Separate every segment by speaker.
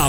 Speaker 1: A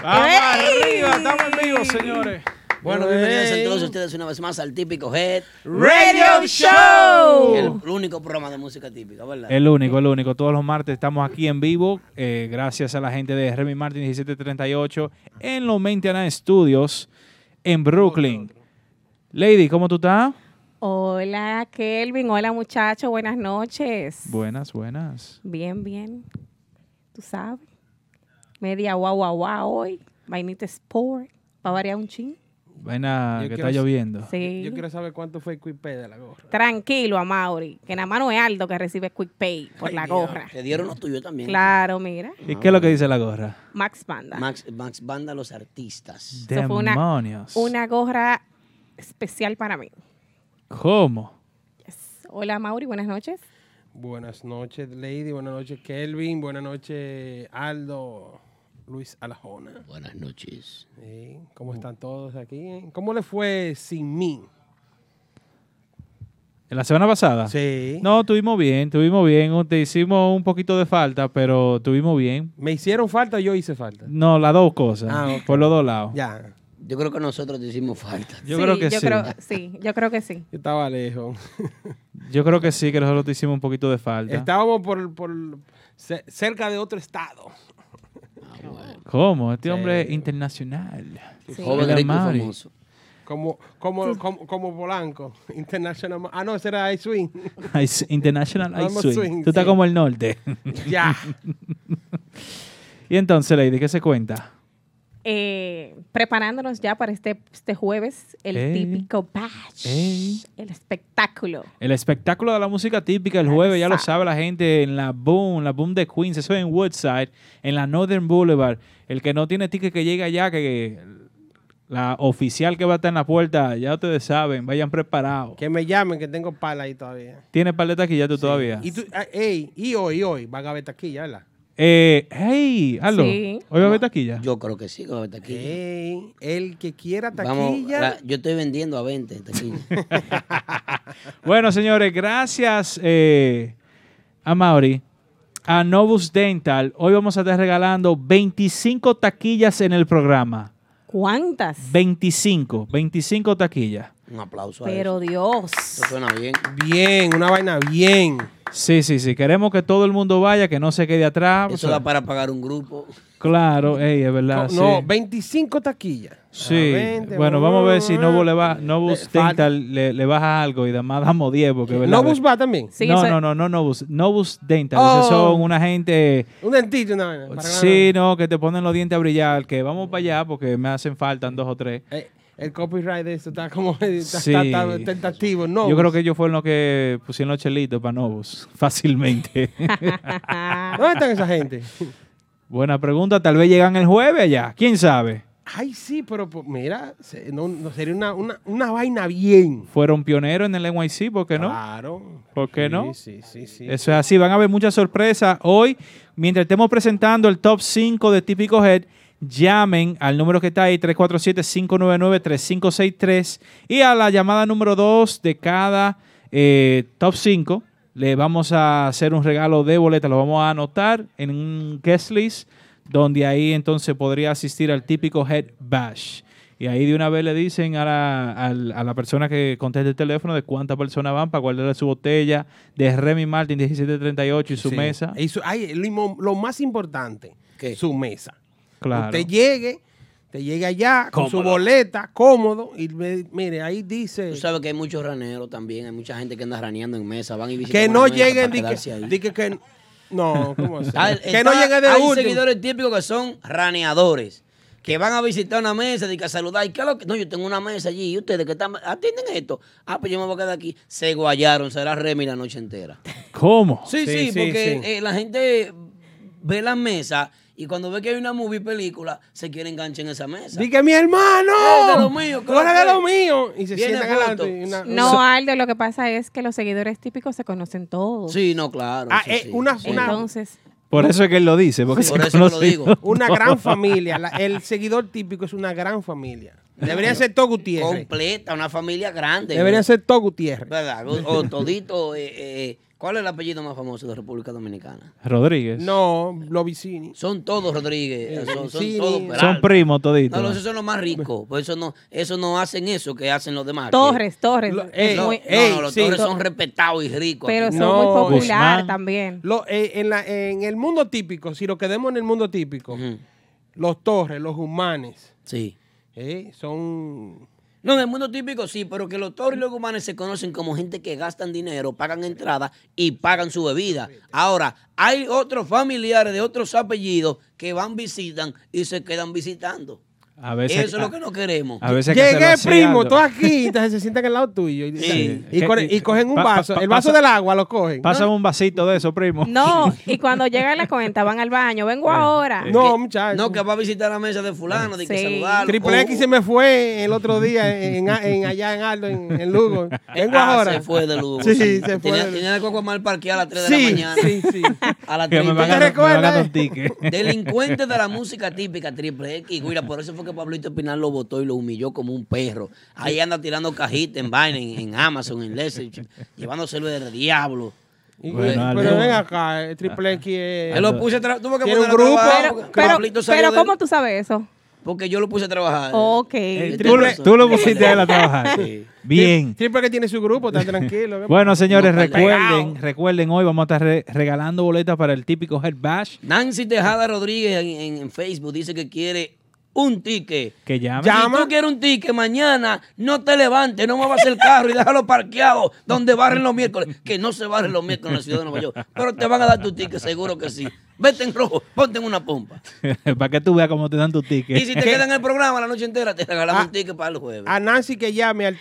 Speaker 2: Vamos
Speaker 3: ¡Ey!
Speaker 2: arriba, estamos en vivo, señores.
Speaker 4: Bueno, bienvenidos entonces ustedes una vez más al típico Head
Speaker 2: Radio Show.
Speaker 4: El, único programa de música típica,
Speaker 5: Eh.
Speaker 4: ¿verdad?
Speaker 2: El único, el único. Todos los martes estamos aquí en vivo. eh, gracias a la gente de Remy Martin 1738 en los Maintenance Studios en Brooklyn. Lady, ¿cómo tú estás?
Speaker 3: Hola Kelvin, hola muchachos, buenas noches.
Speaker 2: Buenas, buenas.
Speaker 3: Bien, bien. Tú sabes. Media guau guau guau hoy. Vainita Sport. Para variar un chin.
Speaker 2: Buena,
Speaker 5: Yo
Speaker 2: que
Speaker 5: quiero
Speaker 2: está
Speaker 5: sa-
Speaker 2: lloviendo.
Speaker 3: Sí.
Speaker 5: Yo quiero saber cuánto fue el quipé de la gorra.
Speaker 3: Tranquilo, Amaury. Que nada más no es Aldo que recibe Quick Pay por la gorra.
Speaker 4: Te dieron los tuyos también.
Speaker 3: Claro, mira.
Speaker 2: ¿Y qué es lo que dice la gorra?
Speaker 3: Max Banda.
Speaker 4: Max, Max Banda, los artistas.
Speaker 3: Eso fue una-
Speaker 2: Demonios.
Speaker 3: Una gorra especial para mí.
Speaker 2: ¿Cómo?
Speaker 3: Hola Mauri, buenas noches.
Speaker 5: Buenas noches, Lady. Buenas noches, Kelvin. Buenas noches, Aldo. Luis Alajona.
Speaker 4: Buenas noches.
Speaker 5: Sí, ¿Cómo están todos aquí? eh? ¿Cómo le fue sin mí?
Speaker 2: ¿En ¿La semana pasada?
Speaker 5: Sí.
Speaker 2: No, tuvimos bien, tuvimos bien. Un- Te hicimos un poquito de falta, pero tuvimos bien.
Speaker 5: ¿Me hicieron falta o yo hice falta?
Speaker 2: No, las dos cosas.
Speaker 5: Ah, ok.
Speaker 2: Por los dos lados.
Speaker 5: Ya.
Speaker 4: Yo creo que nosotros te hicimos falta.
Speaker 2: Yo creo que
Speaker 3: yo
Speaker 2: sí.
Speaker 3: Creo, sí, yo creo que sí.
Speaker 5: Yo estaba lejos.
Speaker 2: Yo creo que sí, que nosotros te hicimos un poquito de falta.
Speaker 5: Estábamos por, por ce- cerca de otro estado.
Speaker 2: ¿Cómo? Este hombre es internacional.
Speaker 3: Sí.
Speaker 4: Joven
Speaker 2: Hola,
Speaker 4: rico y
Speaker 2: Mauri.
Speaker 4: famoso.
Speaker 5: Como, como, como, como Polanco. International. Ma- Ah, no, ese era iSwing.
Speaker 2: Ice- International Ice
Speaker 5: Vamos,
Speaker 2: Swing.
Speaker 5: swing,
Speaker 2: Tú estás
Speaker 5: sí.
Speaker 2: como el norte.
Speaker 5: ya.
Speaker 2: y entonces, Lady, ¿qué se cuenta?
Speaker 3: eh, preparándonos ya para este, este jueves, el
Speaker 2: Ey.
Speaker 3: típico batch,
Speaker 5: Eh.
Speaker 2: Ey.
Speaker 3: el espectáculo.
Speaker 2: El espectáculo de la música típica el jueves, ya lo
Speaker 3: Exacto.
Speaker 2: sabe la gente, en la Boom, la Boom de Queens, eso en Woodside, en la Northern Boulevard. El que no tiene ticket que llegue allá, que la oficial que va a estar en la puerta, ya ustedes saben, vayan preparados.
Speaker 5: Que me llamen, que tengo pala ahí todavía.
Speaker 2: ¿Tienes paleta aquí ya tú todavía?
Speaker 5: Y tú, ah, ey, y hoy, y hoy, van a ver taquilla, ¿verdad?
Speaker 2: Eh, hey, aló.
Speaker 3: Sí.
Speaker 2: Hoy va a haber taquilla.
Speaker 4: Yo creo que sí, que va a haber taquilla.
Speaker 5: Ey, el que quiera
Speaker 4: Vamos,
Speaker 5: taquilla.
Speaker 4: la- yo estoy vendiendo a 20 taquilla.
Speaker 2: Bueno, señores, gracias eh, a Mauri, a Novus Dental. Hoy vamos a estar regalando 25 taquillas en el programa.
Speaker 3: ¿Cuántas?
Speaker 2: 25, 25 taquillas.
Speaker 4: Un aplauso a
Speaker 3: Pero
Speaker 4: eso.
Speaker 3: Dios.
Speaker 4: Eso suena bien.
Speaker 5: Bien, una vaina bien.
Speaker 2: Sí, sí, sí. Queremos que todo el mundo vaya, que no se quede atrás.
Speaker 4: Eso da para pagar un grupo.
Speaker 2: Claro, ey, es verdad.
Speaker 5: Co- No,
Speaker 2: Ah, sí.
Speaker 5: 25 taquillas.
Speaker 2: Sí.
Speaker 5: Ah, 20,
Speaker 2: bueno, vamos a ver si Novus, le ba- Novus
Speaker 5: falta-
Speaker 2: Dental le, le baja algo y además damos 10 porque es verdad.
Speaker 5: Novus va también.
Speaker 3: Sí,
Speaker 2: Pues no,
Speaker 3: soy-
Speaker 2: no, no, no, Novus. Novus Dental.
Speaker 5: Oh.
Speaker 2: Esos son una gente...
Speaker 5: Un dentista, una vaina.
Speaker 2: Pues-
Speaker 5: para
Speaker 2: Sí, no, que te ponen los dientes a brillar, que vamos para allá porque me hacen falta dos o tres.
Speaker 5: ganar. Eh, el copyright de eso está como está,
Speaker 2: Sí.
Speaker 5: está- está tentativo. No,
Speaker 2: Yo creo que ellos fueron los que pusieron los chelitos para Novus, fácilmente.
Speaker 5: ¿dónde están esa gente?
Speaker 2: Buena pregunta, tal vez llegan el jueves allá, quién sabe.
Speaker 5: Ay, sí, pero pues, mira, se- no, no, sería una, una, una vaina bien.
Speaker 2: Fueron pioneros en el NYC, ¿por qué no?
Speaker 5: Claro.
Speaker 2: ¿Por qué
Speaker 5: Sí,
Speaker 2: no?
Speaker 5: Sí, sí, sí.
Speaker 2: Eso es así, van a haber muchas sorpresas. Hoy, mientras estemos presentando el top 5 de Típico Head, llamen al número que está ahí, 347-599-3563. Y a la llamada número 2 de cada eh, top 5, le vamos a hacer un regalo de boleta. Lo vamos a anotar en un guest list, donde ahí entonces podría asistir al Típico Head Bash. Y ahí de una vez le dicen a la, al- a la persona que conteste el teléfono de cuántas personas van para guardarle su botella de Remy Martin 1738 y su
Speaker 5: Sí.
Speaker 2: mesa.
Speaker 5: Y su- ay, lo, imo- lo más importante,
Speaker 4: ¿Qué?
Speaker 5: su mesa.
Speaker 2: Claro.
Speaker 5: Usted llegue, te llegue allá con su
Speaker 4: Cómodo.
Speaker 5: boleta, cómodo, y ve- mire, ahí dice
Speaker 4: Tú sabes que hay muchos raneros también. Hay mucha gente que anda raneando en mesa. Van y visitan
Speaker 5: que
Speaker 4: una
Speaker 5: no
Speaker 4: mesa
Speaker 5: lleguen,
Speaker 4: para
Speaker 5: di
Speaker 4: quedarse ahí.
Speaker 5: que, di que, que- no, ¿cómo así?
Speaker 4: Ah,
Speaker 5: que no
Speaker 4: está-
Speaker 5: llegue de
Speaker 4: Hay
Speaker 5: último.
Speaker 4: seguidores típicos que son raneadores, que van a visitar una mesa, de que a saludar. ¿Y qué es lo que? No, yo tengo una mesa allí. ¿Y ustedes que están? ¿Atienden esto? Ah, pues yo me voy a quedar aquí. Se guayaron, será Remy la noche entera.
Speaker 2: ¿Cómo?
Speaker 4: Sí, sí,
Speaker 5: Sí, sí,
Speaker 4: porque
Speaker 5: sí.
Speaker 4: eh, la gente ve las mesas Y cuando ve que hay una movie película, se quiere enganchar en esa mesa.
Speaker 5: Di que mi hermano.
Speaker 4: Eres de lo mío,
Speaker 5: Tú eres de
Speaker 4: claro
Speaker 5: lo
Speaker 4: que-
Speaker 5: mío. Y se
Speaker 4: Viene
Speaker 5: sientan
Speaker 4: foto.
Speaker 5: adelante. y una-
Speaker 3: No,
Speaker 5: So-
Speaker 3: Aldo, lo que pasa es que los seguidores típicos se conocen todos.
Speaker 4: Sí, no, claro.
Speaker 5: Ah,
Speaker 4: sí,
Speaker 5: eh,
Speaker 4: sí.
Speaker 5: una-
Speaker 4: Sí.
Speaker 5: una-
Speaker 3: Entonces,
Speaker 2: Por eso es que él lo dice. Porque
Speaker 4: Por
Speaker 2: se
Speaker 4: eso que lo
Speaker 2: conoce-
Speaker 4: digo.
Speaker 5: Una gran familia. La- el seguidor típico es una gran familia. Debería ser todo Gutiérrez.
Speaker 4: Completa, una familia grande.
Speaker 5: Debería ser todo Gutiérrez.
Speaker 4: ¿Verdad? O, o todito. eh, eh, ¿Cuál es el apellido más famoso de República Dominicana?
Speaker 2: Rodríguez.
Speaker 5: No, Lovicini.
Speaker 4: Son todos Rodríguez.
Speaker 5: Eh,
Speaker 4: Son, son
Speaker 5: sí,
Speaker 4: todos
Speaker 5: son
Speaker 2: Son
Speaker 4: Peralta.
Speaker 2: primos toditos.
Speaker 4: No, los- esos son los más ricos. Por eso no, eso no hacen eso que hacen los demás. que-
Speaker 3: Torres, Torres.
Speaker 5: Lo-
Speaker 3: es
Speaker 5: eh,
Speaker 4: No,
Speaker 3: muy-
Speaker 4: no,
Speaker 5: ey,
Speaker 4: no, los
Speaker 5: sí.
Speaker 4: Torres son respetados y ricos.
Speaker 3: pero
Speaker 4: aquí.
Speaker 3: son
Speaker 5: no,
Speaker 3: muy popular
Speaker 2: Guzmán.
Speaker 3: también.
Speaker 5: Lo- eh, en, la- en el mundo típico, si lo quedemos en el mundo típico,
Speaker 4: Ujú,
Speaker 5: los Torres, los Humanes,
Speaker 4: Sí.
Speaker 5: eh, son.
Speaker 4: No, en el mundo típico sí, pero que los toros y los humanos se conocen como gente que gastan dinero, pagan entrada y pagan su bebida. Ahora, hay otros familiares de otros apellidos que van, visitan y se quedan visitando.
Speaker 2: A veces,
Speaker 4: Eso es lo que no queremos.
Speaker 2: a veces que se lo
Speaker 5: Llegué,
Speaker 2: hace
Speaker 5: primo,
Speaker 2: Aldo.
Speaker 5: tú aquí, entonces se sientan al lado tuyo. Y,
Speaker 4: Sí.
Speaker 5: y co- y cogen un
Speaker 2: Pa- pa-
Speaker 5: vaso,
Speaker 2: pa-
Speaker 5: el vaso
Speaker 2: pasa-
Speaker 5: del agua lo cogen.
Speaker 2: Pásame un vasito de eso, primo.
Speaker 3: No, y cuando llega la cuenta van al baño, vengo ahora.
Speaker 5: Eh, No, muchachos.
Speaker 4: No, que va a visitar la mesa de fulano, de que
Speaker 3: Sí.
Speaker 4: saludarlo.
Speaker 5: Triple X
Speaker 4: Oh,
Speaker 5: se me fue el otro día en, en- allá en Aldo, en, en Lugo. Vengo
Speaker 4: ah,
Speaker 5: ahora.
Speaker 4: Se fue de Lugo.
Speaker 5: Sí, se fue
Speaker 4: Tenía,
Speaker 5: de-
Speaker 4: tenía el coco mal parqueado a las 3 de la
Speaker 5: Sí,
Speaker 4: mañana.
Speaker 5: sí, sí.
Speaker 4: A las
Speaker 2: Que me van
Speaker 5: ¿Te
Speaker 4: 3
Speaker 2: a, me van a
Speaker 5: recuerdas?
Speaker 2: dar un ticket.
Speaker 4: Delincuente de la música típica, Triple X. Mira, por eso fue que Pablito Espinal lo votó y lo humilló como un perro. Ahí anda tirando cajitas en vaina, en, en Amazon, en Lessing, llevándoselo del diablo.
Speaker 5: Y-
Speaker 2: Bueno,
Speaker 5: pero
Speaker 2: Aldo.
Speaker 5: ven acá, el Triple X es...
Speaker 4: Él lo puse a tra- tuve que
Speaker 5: Tiene un
Speaker 4: ponerlo a
Speaker 5: grupo.
Speaker 4: trabajar
Speaker 3: Pero,
Speaker 4: porque
Speaker 3: pero,
Speaker 4: Pablito salió
Speaker 3: pero
Speaker 4: de-
Speaker 3: ¿cómo Oh. tú sabes eso?
Speaker 4: Porque yo lo puse a trabajar.
Speaker 3: Ok.
Speaker 4: Eh,
Speaker 2: Tú, lo- tú lo pusiste a él a trabajar.
Speaker 4: Sí.
Speaker 2: Bien.
Speaker 5: Triple X tiene su grupo, está tranquilo.
Speaker 2: Bueno, señores,
Speaker 4: No,
Speaker 2: recuerden, recuerden, hoy vamos a estar re- regalando boletas para el típico Head Bash.
Speaker 4: Nancy Tejada Rodríguez en, en- en Facebook dice que quiere un ticket.
Speaker 2: Que llamen.
Speaker 5: Ya.
Speaker 4: Si
Speaker 5: Llama.
Speaker 4: tú quieres un ticket mañana, no te levantes, no muevas el carro y déjalo parqueado donde barren los miércoles. Que no se barren los miércoles en la ciudad de Nueva York. Pero te van a dar tu ticket, seguro que sí. Vete en rojo, ponte en una pompa.
Speaker 2: para que tú veas cómo te dan tu ticket.
Speaker 4: Y si te quedas en el programa la noche entera, te regalamos
Speaker 5: Ah.
Speaker 4: un ticket para el jueves.
Speaker 5: A Nancy que llame al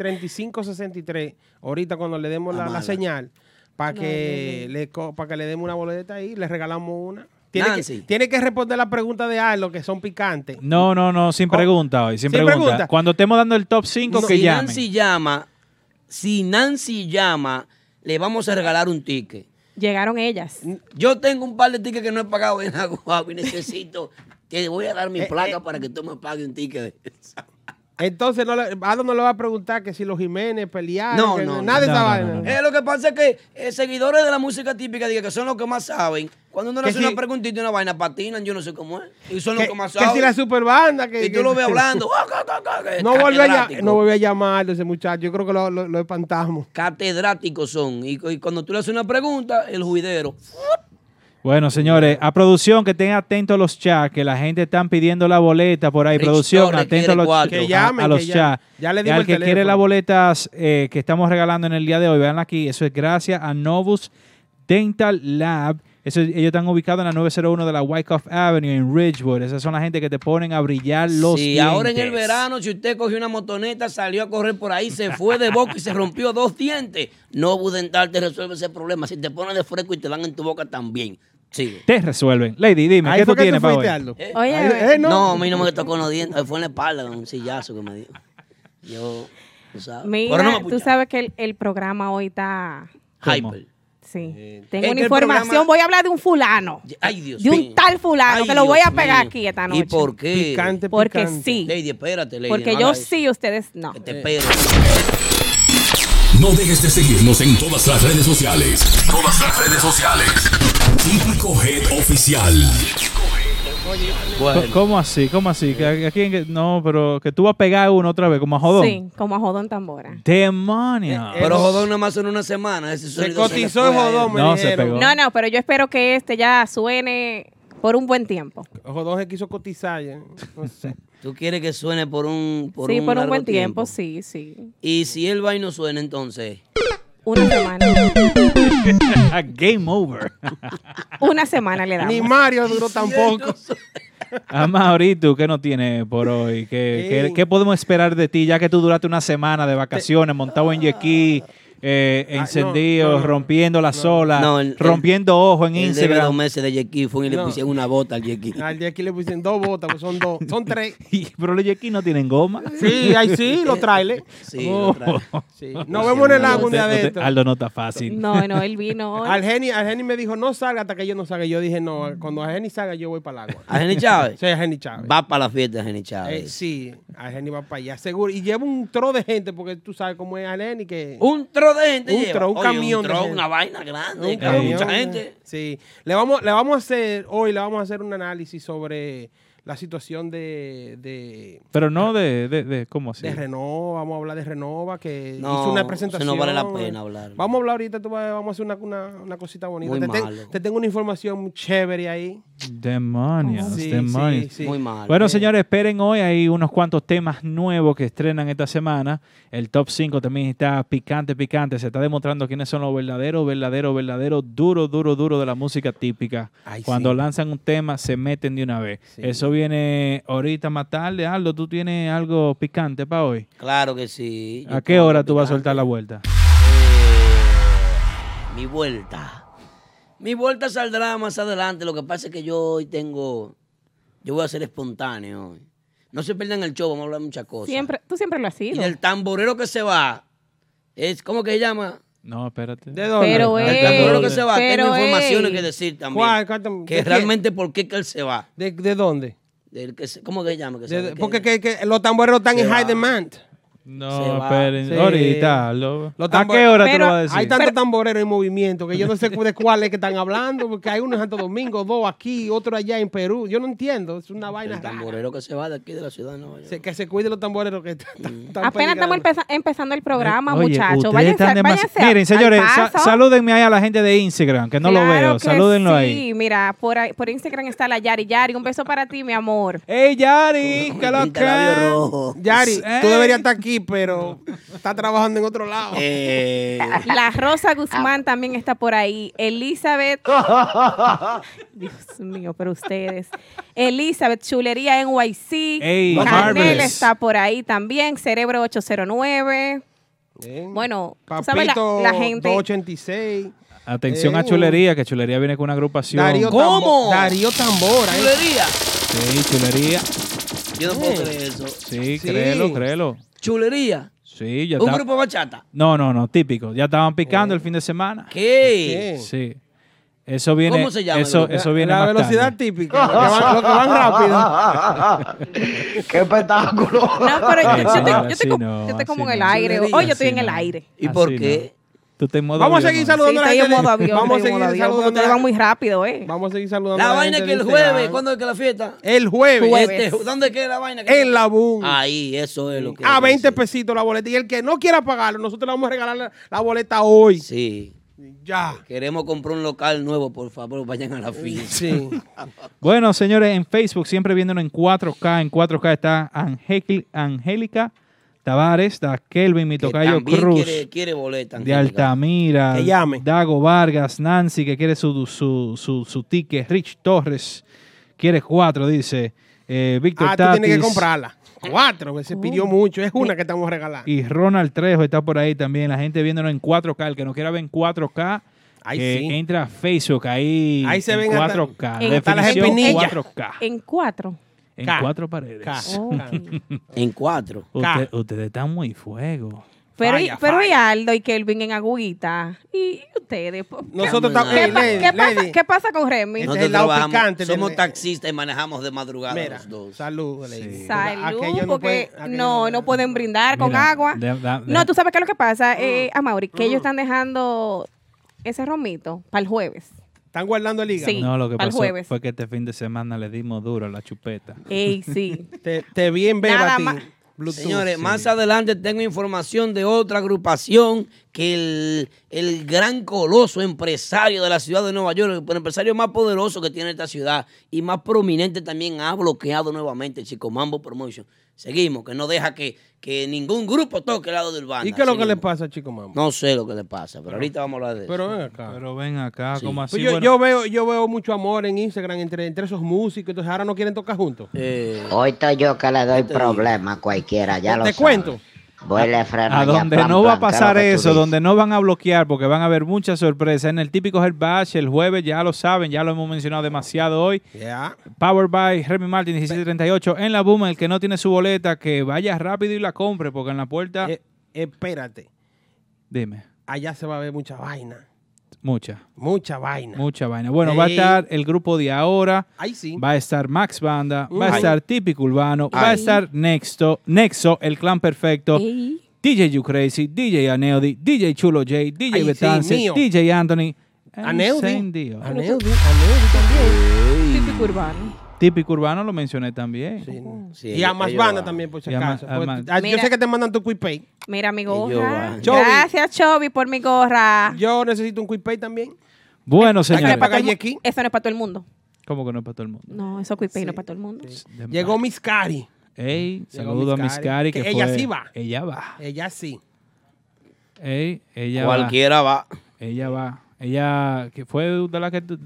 Speaker 5: 347-599-3563, ahorita cuando le demos la, la
Speaker 4: Amada.
Speaker 5: señal, para que, le co- pa' que le demos una boleta ahí, le regalamos una. Tiene que,
Speaker 4: Nancy.
Speaker 5: tiene que responder la pregunta de Aldo, que son picantes.
Speaker 2: No, no, no, sin
Speaker 5: Co-
Speaker 2: pregunta hoy, sin,
Speaker 5: Oh. Sin
Speaker 2: pregunta.
Speaker 5: pregunta.
Speaker 2: Cuando estemos dando el top 5, que
Speaker 4: si
Speaker 2: llamen.
Speaker 4: Nancy llama, si Nancy llama, le vamos a regalar un ticket.
Speaker 3: Llegaron ellas.
Speaker 4: Yo tengo un par de tickets que no he pagado en agua y necesito que voy a dar mi
Speaker 5: Eh,
Speaker 4: placa para que tú me pagues un ticket.
Speaker 5: Entonces, no le- Aldo no le va a preguntar que si los Jiménez pelearon,
Speaker 4: No,
Speaker 5: que
Speaker 4: no, no.
Speaker 5: nada de
Speaker 2: No,
Speaker 5: esa
Speaker 2: no,
Speaker 5: vaina.
Speaker 2: no, no.
Speaker 4: Eh, lo que pasa es que eh, seguidores de la música típica diga que son los que más saben. Cuando uno le
Speaker 5: Que
Speaker 4: hace
Speaker 5: si-
Speaker 4: una preguntita y una vaina, patinan, yo no sé cómo es. Y son los
Speaker 5: Que,
Speaker 4: que más
Speaker 5: que si
Speaker 4: saben.
Speaker 5: la superbanda, que...
Speaker 4: y tú
Speaker 5: que-
Speaker 4: lo ves hablando. ah,
Speaker 5: No volvió, a, llam-
Speaker 4: Catedrático.
Speaker 5: no volvió a llamarlo ese muchacho, yo creo que lo, lo- lo espantamos.
Speaker 4: Catedráticos son. Y, y cuando tú le haces una pregunta, el juidero.
Speaker 2: Bueno, señores, a producción que estén atentos a los chats, que la gente están pidiendo la boleta por ahí.
Speaker 4: Rich
Speaker 2: producción,
Speaker 4: Torres
Speaker 2: atento
Speaker 4: quiere
Speaker 2: a los,
Speaker 4: cuatro.
Speaker 2: a-
Speaker 5: Que llamen,
Speaker 2: a los
Speaker 5: que llamen.
Speaker 2: chats.
Speaker 5: Ya le
Speaker 2: Y
Speaker 5: dimos
Speaker 2: al
Speaker 5: el
Speaker 2: que quiere
Speaker 5: teléfono.
Speaker 2: las boletas eh, que estamos regalando en el día de hoy, vean aquí, eso es gracias a Novus Dental Lab. Eso, ellos están ubicados en la 901 de la Wyckoff Avenue en Ridgewood. Esas son la gente que te ponen a brillar los
Speaker 4: si ahora en el
Speaker 2: dientes.
Speaker 4: verano, si usted cogió una motoneta, salió a correr por ahí, se fue de boca y se rompió dos dientes, no Budental te resuelve ese problema. Si te pones de fresco y te dan en tu boca también. Sigue.
Speaker 2: Te resuelven. Lady, dime,
Speaker 5: Ahí
Speaker 2: ¿qué tú
Speaker 5: fue que
Speaker 2: tienes
Speaker 5: tú
Speaker 2: para
Speaker 5: fuiste,
Speaker 2: hoy?
Speaker 5: Aldo.
Speaker 4: Eh,
Speaker 3: Oye,
Speaker 5: Ahí- eh,
Speaker 4: no.
Speaker 5: no.
Speaker 4: a mí no me tocó los dientes, fue en la espalda, con un sillazo que me dio. Yo, tú sabes.
Speaker 3: mira,
Speaker 4: Pero no me
Speaker 3: tú
Speaker 4: apuchaba.
Speaker 3: sabes que el, el programa hoy está...
Speaker 2: ¿Cómo?
Speaker 4: Hyper.
Speaker 3: Sí.
Speaker 5: Eh,
Speaker 4: Es
Speaker 3: Tengo
Speaker 4: que
Speaker 3: una
Speaker 4: el
Speaker 3: información.
Speaker 4: programa-
Speaker 3: Voy a hablar de un fulano.
Speaker 4: Ay, Dios
Speaker 3: De un
Speaker 4: mío.
Speaker 3: tal fulano
Speaker 4: Ay,
Speaker 3: que lo voy
Speaker 4: Dios
Speaker 3: a pegar
Speaker 4: mío.
Speaker 3: aquí esta
Speaker 4: ¿Y
Speaker 3: noche.
Speaker 4: por qué?
Speaker 5: Picante,
Speaker 3: Porque
Speaker 5: picante.
Speaker 3: sí.
Speaker 4: Lady, espérate, Lady.
Speaker 3: Porque
Speaker 4: no
Speaker 3: yo
Speaker 4: haga eso. Este,
Speaker 3: sí, ustedes no.
Speaker 4: Que te espero.
Speaker 1: No dejes de seguirnos en todas las redes sociales. Todas las redes sociales. Típico Head Oficial.
Speaker 4: Bueno.
Speaker 2: ¿Cómo así? ¿Cómo así? ¿Que a- a quién que- no, pero que tú vas a pegar a uno otra vez, como a jodón.
Speaker 3: Sí, como a Jodón Tambora.
Speaker 2: Demonio.
Speaker 5: eh,
Speaker 4: Pero Jodón nada más en una semana. Ese
Speaker 5: Se
Speaker 4: sonido le
Speaker 5: cotizó
Speaker 4: fue
Speaker 5: el
Speaker 4: a él.
Speaker 5: jodón, me
Speaker 2: No, se
Speaker 5: dijeron.
Speaker 2: pegó.
Speaker 3: No, no, pero yo espero que este ya suene por un buen tiempo.
Speaker 5: Jodón se quiso cotizar. ¿eh? ya. No sé.
Speaker 4: Tú quieres que suene por un por
Speaker 3: sí,
Speaker 4: un
Speaker 3: por un
Speaker 4: largo
Speaker 3: buen tiempo, sí, sí.
Speaker 4: Y si el vaino no suena, entonces.
Speaker 3: Una semana.
Speaker 2: Game over.
Speaker 3: Una semana le
Speaker 5: Ni
Speaker 3: damos.
Speaker 5: Mario duró tampoco.
Speaker 2: Amaurito, ¿qué no tiene por hoy? ¿Qué, qué-
Speaker 5: Ey.
Speaker 2: qué podemos esperar de ti ya que tú duraste una semana de vacaciones montado en Yequí, eh,
Speaker 5: Ah, no,
Speaker 2: encendidos,
Speaker 5: no, no.
Speaker 2: rompiendo la sola,
Speaker 4: No, el-
Speaker 2: rompiendo ojo en
Speaker 4: Él debe dos
Speaker 2: Instagram.
Speaker 4: meses de Yequi, fue y le
Speaker 5: No.
Speaker 4: pusieron una bota al Yequi.
Speaker 5: Al de aquí le pusieron dos botas, pues son dos. Son tres.
Speaker 2: Y- pero los yequis no tienen goma.
Speaker 5: Sí, ahí sí, los trailes.
Speaker 4: Sí,
Speaker 2: Oh.
Speaker 4: lo trae.
Speaker 5: Sí. Nos vemos en el agua un día
Speaker 2: No te-
Speaker 5: de esto.
Speaker 2: Aldo no está fácil.
Speaker 3: No, no, él vino hoy.
Speaker 5: Al Geni, al Geni me dijo, no salga hasta que yo no salga. Yo dije, no, cuando Al Geni salga, yo voy para el agua.
Speaker 4: A Jenny Chávez.
Speaker 5: Sí, a Geni Chávez.
Speaker 4: Va para la fiesta, Jenny
Speaker 5: Eh,
Speaker 4: Chávez.
Speaker 5: sí, a Geni va para allá, seguro. Y lleva un tro de gente, porque tú sabes cómo es Al Geni que...
Speaker 4: Un tro de gente
Speaker 5: Un
Speaker 4: lleva.
Speaker 5: tro, un
Speaker 4: Oye,
Speaker 5: camión de
Speaker 4: tro,
Speaker 5: gente.
Speaker 4: una vaina grande.
Speaker 5: Un
Speaker 4: cabe
Speaker 5: camión,
Speaker 4: mucha
Speaker 5: ¿no?
Speaker 4: gente.
Speaker 5: Sí. Le vamos, le vamos a hacer, hoy le vamos a hacer un análisis sobre la situación de, de,
Speaker 2: Pero no de, de, de- ¿cómo así?
Speaker 5: de Renova. Vamos a hablar de Renova, que
Speaker 4: No,
Speaker 5: hizo una
Speaker 4: eso
Speaker 5: presentación.
Speaker 4: no vale la pena hablar.
Speaker 5: Vamos a hablar ahorita, tú vas- vamos a hacer una, una- una cosita bonita.
Speaker 4: Muy
Speaker 5: te, ten-
Speaker 4: malo.
Speaker 5: te tengo una información muy chévere ahí.
Speaker 2: Demonios,
Speaker 5: Sí,
Speaker 2: demonios.
Speaker 5: sí, sí.
Speaker 4: Muy mal.
Speaker 2: Bueno, señores, esperen hoy. Hay unos cuantos temas nuevos que estrenan esta semana. El top 5 también está picante, picante. Se está demostrando quiénes son los verdaderos, verdaderos, verdaderos, duro, duro, duro de la música típica.
Speaker 5: Ay,
Speaker 2: Cuando
Speaker 5: sí.
Speaker 2: lanzan un tema, se meten de una vez.
Speaker 5: Sí.
Speaker 2: Eso viene ahorita más tarde. Aldo, ¿tú tienes algo picante para hoy?
Speaker 4: Claro que sí. Yo
Speaker 2: ¿A qué
Speaker 4: tengo
Speaker 2: hora
Speaker 4: que
Speaker 2: tú vas a
Speaker 4: picar.
Speaker 2: soltar la vuelta?
Speaker 4: Eh, mi vuelta. Mi vuelta saldrá más adelante. Lo que pasa es que yo hoy tengo. Yo voy a ser espontáneo hoy. No se pierdan el show, vamos a hablar muchas cosas.
Speaker 3: Siempre, tú siempre lo has
Speaker 4: Y
Speaker 3: sido.
Speaker 4: el tamborero que se va. Es, ¿Cómo que se llama?
Speaker 2: No, espérate.
Speaker 5: ¿De dónde?
Speaker 3: Pero,
Speaker 2: Al
Speaker 3: ey,
Speaker 4: tamborero que se va.
Speaker 3: pero,
Speaker 4: Tengo informaciones
Speaker 3: ey.
Speaker 4: que decir también.
Speaker 5: ¿Cuál? ¿Cuál tam-
Speaker 4: Que
Speaker 5: de qué?
Speaker 4: realmente, ¿por qué que él se va?
Speaker 5: ¿De, de dónde?
Speaker 4: Del que se- ¿Cómo que se llama? Que se
Speaker 5: De-
Speaker 4: va,
Speaker 5: de-
Speaker 4: que-
Speaker 5: porque que- que los tamboreros están
Speaker 4: Se
Speaker 5: en high
Speaker 4: va.
Speaker 5: demand.
Speaker 4: Se
Speaker 2: No,
Speaker 4: va.
Speaker 2: esperen.
Speaker 5: Sí.
Speaker 2: Ahorita, Aldo.
Speaker 5: Los
Speaker 2: ¿A
Speaker 5: tambor-
Speaker 2: qué hora tú lo
Speaker 3: Pero
Speaker 2: vas a decir?
Speaker 5: Hay tantos tamboreros en movimiento que yo no sé de cuál es que están hablando, porque hay uno en Santo Domingo, dos aquí, otro allá en Perú. Yo no entiendo, es una vaina
Speaker 4: El
Speaker 5: rara.
Speaker 4: tamborero que se va de aquí de la ciudad de Nueva York. Mm.
Speaker 5: Se- que se cuiden los tamboreros que están- están- están
Speaker 3: Apenas estamos
Speaker 5: peligrando.
Speaker 3: empeza- empezando el programa,
Speaker 2: Oye,
Speaker 3: muchachos.
Speaker 2: ustedes
Speaker 3: Váyanse,
Speaker 2: están demasi-
Speaker 3: váyanse al-
Speaker 2: Miren, señores,
Speaker 3: al
Speaker 2: sa-
Speaker 3: paso.
Speaker 2: salúdenme ahí a la gente de Instagram, que no lo
Speaker 3: Claro
Speaker 2: veo.
Speaker 3: que
Speaker 2: Salúdenlo
Speaker 3: sí.
Speaker 2: ahí.
Speaker 3: mira, por, ahí- por Instagram está la Yari. Yari, un beso para ti, mi amor.
Speaker 2: ¡Ey, Yari! ¿Qué lo
Speaker 4: Pinta labio
Speaker 2: que?
Speaker 4: rojo.
Speaker 5: Yari, tú
Speaker 2: Sí.
Speaker 5: deberías estar aquí, pero está trabajando en otro lado.
Speaker 4: Eh,
Speaker 3: La Rosa Guzmán también está por ahí. Elizabeth. Dios mío, pero ustedes. Elizabeth, Chulería NYC.
Speaker 2: Ey,
Speaker 3: Canel
Speaker 2: Marvelous.
Speaker 3: está por ahí también. Cerebro 809.
Speaker 5: Bien.
Speaker 3: Bueno, tú
Speaker 5: Papito,
Speaker 3: sabes la, la gente.
Speaker 5: 286.
Speaker 2: Atención a
Speaker 5: Eh.
Speaker 2: Chulería, que Chulería viene con una agrupación.
Speaker 5: Darío
Speaker 4: ¿Cómo?
Speaker 5: Tambo- Darío Tambora. eh.
Speaker 4: chulería.
Speaker 2: Sí, Chulería.
Speaker 4: Yo no puedo
Speaker 5: Sí.
Speaker 4: creer eso.
Speaker 2: Sí,
Speaker 5: Sí.
Speaker 2: créelo, créelo.
Speaker 4: Chulería.
Speaker 2: Sí, ya
Speaker 4: Un
Speaker 2: está.
Speaker 4: grupo de bachata.
Speaker 2: No, no, no, típico. Ya estaban picando el fin de semana.
Speaker 4: ¿Qué?
Speaker 5: Sí.
Speaker 2: Sí. Eso viene.
Speaker 4: ¿Cómo se llama el
Speaker 2: Eso,
Speaker 4: grupo?
Speaker 2: eso viene
Speaker 5: la
Speaker 2: más
Speaker 5: velocidad
Speaker 2: tarde.
Speaker 5: típica, lo que van, lo que van rápido.
Speaker 6: ¡Qué espectáculo!
Speaker 3: No, pero yo,
Speaker 2: Ey,
Speaker 3: yo te,
Speaker 2: señora,
Speaker 3: yo te
Speaker 2: así
Speaker 3: co-
Speaker 2: no,
Speaker 3: yo te
Speaker 2: así
Speaker 3: como en
Speaker 2: no.
Speaker 3: el aire.
Speaker 5: Chulería,
Speaker 3: Hoy yo estoy
Speaker 2: así
Speaker 3: en el
Speaker 2: no.
Speaker 3: aire.
Speaker 4: ¿Y
Speaker 2: Así
Speaker 4: por
Speaker 2: no.
Speaker 4: qué?
Speaker 2: Tú te en modo
Speaker 5: Vamos a
Speaker 2: avión,
Speaker 5: seguir
Speaker 2: ¿no?
Speaker 3: Sí,
Speaker 5: saludando a la
Speaker 3: estoy en
Speaker 5: gente.
Speaker 3: modo avión.
Speaker 5: Vamos a
Speaker 3: estoy en
Speaker 5: seguir
Speaker 3: modo avión, porque
Speaker 5: saludando. a
Speaker 3: Ustedes
Speaker 5: la-
Speaker 3: van muy rápido, ¿eh?
Speaker 5: Vamos a seguir saludando.
Speaker 4: La
Speaker 5: a gente
Speaker 4: vaina
Speaker 5: "Ah,
Speaker 4: que
Speaker 5: de
Speaker 4: el jueves,
Speaker 5: Instagram.
Speaker 4: ¿cuándo es que la fiesta?
Speaker 5: El jueves.
Speaker 3: Jueves.
Speaker 4: Este, ¿Dónde queda la vaina? que-
Speaker 5: En la boom.
Speaker 4: Ahí, eso es lo que.
Speaker 5: a 20
Speaker 4: pesos.
Speaker 5: pesitos la boleta. Y el que no quiera pagarlo, nosotros le vamos a regalar la, la boleta hoy.
Speaker 4: Sí.
Speaker 5: Ya.
Speaker 4: Queremos comprar un local nuevo, por favor, vayan a la fiesta.
Speaker 5: Sí.
Speaker 2: Bueno, señores, en Facebook siempre viéndonos en 4K. En 4K está Angel- Angélica Tavares, está Kelvin, mi
Speaker 4: Que
Speaker 2: tocayo
Speaker 4: también
Speaker 2: Cruz,
Speaker 4: Quiere, quiere boleta.
Speaker 2: de
Speaker 4: Angélica.
Speaker 2: Altamira,
Speaker 5: Que llame.
Speaker 2: Dago Vargas, Nancy, que quiere su, su, su, su ticket, Rich Torres, quiere cuatro, dice eh, Víctor
Speaker 5: ah, tú
Speaker 2: Tatis.
Speaker 5: tienes que comprarla. Cuatro, que se pidió mucho. Es una que estamos regalando.
Speaker 2: Y Ronald Trejo está por ahí también. La gente viéndonos en 4K. El que no quiera ver en 4K,
Speaker 5: Ahí
Speaker 2: que
Speaker 5: sí.
Speaker 2: entra a Facebook ahí.
Speaker 5: Ahí se
Speaker 2: en
Speaker 5: ven hasta-
Speaker 2: 4K.
Speaker 3: en- hasta
Speaker 5: las
Speaker 2: Definición
Speaker 5: espinillas.
Speaker 2: 4K. En,
Speaker 3: En cuatro.
Speaker 5: K.
Speaker 2: cuatro paredes.
Speaker 5: K.
Speaker 3: Oh.
Speaker 4: En cuatro.
Speaker 2: Usted- ustedes están muy fuego.
Speaker 3: Pero, y,
Speaker 5: Falla,
Speaker 3: pero y
Speaker 5: falla.
Speaker 3: Aldo y Kelvin en agüita. ¿Y ustedes? po-
Speaker 5: Nosotros estamos.
Speaker 4: Vamos,
Speaker 3: ¿Qué,
Speaker 5: Ey,
Speaker 3: pa-
Speaker 5: lady,
Speaker 3: qué pasa,
Speaker 5: lady.
Speaker 3: qué pasa con Remy?
Speaker 5: No.
Speaker 4: Este
Speaker 5: el lado picante,
Speaker 4: somos
Speaker 5: del-
Speaker 4: taxistas y manejamos de madrugada
Speaker 5: Mira,
Speaker 4: los dos.
Speaker 5: salud, lady.
Speaker 3: Salud,
Speaker 5: Aquello
Speaker 3: porque
Speaker 5: puede- aquello
Speaker 3: no,
Speaker 5: puede-
Speaker 3: no pueden brindar con
Speaker 2: Mira,
Speaker 3: agua.
Speaker 2: de- de-
Speaker 3: no,
Speaker 2: de-
Speaker 3: tú sabes qué es lo que pasa,
Speaker 5: Mm.
Speaker 3: eh, a Mauri, que ellos están dejando ese romito para el jueves.
Speaker 5: Están guardando el hígado.
Speaker 3: Sí.
Speaker 2: No, lo que
Speaker 3: Pa'l
Speaker 2: pasó
Speaker 3: jueves. Eh,
Speaker 2: fue que este fin de semana le dimos duro a la chupeta.
Speaker 3: Ey, sí.
Speaker 5: Te, te vi en
Speaker 3: Nada
Speaker 5: Beba a ti.
Speaker 3: más.
Speaker 5: Bluetooth.
Speaker 4: Señores,
Speaker 5: Sí.
Speaker 4: más adelante tengo información de otra agrupación que el, el gran coloso empresario de la ciudad de Nueva York, el empresario más poderoso que tiene esta ciudad y más prominente también ha bloqueado nuevamente, Chico Mambo Promotion. Seguimos, que no deja que, que ningún grupo toque el lado del banda.
Speaker 5: ¿Y qué es lo que
Speaker 4: Seguimos.
Speaker 5: le pasa, chico mamá?
Speaker 4: No sé lo que le pasa, pero ahorita vamos a hablar de eso.
Speaker 5: Pero ven acá.
Speaker 2: Pero ven acá,
Speaker 4: Sí.
Speaker 2: como Ah, así.
Speaker 5: Pues yo,
Speaker 2: bueno,
Speaker 5: yo veo, yo veo mucho amor en Instagram entre, entre esos músicos, entonces ahora no quieren tocar juntos.
Speaker 4: Eh,
Speaker 6: Hoy estoy yo que le doy problema a cualquiera, ya
Speaker 5: te
Speaker 6: lo
Speaker 5: te
Speaker 6: sabe.
Speaker 5: cuento.
Speaker 7: Vuela, Fran,
Speaker 2: A
Speaker 7: allá,
Speaker 2: donde
Speaker 7: pam,
Speaker 2: no va a
Speaker 7: pam,
Speaker 2: pasar
Speaker 7: claro que tú
Speaker 2: eso,
Speaker 7: dices.
Speaker 2: donde no van a bloquear, porque van a haber muchas sorpresas. En el típico Herbash, el jueves, ya lo saben, ya lo hemos mencionado demasiado hoy.
Speaker 5: Ya.
Speaker 2: Power by Remy Martin 1738 en la Boom. El que no tiene su boleta, que vaya rápido y la compre, porque en la puerta.
Speaker 5: Eh, espérate.
Speaker 2: Dime,
Speaker 5: Allá se va a ver mucha vaina.
Speaker 2: mucha,
Speaker 5: Mucha vaina.
Speaker 2: mucha vaina. Bueno, va a
Speaker 5: Sí.
Speaker 2: estar el grupo de ahora.
Speaker 5: Ahí sí.
Speaker 2: Va a estar Max Banda, va a
Speaker 5: Ay.
Speaker 2: estar Típico Urbano, va a
Speaker 4: Ay.
Speaker 2: estar Nexto, Nexo, el clan perfecto,
Speaker 3: Ey.
Speaker 2: DJ You Crazy, DJ Aneudi, DJ Chulo J, DJ
Speaker 5: Ay, sí,
Speaker 2: Betance,
Speaker 5: mío.
Speaker 2: DJ Anthony.
Speaker 5: Aneudi.
Speaker 2: Incendio.
Speaker 5: Aneudi. Aneudi también.
Speaker 3: Típico urbano.
Speaker 2: Típico Urbano lo mencioné también.
Speaker 4: Sí,
Speaker 5: Oh. Y a más
Speaker 4: ellos
Speaker 5: banda
Speaker 4: van.
Speaker 5: también, por si
Speaker 2: Y a más-
Speaker 5: acaso.
Speaker 2: a
Speaker 5: Porque-
Speaker 2: más.
Speaker 5: ah, yo
Speaker 3: Mira.
Speaker 5: sé que te mandan tu quick pay.
Speaker 3: Mira mi gorra.
Speaker 4: Yoba.
Speaker 5: Chobi.
Speaker 3: Gracias, Chobi, por mi gorra.
Speaker 5: Yo necesito un quick pay también.
Speaker 2: Bueno,
Speaker 3: Eso no, es
Speaker 2: señores.
Speaker 5: Hay que
Speaker 3: para todo el
Speaker 5: pagar
Speaker 3: mu-
Speaker 5: aquí.
Speaker 3: eso no es para todo el mundo.
Speaker 2: ¿Cómo que no es para todo el mundo?
Speaker 3: No, eso Quipay no es para todo el mundo.
Speaker 5: Llegó Miss Cari.
Speaker 2: Ey,
Speaker 5: Llegó
Speaker 2: saludo a
Speaker 5: Miss
Speaker 2: Miss Cari.
Speaker 5: Cari, que
Speaker 2: que
Speaker 5: ella
Speaker 2: fue-
Speaker 5: sí va.
Speaker 2: Ella va.
Speaker 5: Ella sí.
Speaker 2: Ey, ella va.
Speaker 4: Cualquiera va.
Speaker 2: Ella va. Ella, que fue de la que tú-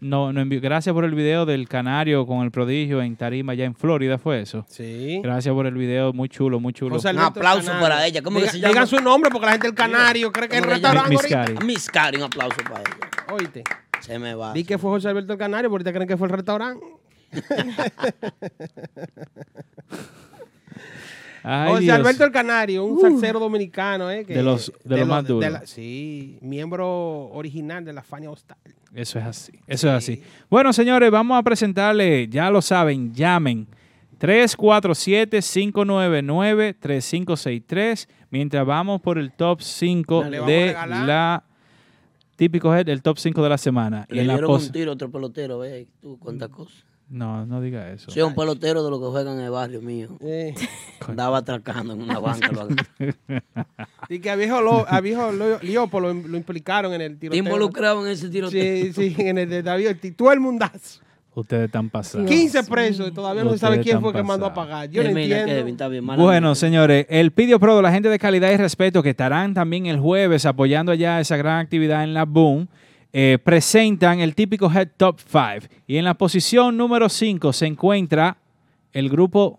Speaker 2: no, no envió. Gracias por el video del canario con el prodigio en Tarima, allá en Florida, fue eso.
Speaker 5: Sí.
Speaker 2: Gracias por el video, muy chulo, muy chulo.
Speaker 5: José
Speaker 4: Un
Speaker 5: Alberto
Speaker 4: aplauso
Speaker 5: Canario.
Speaker 4: para ella. ¿Cómo que
Speaker 5: Diga-
Speaker 4: se llama?
Speaker 5: Digan su nombre porque la gente del Canario cree que es
Speaker 4: ¿Cómo que se
Speaker 5: restaurante
Speaker 2: Miss
Speaker 5: ahorita.
Speaker 2: Cari.
Speaker 4: Miss Cari, un aplauso para ella.
Speaker 5: Oíste.
Speaker 4: Se me va.
Speaker 5: Vi que fue José Alberto el Canario, pero ahorita creen que fue el restaurante.
Speaker 2: Ay,
Speaker 5: Ah, José
Speaker 2: Dios. Uh.
Speaker 5: Alberto el Canario, un salsero dominicano, ¿eh? que-
Speaker 2: De los- de los más duros.
Speaker 5: la- sí, miembro original de la Fania Hostal.
Speaker 2: Eso es así, eso es así. Bueno, señores, vamos a presentarle, ya lo saben, llamen 347-599-3563 mientras vamos por el top 5
Speaker 5: Le vamos a
Speaker 2: de
Speaker 5: regalar.
Speaker 2: la... Típico head, el top 5 de la semana. Y
Speaker 4: Le
Speaker 2: en la
Speaker 4: dieron un
Speaker 2: pos-
Speaker 4: tiro a otro pelotero, ve tú cuántas
Speaker 5: Mm.
Speaker 4: cosas.
Speaker 2: No, no diga eso.
Speaker 4: Soy un pelotero de los que juegan en el barrio mío.
Speaker 5: Eh,
Speaker 4: Andaba atracando en una banca. lo agarré.
Speaker 5: y que a viejo, Lo- a viejo Lo- Liopo lo, lo implicaron en el
Speaker 4: Te
Speaker 5: tiroteo.
Speaker 4: involucrado en ese tiroteo.
Speaker 5: Sí, sí, en el de David Ortiz. Todo el mundazo.
Speaker 2: Ustedes están pasados.
Speaker 3: Dios
Speaker 5: 15 presos y todavía no se sabe
Speaker 2: Ustedes
Speaker 5: quién
Speaker 2: están
Speaker 5: fue que mandó a
Speaker 2: pasados.
Speaker 5: pagar. Yo no
Speaker 4: Termina, Eh, Kevin,
Speaker 5: entiendo.
Speaker 4: está bien, mala
Speaker 2: Bueno,
Speaker 4: mía.
Speaker 2: señores, el Pidio Pro de la gente de calidad y respeto que estarán también el jueves apoyando allá esa gran actividad en la Boom, eh, presentan el típico Head Top 5. Y en la posición número 5 se encuentra el grupo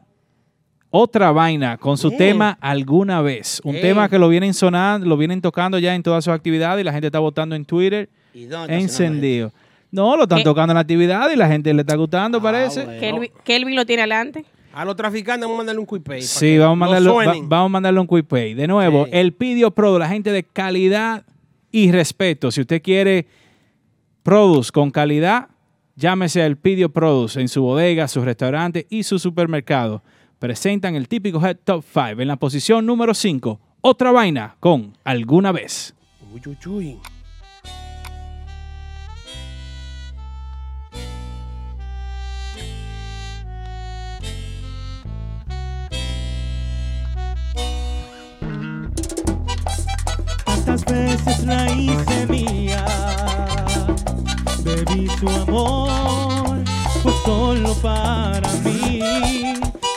Speaker 2: Otra Vaina con su
Speaker 5: Bien.
Speaker 2: tema Alguna vez. Un
Speaker 5: Ey.
Speaker 2: tema que lo vienen sonando, lo vienen tocando ya en todas sus actividades y la gente está votando en Twitter
Speaker 4: ¿Y dónde está cenando esto?
Speaker 2: encendido. No, lo están
Speaker 3: ¿Qué?
Speaker 2: tocando en la actividad y la gente le está gustando,
Speaker 4: Ah,
Speaker 2: parece.
Speaker 4: bueno.
Speaker 3: Kelvin, Kelvin lo tiene adelante.
Speaker 5: A los traficantes vamos a mandarle un cuipé.
Speaker 2: Sí, vamos a, mandarlo, va-
Speaker 5: mandarle
Speaker 2: vamos a mandarle un quick pay. De nuevo,
Speaker 5: Sí.
Speaker 2: el Pidio Pro, la gente de calidad y respeto. Si usted quiere produce con calidad, llámese al Pidio Produce en su bodega, su restaurante y su supermercado. Presentan el típico Head Top 5 en la posición número 5. Otra vaina con alguna vez.
Speaker 5: Uy, uy, uy.
Speaker 8: Tantas veces la hice mía, bebí su amor, fue solo para mí,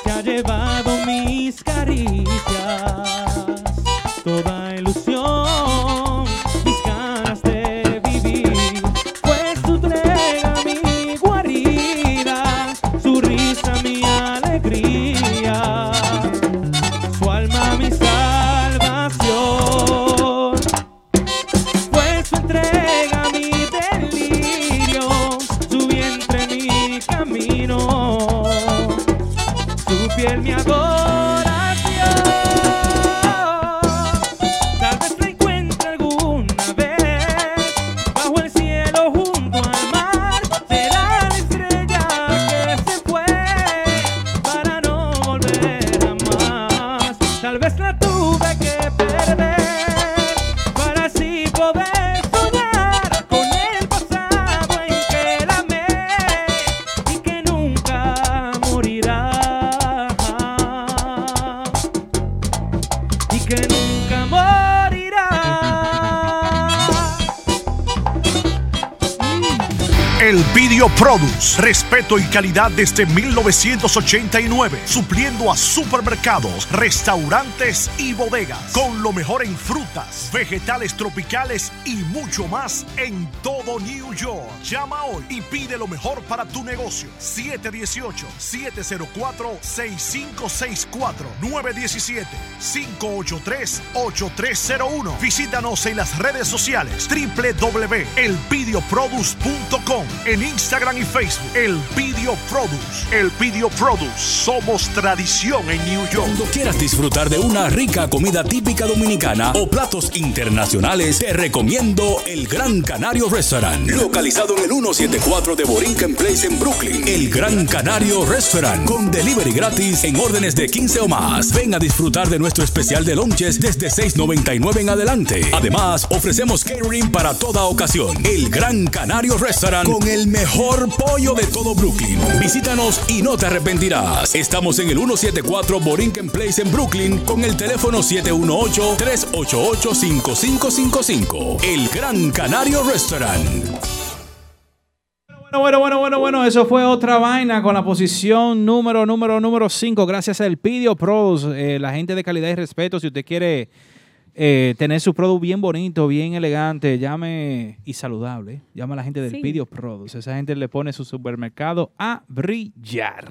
Speaker 8: te ha llevado mis caricias, toda ilusión, mis ganas de vivir, fue su entrega mi guarida, su risa mi alegría su alma mi salvación. Fue su entrega mi delirio, su vientre mi camino, su piel mi adoración. Tal vez la encuentre alguna vez bajo el cielo junto al mar. Será la estrella que se fue para no volver jamás. Tal vez la tuve que perder para así poder soñar con el pasado en que la amé y que nunca morirá.
Speaker 9: Sirio Produce. Respeto y calidad desde 1989. Supliendo a supermercados, restaurantes y bodegas. Con lo mejor en frutas, vegetales tropicales y mucho más en todo New York. Llama hoy y pide lo mejor para tu negocio. 718-704-6564. 917-583-8301. Visítanos en las redes sociales www.elvideoproduce.com en Instagram y Facebook. El Video Produce. El Video Produce. Somos tradición en New York.
Speaker 1: Cuando quieras disfrutar de una rica comida típica dominicana o platos internacionales, te recomiendo el Gran Canario Restaurant. Localizado en el 174 de Borinquen Place en Brooklyn. El Gran Canario Restaurant con delivery gratis en órdenes de 15 o más. Ven a disfrutar de nuestro especial de lonches desde 6.99 en adelante. Además, ofrecemos catering para toda ocasión. El Gran Canario Restaurant con el mejor pollo de todo Brooklyn. Visítanos y no te arrepentirás. Estamos en el 174 Borinquen Place en Brooklyn con el teléfono 718-388-5555. El Gran Canario Restaurant.
Speaker 2: Bueno, bueno, bueno, bueno, bueno, eso fue otra vaina con la posición número, número, número 5. Gracias al Pidio Pros, eh, la gente de calidad y respeto. Si usted quiere eh, tener su producto bien bonito, bien elegante, llame y saludable. Llame a la gente del
Speaker 3: Sí.
Speaker 2: Pidio Produce. Esa gente le pone su supermercado a brillar.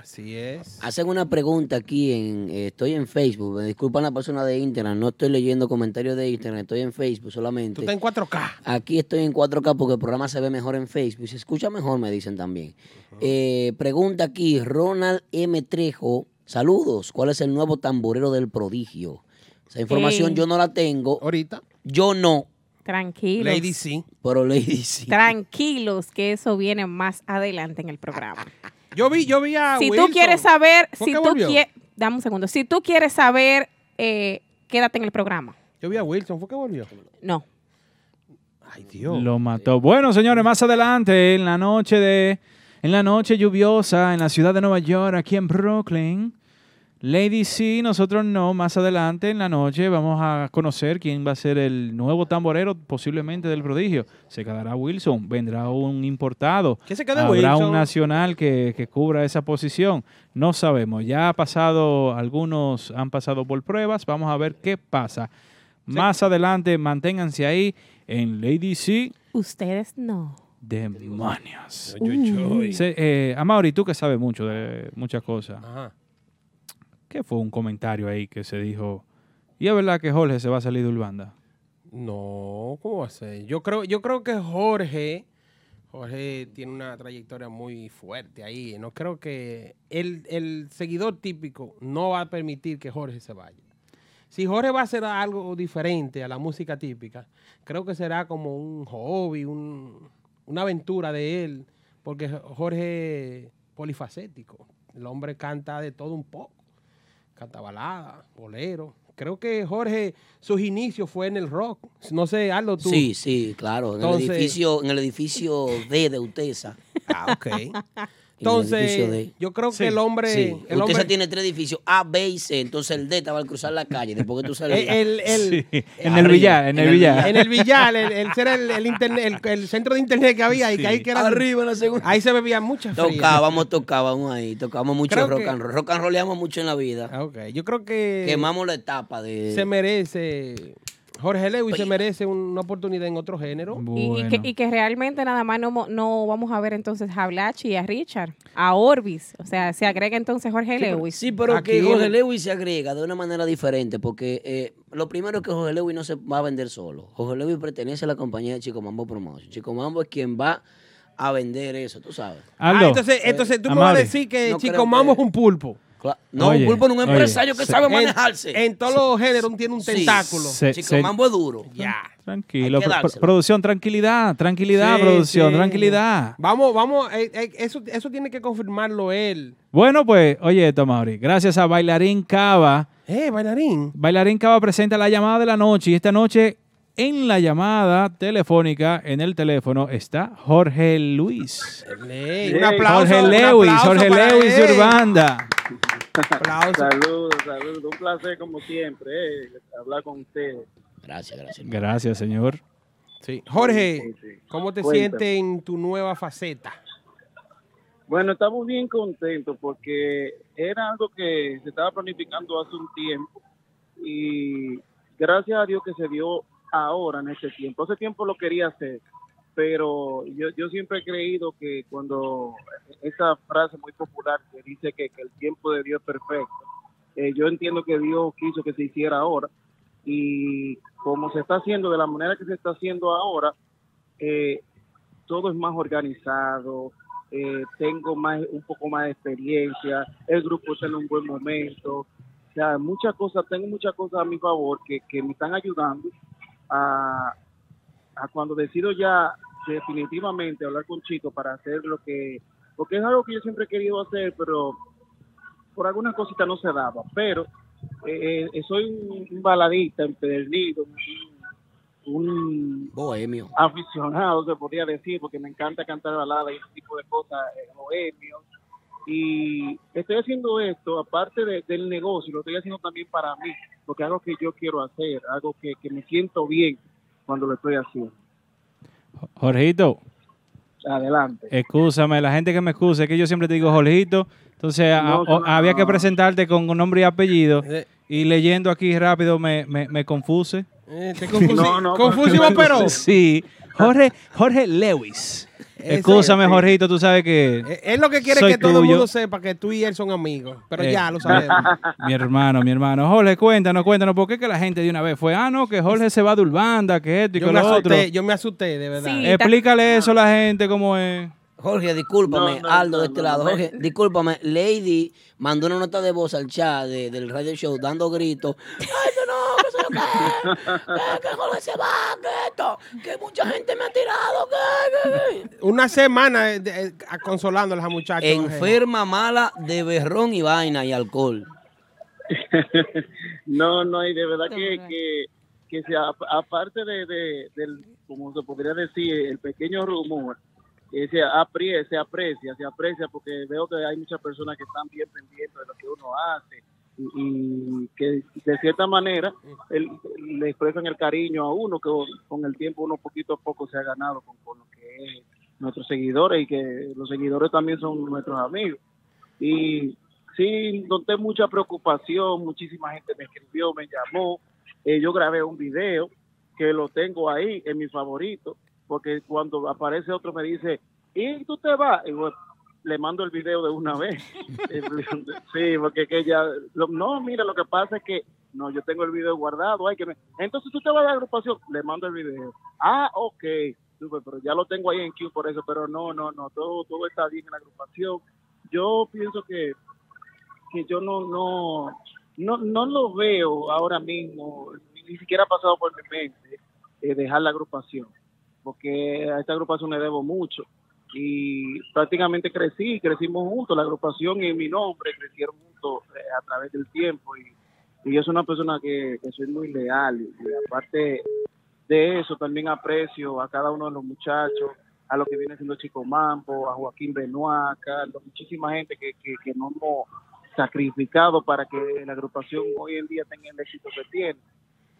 Speaker 5: Así es.
Speaker 4: Hacen una pregunta aquí, en, eh, estoy en Facebook, me disculpan la persona de Instagram, no estoy leyendo comentarios de Instagram, estoy en Facebook
Speaker 5: Tú
Speaker 4: solamente.
Speaker 5: estás en 4K.
Speaker 4: Aquí estoy en 4K porque el programa se ve mejor en Facebook, se escucha mejor, me dicen también. Eh, pregunta aquí, Ronald M. Trejo, saludos, ¿cuál es el nuevo tamborero del prodigio? Esa información
Speaker 3: Ey.
Speaker 4: yo no la tengo,
Speaker 5: Ahorita.
Speaker 4: yo no,
Speaker 3: Tranquilos.
Speaker 5: Lady C.
Speaker 4: pero Lady sí.
Speaker 3: Tranquilos, que eso viene más adelante en el programa.
Speaker 5: Yo vi, yo vi a
Speaker 3: si tú
Speaker 5: Wilson.
Speaker 3: quieres saber,
Speaker 5: ¿Por
Speaker 3: si
Speaker 5: qué
Speaker 3: tú
Speaker 5: volvió?
Speaker 3: quieres, dame un segundo, si tú quieres saber, eh, quédate en el programa.
Speaker 5: Yo vi a Wilson. ¿Fue que volvió?
Speaker 3: No.
Speaker 5: Ay, Dios.
Speaker 2: Lo mató. Bueno, señores, más adelante, en la noche de. En la noche lluviosa, en la ciudad de Nueva York, aquí en Brooklyn. Lady C, nosotros no. Más adelante, en la noche, vamos a conocer quién va a ser el nuevo tamborero, posiblemente del prodigio. Se quedará Wilson, vendrá un importado.
Speaker 5: ¿Qué se queda
Speaker 2: Habrá
Speaker 5: Wilson?
Speaker 2: un nacional que, que cubra esa posición. No sabemos. Ya ha pasado, algunos han pasado por pruebas. Vamos a ver qué pasa. Más adelante, manténganse ahí en Lady C
Speaker 3: Ustedes no.
Speaker 2: demonios. Se- eh, Amaury, tú que sabes mucho de muchas cosas,
Speaker 5: Ajá.
Speaker 2: ¿qué fue un comentario ahí que se dijo? Y es verdad que Jorge se va a salir de Urbanda.
Speaker 5: No, ¿cómo va a ser? Yo creo, yo creo que Jorge, Jorge tiene una trayectoria muy fuerte ahí. No creo que el, el seguidor típico no va a permitir que Jorge se vaya. Si Jorge va a hacer algo diferente a la música típica, creo que será como un hobby, un- una aventura de él, porque Jorge es polifacético. El hombre canta de todo un poco. Canta balada, bolero. Creo que Jorge, sus inicios fue en el rock. No sé, Aldo, tú.
Speaker 4: Sí, sí, claro, en
Speaker 5: Entonces-
Speaker 4: el edificio, en el edificio D de Utesa.
Speaker 5: Ah, ok.
Speaker 4: En el edificio
Speaker 5: Entonces,
Speaker 4: D.
Speaker 5: yo creo
Speaker 2: Sí,
Speaker 5: que el hombre.
Speaker 4: Sí,
Speaker 5: El
Speaker 4: Utesa
Speaker 5: hombre
Speaker 4: tiene tres edificios, A, B y C, entonces el D estaba al cruzar la calle, después que tú salías.
Speaker 5: el-
Speaker 2: Sí,
Speaker 5: el- el-
Speaker 2: Ah, en el billar, en
Speaker 4: en
Speaker 2: el
Speaker 4: el
Speaker 2: billar.
Speaker 5: en el Villar, el, el- era el, el internet- el- el centro de internet que había y que ahí que era-
Speaker 4: Arriba en la segunda.
Speaker 5: Ahí se bebía mucha fría.
Speaker 4: Tocábamos, tocábamos ahí, tocábamos mucho
Speaker 5: Creo
Speaker 4: rock
Speaker 5: que-
Speaker 4: and roll. Rock and rollamos mucho en la vida.
Speaker 5: Ah, ok. Yo creo que
Speaker 4: Quemamos la etapa de.
Speaker 5: se merece. Jorge Lewis se merece un- una oportunidad en otro género.
Speaker 3: Y-
Speaker 2: Bueno.
Speaker 3: Y, que, y que realmente nada más no, mo- no vamos a ver entonces a Blachi y a Richard, a Orbis. O sea, se agrega entonces Jorge Lewis.
Speaker 4: Sí, pero
Speaker 5: Aquí-
Speaker 4: que Jorge Lewis se agrega de una manera diferente, porque eh, lo primero es que Jorge Lewis no se va a vender solo. Jorge Lewis pertenece a la compañía de Chico Mambo Promotion. Chico Mambo es quien va a vender eso, tú sabes.
Speaker 2: Aldo,
Speaker 5: Ah,
Speaker 4: eh,
Speaker 5: entonces, entonces tú me vas a
Speaker 2: Amable.
Speaker 5: decir que
Speaker 4: No
Speaker 5: Chico
Speaker 4: creo
Speaker 5: Mamo
Speaker 4: que-
Speaker 5: es un pulpo.
Speaker 4: Cla- No,
Speaker 2: Oye,
Speaker 4: un pulpo no es un
Speaker 2: oye,
Speaker 4: empresario que
Speaker 2: se-
Speaker 4: sabe
Speaker 5: En-
Speaker 4: manejarse.
Speaker 5: En, todos los géneros tiene un
Speaker 4: Sí.
Speaker 5: tentáculo.
Speaker 2: Se-
Speaker 4: Chico
Speaker 2: se-
Speaker 4: Mambo es duro.
Speaker 5: Ya.
Speaker 2: tranquilo.
Speaker 4: Hay que
Speaker 2: pro-
Speaker 4: dárselo.
Speaker 2: producción, tranquilidad, tranquilidad,
Speaker 5: Sí,
Speaker 2: producción,
Speaker 5: sí.
Speaker 2: tranquilidad.
Speaker 5: Ah. Vamos, vamos, eh, eh, eso, eso tiene que confirmarlo él.
Speaker 2: Bueno, pues, oye esto, Amaury. Gracias a Bailarín Cava.
Speaker 5: Eh, bailarín.
Speaker 2: Bailarín Cava presenta la llamada de la noche y esta noche en la llamada telefónica, en el teléfono, está Jorge Luis.
Speaker 5: Ey, un aplauso.
Speaker 2: Jorge
Speaker 5: un
Speaker 2: Lewis,
Speaker 5: aplauso
Speaker 2: Jorge
Speaker 5: para
Speaker 2: Lewis
Speaker 5: él.
Speaker 2: Urbanda.
Speaker 5: Aplauso.
Speaker 10: Saludos, saludos. Un placer como siempre eh, hablar con ustedes.
Speaker 4: Gracias, gracias.
Speaker 2: Gracias, señor.
Speaker 5: Sí. Jorge,
Speaker 10: Sí, sí, sí.
Speaker 5: ¿cómo te
Speaker 10: Cuéntame.
Speaker 5: sientes en tu nueva faceta?
Speaker 10: Bueno, estamos bien contentos porque era algo que se estaba planificando hace un tiempo y gracias a Dios que se dio ahora en este tiempo. Hace tiempo lo quería hacer, pero yo, yo siempre he creído que cuando esa frase muy popular que dice que, que el tiempo de Dios es perfecto, eh, yo entiendo que Dios quiso que se hiciera ahora y como se está haciendo de la manera que se está haciendo ahora, eh, todo es más organizado, eh, tengo más un poco más de experiencia, el grupo está en un buen momento, o sea, muchas cosas, tengo muchas cosas a mi favor que, que me están ayudando a, a cuando decido ya definitivamente hablar con Chico para hacer lo que, porque es algo que yo siempre he querido hacer, pero por algunas cositas no se daba, pero eh, eh, soy un, un baladista, empedernido, un, un
Speaker 4: Bohemio.
Speaker 10: aficionado, se podría decir, porque me encanta cantar baladas y ese tipo de cosas, eh, bohemios. Y estoy haciendo esto, aparte de- del negocio, lo estoy haciendo también para mí, porque es algo que yo quiero hacer, algo que, que me siento bien cuando lo estoy haciendo.
Speaker 2: Jorgito,
Speaker 10: Adelante.
Speaker 2: escúchame, la gente que me excusa, es que yo siempre te digo Jorgito, entonces a-
Speaker 10: No,
Speaker 2: o-
Speaker 10: no,
Speaker 2: había que
Speaker 10: no.
Speaker 2: presentarte con un nombre y apellido,
Speaker 5: Eh,
Speaker 2: y leyendo aquí rápido me, me, me confuse.
Speaker 5: eh, te confundí.
Speaker 10: No, no,
Speaker 5: Confucio
Speaker 10: no, no,
Speaker 5: Vampero.
Speaker 10: no.
Speaker 2: Sí, Jorge, Jorge Lewis.
Speaker 5: Ese-
Speaker 2: Escúchame,
Speaker 5: sí.
Speaker 2: Jorgito, tú sabes que
Speaker 5: Eh, Él lo que quiere
Speaker 2: Soy
Speaker 5: es que todo el
Speaker 2: tuyo.
Speaker 5: mundo sepa que tú y él son amigos. Pero
Speaker 2: Eh,
Speaker 5: ya lo sabemos.
Speaker 2: Mi hermano, mi hermano. Jorge, cuéntanos, cuéntanos, ¿por qué que la gente de una vez fue, ah, no, que Jorge se va de Urbanda, que esto y
Speaker 5: Yo
Speaker 2: que
Speaker 5: me,
Speaker 2: lo otro?
Speaker 5: asusté, yo me asusté, de verdad.
Speaker 3: Sí.
Speaker 2: Explícale eso a la gente, cómo es.
Speaker 4: Jorge, discúlpame,
Speaker 10: No, no,
Speaker 4: Aldo
Speaker 10: no,
Speaker 4: de este
Speaker 10: no,
Speaker 4: lado.
Speaker 10: no.
Speaker 4: Jorge, discúlpame, Lady mandó una nota de voz al chat de- del radio show dando gritos. ¡Ay, que no! ¡Que sé yo qué! ¡Que, que Jorge se va! ¡Que esto! ¡Que mucha gente me ha tirado! ¡Que, que, que!
Speaker 5: Una semana eh, de- eh, consolando a las muchachas. Jorge.
Speaker 4: Enferma mala de berrón y vaina y alcohol.
Speaker 10: no, no, y de verdad que,
Speaker 3: Correcto.
Speaker 10: que, que sea, aparte de, de- del, como se podría decir, el pequeño rumor, que se aprecia, se aprecia, se aprecia, porque veo que hay muchas personas que están bien pendientes de lo que uno hace y, y que de cierta manera el- le expresan el cariño a uno, que con el tiempo uno poquito a poco se ha ganado con, con lo que es nuestros seguidores y que los seguidores también son nuestros amigos. Y sí, noté mucha preocupación, muchísima gente me escribió, me llamó, Eh, yo grabé un video que lo tengo ahí en mi favorito, porque cuando aparece otro me dice, ¿y tú te vas? Y bueno, le mando el video de una vez. Eh, sí, porque que ya, lo- no, mira, lo que pasa es que, no, yo tengo el video guardado, hay que me- entonces tú te vas a la agrupación, le mando el video. Ah, ok, super, pero ya lo tengo ahí en queue por eso, pero no, no, no, todo, todo está bien en la agrupación. Yo pienso que, que yo no, no, no, no lo veo ahora mismo, ni, ni siquiera ha pasado por mi mente eh, dejar la agrupación, porque a esta agrupación le debo mucho y prácticamente crecí, crecimos juntos, la agrupación y mi nombre crecieron juntos eh, a través del tiempo y, y yo soy una persona que, que soy muy leal y aparte de eso también aprecio a cada uno de los muchachos, a lo que viene siendo Chico Mambo, a Joaquín Benoit, a Carlos, muchísima gente que, que, que nos hemos sacrificado para que la agrupación hoy en día tenga el éxito que tiene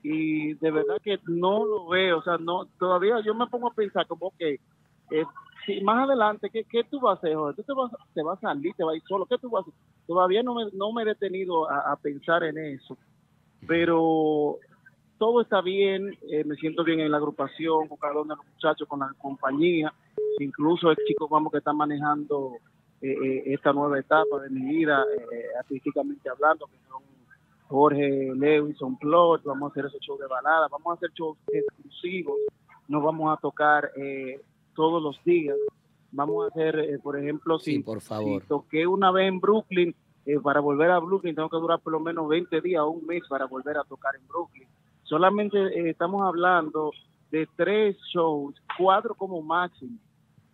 Speaker 10: y de verdad que no lo veo, o sea, no, todavía yo me pongo a pensar como que eh, si más adelante, ¿qué, ¿qué tú vas a hacer, Jorge? ¿Tú te vas, te vas a salir, te vas a ir solo? ¿Qué tú vas a hacer? Todavía no me, no me he detenido a, a pensar en eso, pero todo está bien, eh, me siento bien en la agrupación, con cada uno de los muchachos, con la compañía, incluso el chico vamos que está manejando eh, eh, esta nueva etapa de mi vida, eh, artísticamente hablando, que son Jorge, Lewison, Plot, vamos a hacer esos shows de balada, vamos a hacer shows exclusivos, nos vamos a tocar eh, todos los días, vamos a hacer, eh, por ejemplo,
Speaker 4: Sí,
Speaker 10: si,
Speaker 4: por favor.
Speaker 10: si toqué una vez en Brooklyn, eh, para volver a Brooklyn tengo que durar por lo menos 20 días o un mes para volver a tocar en Brooklyn. Solamente eh, estamos hablando de tres shows, cuatro como máximo,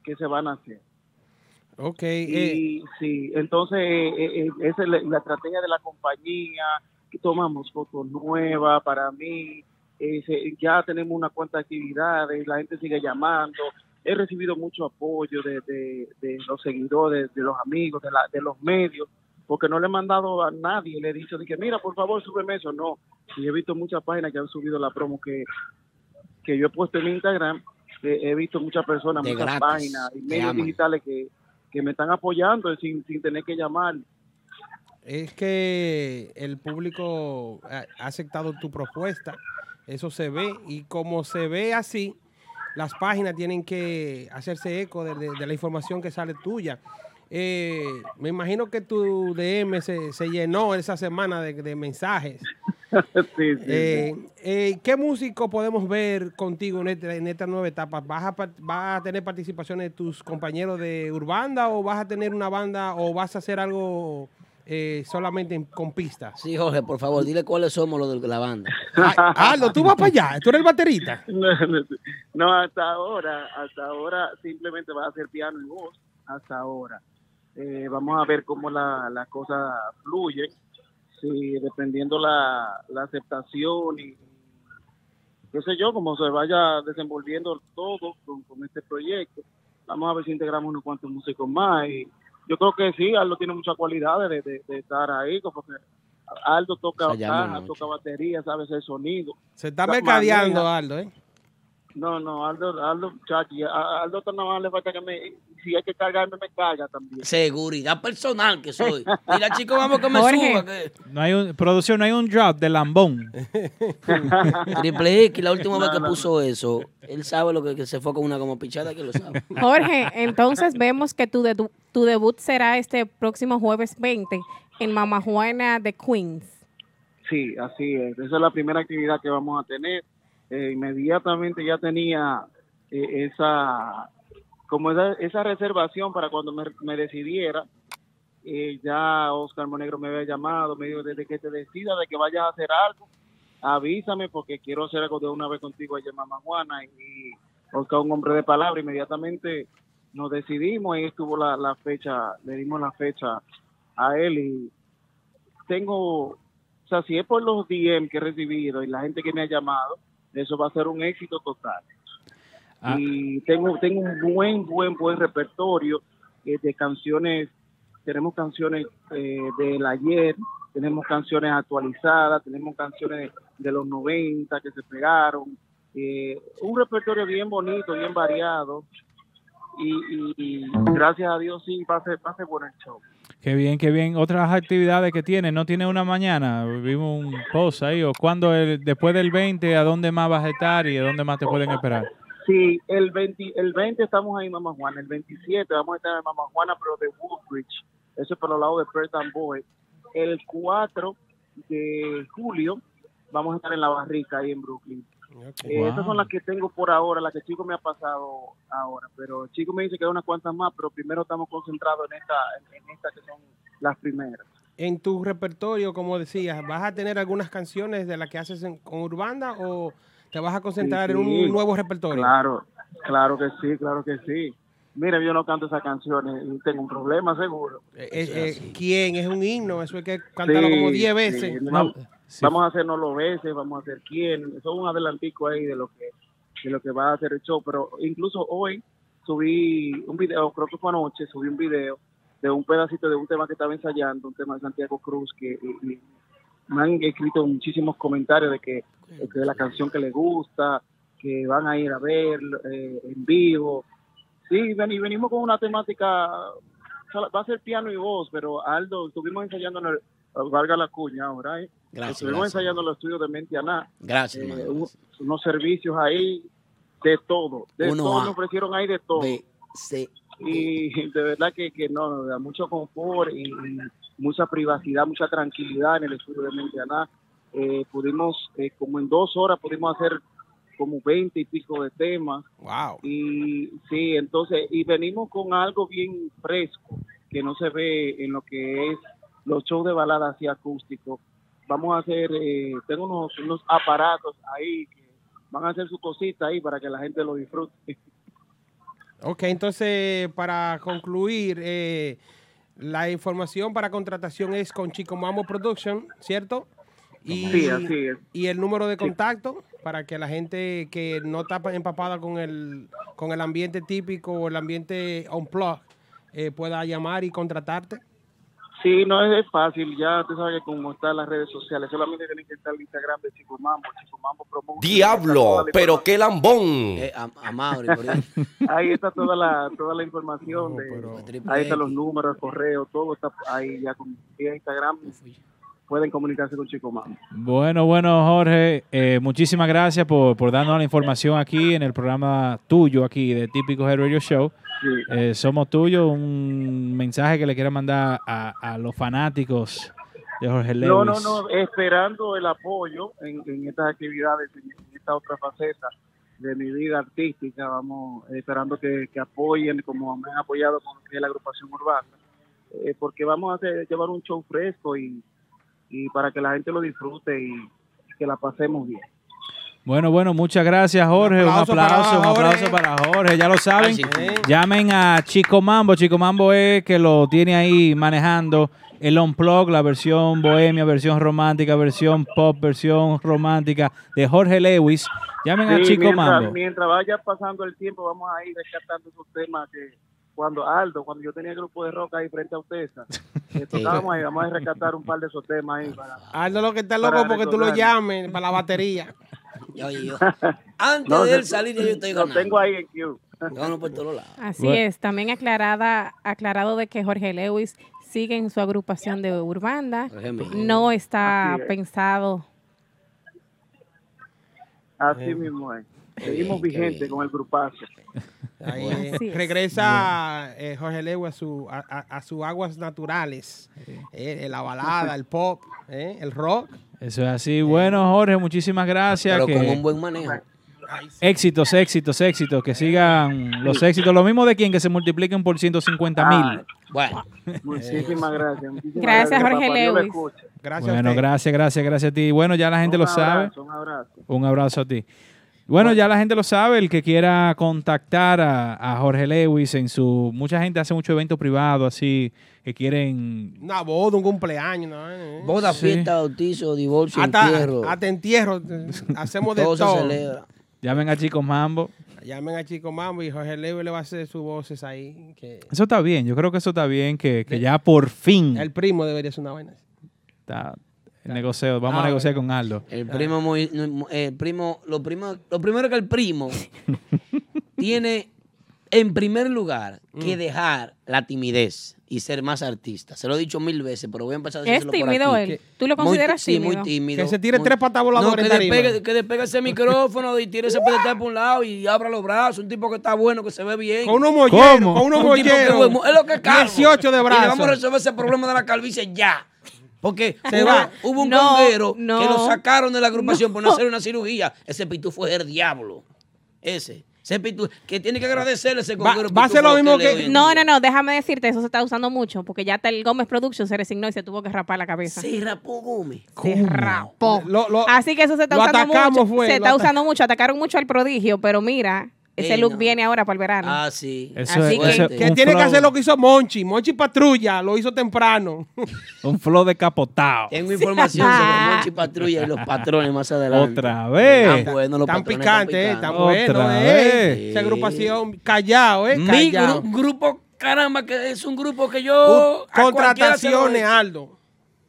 Speaker 10: que se van a hacer.
Speaker 5: Ok.
Speaker 10: Y
Speaker 5: eh,
Speaker 10: sí, entonces eh, eh, esa es la, la estrategia de la compañía, que tomamos fotos nuevas para mí, eh, se- ya tenemos unas cuantas actividades, la gente sigue llamando, he recibido mucho apoyo de, de- de los seguidores, de los amigos, de, la- de los medios, porque no le he mandado a nadie, le he dicho, dije, mira, por favor, súbeme eso, no, y he visto muchas páginas que han subido la promo que que yo he puesto en Instagram, eh, he visto muchas personas,
Speaker 4: De
Speaker 10: muchas
Speaker 4: gratis,
Speaker 10: páginas y
Speaker 4: te
Speaker 10: medios
Speaker 4: aman.
Speaker 10: digitales que, que me están apoyando sin, sin tener que llamar.
Speaker 5: Es que el público ha ha aceptado tu propuesta, eso se ve, y como se ve así, las páginas tienen que hacerse eco de, de- de la información que sale tuya. Eh, me imagino que tu DM se, se llenó esa semana de, de mensajes.
Speaker 10: Sí, sí,
Speaker 5: Eh,
Speaker 10: sí.
Speaker 5: eh, ¿Qué músico podemos ver contigo en, este- en esta nueva etapa? ¿Vas a, par- vas a tener participaciones de tus compañeros de Urbanda o vas a tener una banda o vas a hacer algo eh, solamente en- con pistas?
Speaker 4: Sí, Jorge, por favor, dile cuáles somos los de la banda.
Speaker 5: Ah, Aldo, tú vas para allá, tú eres el baterista.
Speaker 10: No, hasta ahora, hasta ahora simplemente va a ser piano y voz, hasta ahora. Eh, vamos a ver cómo la- las cosas fluyen, si dependiendo la, la aceptación y qué sé yo, cómo se vaya desenvolviendo todo con, con este proyecto. Vamos a ver si integramos unos cuantos músicos más. Y yo creo que sí, Aldo tiene muchas cualidades de, de- de estar ahí, porque Aldo toca
Speaker 5: Se llama
Speaker 10: caja,
Speaker 5: mucho.
Speaker 10: toca batería, sabe hacer sonido.
Speaker 5: Se está
Speaker 10: La
Speaker 5: mercadeando,
Speaker 10: maneja.
Speaker 5: Aldo, ¿eh?
Speaker 10: No, no, Aldo, Aldo, chachi, a- Aldo nada más le falta que me, si hay que cargarme, me carga también.
Speaker 4: Seguridad personal que soy. Mira, chicos, vamos que me
Speaker 10: Jorge.
Speaker 4: suba. que-
Speaker 2: No hay un, producción, no hay un drop de lambón.
Speaker 4: Triple X, la última
Speaker 2: No,
Speaker 4: vez que
Speaker 2: no,
Speaker 4: puso eso, él sabe lo que, que se fue con una como pichada que lo sabe.
Speaker 3: Jorge, entonces vemos que tu, dedu- tu debut será este próximo jueves 20 en Mama Juana de Queens.
Speaker 10: Sí, así es. Esa es la primera actividad que vamos a tener. Eh, inmediatamente ya tenía eh, esa, como esa, esa reservación para cuando me, me decidiera. Eh, ya Oscar Monegro me había llamado, me dijo, desde que te decida de que vayas a hacer algo, avísame porque quiero hacer algo de una vez contigo allá en Mama Juana. Y Oscar, un hombre de palabra, inmediatamente nos decidimos, ahí estuvo la, la fecha, le dimos la fecha a él y tengo o sea, si es por los DM que he recibido y la gente que me ha llamado, eso va a ser un éxito total. Y tengo, tengo un buen, buen, buen repertorio eh, de canciones. Tenemos canciones eh, del ayer, tenemos canciones actualizadas, tenemos canciones de los 90 que se pegaron. eh, un repertorio bien bonito, bien variado. Y, y- y gracias a Dios, sí, va a ser, va a ser bueno el show.
Speaker 2: Qué bien, qué bien. Otras actividades que tiene, no tiene una mañana. Vimos un post ahí. O cuando el, después del 20, ¿a dónde más vas a estar y a dónde más te pueden esperar?
Speaker 10: Sí, el 20, el 20 estamos ahí en Mama Juana, el 27 vamos a estar en Mama Juana, pero de Woodbridge, eso es por los lados de Perth and Boyd. El 4 de julio vamos a estar en La Barrica, ahí en Brooklyn. Eh, Esas son las que tengo por ahora, las que Chico me ha pasado ahora, pero Chico me dice que hay unas cuantas más, pero primero estamos concentrados en esta, en esta que son las primeras.
Speaker 5: En tu repertorio, como decías, ¿vas a tener algunas canciones de las que haces en- con Urbanda o te vas a concentrar
Speaker 10: Sí,
Speaker 5: en
Speaker 10: sí.
Speaker 5: un nuevo repertorio?
Speaker 10: Claro, claro que sí, claro que sí. Mira, yo no canto esas canciones y tengo un problema seguro.
Speaker 5: Eh, eh, ¿Quién? Es un himno, eso hay que cantarlo
Speaker 10: Sí,
Speaker 5: como 10
Speaker 10: sí,
Speaker 5: veces.
Speaker 10: no, vamos, vamos a hacernos los veces, vamos a hacer quién. Eso es un adelantico ahí de lo que de lo que va a hacer el show. Pero incluso hoy subí un video, creo que fue anoche, subí un video de un pedacito de un tema que estaba ensayando, un tema de Santiago Cruz, que y- y me han escrito muchísimos comentarios de que, de que la canción que les gusta, que van a ir a ver eh, en vivo. Sí, ven- y venimos con una temática, o sea, va a ser piano y voz, pero Aldo, estuvimos ensayando en el, valga la cuña ahora, ¿eh?
Speaker 4: Gracias,
Speaker 10: Estuvimos
Speaker 4: gracias.
Speaker 10: ensayando en los estudios de Mentianá.
Speaker 4: Gracias,
Speaker 10: Eh,
Speaker 4: hermano.
Speaker 10: hubo unos servicios ahí de todo, de
Speaker 4: Uno
Speaker 10: todo,
Speaker 4: A,
Speaker 10: me ofrecieron ahí de todo.
Speaker 4: Sí.
Speaker 10: Y de verdad que, que no, nos da mucho confort y, y mucha privacidad, mucha tranquilidad en el estudio de Mentianá. Eh, pudimos, eh, como en dos horas, pudimos hacer como 20 y pico de temas.
Speaker 5: Wow.
Speaker 10: Y sí, entonces, y venimos con algo bien fresco, que no se ve en lo que es los shows de balada así acústico. Vamos a hacer, eh, tengo unos, unos aparatos ahí que van a hacer su cosita ahí para que la gente lo disfrute.
Speaker 5: Ok, entonces para concluir, eh, la información para contratación es con Chico Mamo Production, ¿cierto? Y,
Speaker 10: Sí, así es.
Speaker 5: y el número de contacto para que la gente que no está empapada con el, con el eh, ambiente típico o el ambiente on plug pueda llamar y contratarte.
Speaker 10: Sí, no es, es fácil, ya tú sabes cómo están las redes sociales, solamente tienen que estar el Instagram de Chico Mambo, Chico Mambo Promotion.
Speaker 11: Diablo, pero qué lambón.
Speaker 10: Ahí está toda la, toda la información, de- ahí están los números, correo, todo está ahí ya con vía Instagram, pueden comunicarse con Chico Mambo.
Speaker 2: Bueno, bueno, Jorge, eh, muchísimas gracias por, por darnos la información aquí en el programa tuyo, aquí de Típico Head Radio Show. Eh, somos tuyos, un mensaje que le quiero mandar a, a los fanáticos de Jorge Lewis.
Speaker 10: No, no, no, esperando el apoyo en, en estas actividades, en, en esta otra faceta de mi vida artística, vamos eh, esperando que, que apoyen como me han apoyado con lo que es la agrupación urbana, eh, porque vamos a hacer- llevar un show fresco y, y para que la gente lo disfrute y que la pasemos bien.
Speaker 2: Bueno, bueno, muchas gracias, Jorge. Un aplauso,
Speaker 10: aplauso
Speaker 2: un
Speaker 10: para
Speaker 2: aplauso, para, Jorge. Ya lo saben.
Speaker 10: Así es.
Speaker 2: Llamen a Chico Mambo. Chico Mambo es que lo tiene ahí manejando el Unplug, la versión bohemia, versión romántica, versión pop, versión romántica de Jorge Lewis. Llamen a
Speaker 10: Sí,
Speaker 2: Ah, Chico
Speaker 10: mientras,
Speaker 2: Mambo.
Speaker 10: mientras vaya pasando el tiempo, vamos a ir rescatando esos temas que cuando Aldo, cuando yo tenía el grupo de rock ahí frente a ustedes, eh, tocábamos ahí, vamos a rescatar un par de esos temas ahí para
Speaker 5: Aldo lo que está
Speaker 10: Para
Speaker 5: loco porque tú lo
Speaker 10: recordar.
Speaker 5: llames para la batería.
Speaker 4: Antes
Speaker 10: No,
Speaker 4: de
Speaker 10: yo-
Speaker 4: él salir, ya yo estoy
Speaker 10: lo
Speaker 4: ganando.
Speaker 10: tengo ahí en queue.
Speaker 4: Gano por todos lados.
Speaker 3: Así
Speaker 4: Bueno.
Speaker 3: es, también aclarada, aclarado de que Jorge Lewis sigue en su agrupación de Urbanda,
Speaker 4: Jorge mío.
Speaker 3: no está
Speaker 10: Así es.
Speaker 3: pensado.
Speaker 10: Así mismo es. Seguimos vigentes con el grupazo.
Speaker 5: Ahí,
Speaker 10: Así
Speaker 5: eh,
Speaker 10: es.
Speaker 5: regresa eh, Jorge Lewis a, su, a, a- a sus aguas naturales. Eh, la balada, el pop, eh, el rock.
Speaker 2: Eso es así. Bueno, Jorge, muchísimas gracias.
Speaker 4: Pero
Speaker 2: que-
Speaker 4: con un buen manejo.
Speaker 2: Éxitos, éxitos, éxitos. Que sigan los éxitos. Lo mismo de quien que se multipliquen por 150 mil.
Speaker 4: Bueno.
Speaker 10: Muchísimas gracias. muchísimas
Speaker 3: Gracias, Jorge
Speaker 10: papá, Dios lo
Speaker 3: Lewis.
Speaker 10: escuche.
Speaker 2: bueno, gracias, gracias, gracias a ti. Bueno, ya la gente lo
Speaker 10: Un
Speaker 2: sabe.
Speaker 10: abrazo, un abrazo.
Speaker 2: Un abrazo a ti. Bueno, ya la gente lo sabe, el que quiera contactar a, a Jorge Lewis en su... Mucha gente hace mucho evento privado, así, que quieren...
Speaker 5: Una boda, un cumpleaños. ¿no? Eh,
Speaker 4: Boda,
Speaker 2: Sí.
Speaker 4: fiesta, bautizo, divorcio,
Speaker 5: hasta,
Speaker 4: entierro.
Speaker 5: hasta entierro. eh, Hacemos de
Speaker 4: Todo
Speaker 5: todo.
Speaker 4: se celebra.
Speaker 2: Llamen a Chicos Mambo.
Speaker 5: Llamen a Chico Mambo y Jorge Lewis le va a hacer sus voces ahí. Que
Speaker 2: Eso está bien, yo creo que eso está bien, que, que ya por fin
Speaker 5: el primo debería ser una vaina. así.
Speaker 2: Mm. está el negocio, vamos
Speaker 4: Ah,
Speaker 2: a negociar con Aldo.
Speaker 4: El primo, muy- no, el primo, lo primo, lo primero que el primo tiene, en primer lugar,
Speaker 5: Mm.
Speaker 4: que dejar la timidez y ser más artista. Se lo he dicho mil veces, pero voy a empezar a
Speaker 3: Es
Speaker 4: decirlo por
Speaker 3: tímido
Speaker 4: aquí.
Speaker 3: él. ¿Tú lo
Speaker 4: Muy-
Speaker 3: consideras
Speaker 4: Sí,
Speaker 3: tímido?
Speaker 4: muy tímido.
Speaker 5: Que se tire
Speaker 4: Muy-
Speaker 5: tres patas voladoras
Speaker 4: No, que
Speaker 5: en tarima.
Speaker 4: despegue, que despegue ese micrófono y tire ese pedestal por un lado y abra los brazos. Un tipo que está bueno, que se ve bien.
Speaker 5: Con unos molleros, ¿Cómo? con unos
Speaker 4: Un tipo que
Speaker 5: molleros.
Speaker 4: es bueno, Es lo que es calvo.
Speaker 5: 18 de
Speaker 4: Y le
Speaker 5: brazos.
Speaker 4: vamos a resolver ese problema de la calvicie ya. Porque
Speaker 5: Se
Speaker 4: hubo,
Speaker 5: va.
Speaker 4: hubo un
Speaker 3: No,
Speaker 4: conguero que
Speaker 3: no.
Speaker 4: lo sacaron de la agrupación por no hacer una cirugía. Ese pitufo es el diablo. Ese. Ese pitufo. Que tiene que agradecerle a ese conguero. pitufo le doy.
Speaker 3: No, no, no, déjame decirte, eso se está usando mucho, porque ya hasta el Gómez Productions se resignó y se tuvo que rapar la cabeza.
Speaker 4: Se rapó Gómez.
Speaker 2: Mm.
Speaker 3: rapó. Así que eso se está
Speaker 5: Ah, lo
Speaker 3: usando
Speaker 5: atacamos,
Speaker 3: mucho.
Speaker 5: fue,
Speaker 3: se
Speaker 5: lo
Speaker 3: está
Speaker 5: ata-
Speaker 3: usando mucho, atacaron mucho al prodigio, pero mira, ese
Speaker 4: Ey,
Speaker 3: look
Speaker 4: no.
Speaker 3: viene ahora para el verano.
Speaker 4: Ah, sí.
Speaker 2: Eso
Speaker 3: Así
Speaker 2: es,
Speaker 3: que-
Speaker 2: eso es
Speaker 5: Que
Speaker 2: un
Speaker 5: tiene que
Speaker 2: flow-
Speaker 5: hacer lo que hizo Monchi. Monchi patrulla, lo hizo temprano.
Speaker 2: Un flow de capotado.
Speaker 4: Tengo información
Speaker 5: Ah.
Speaker 4: sobre Monchi Patrulla y los patrones más adelante.
Speaker 2: Otra vez.
Speaker 4: Tan bueno, los
Speaker 5: Tan
Speaker 4: patrones,
Speaker 5: picante, eh, tan
Speaker 4: picantes.
Speaker 5: bueno,
Speaker 2: Otra
Speaker 5: eh.
Speaker 2: vez.
Speaker 5: Esa agrupación, callao, eh,
Speaker 4: Mi
Speaker 5: callao.
Speaker 4: gru- grupo, caramba, que es un grupo que yo. a cualquiera se lo
Speaker 5: Contrataciones,
Speaker 4: he-
Speaker 5: Aldo.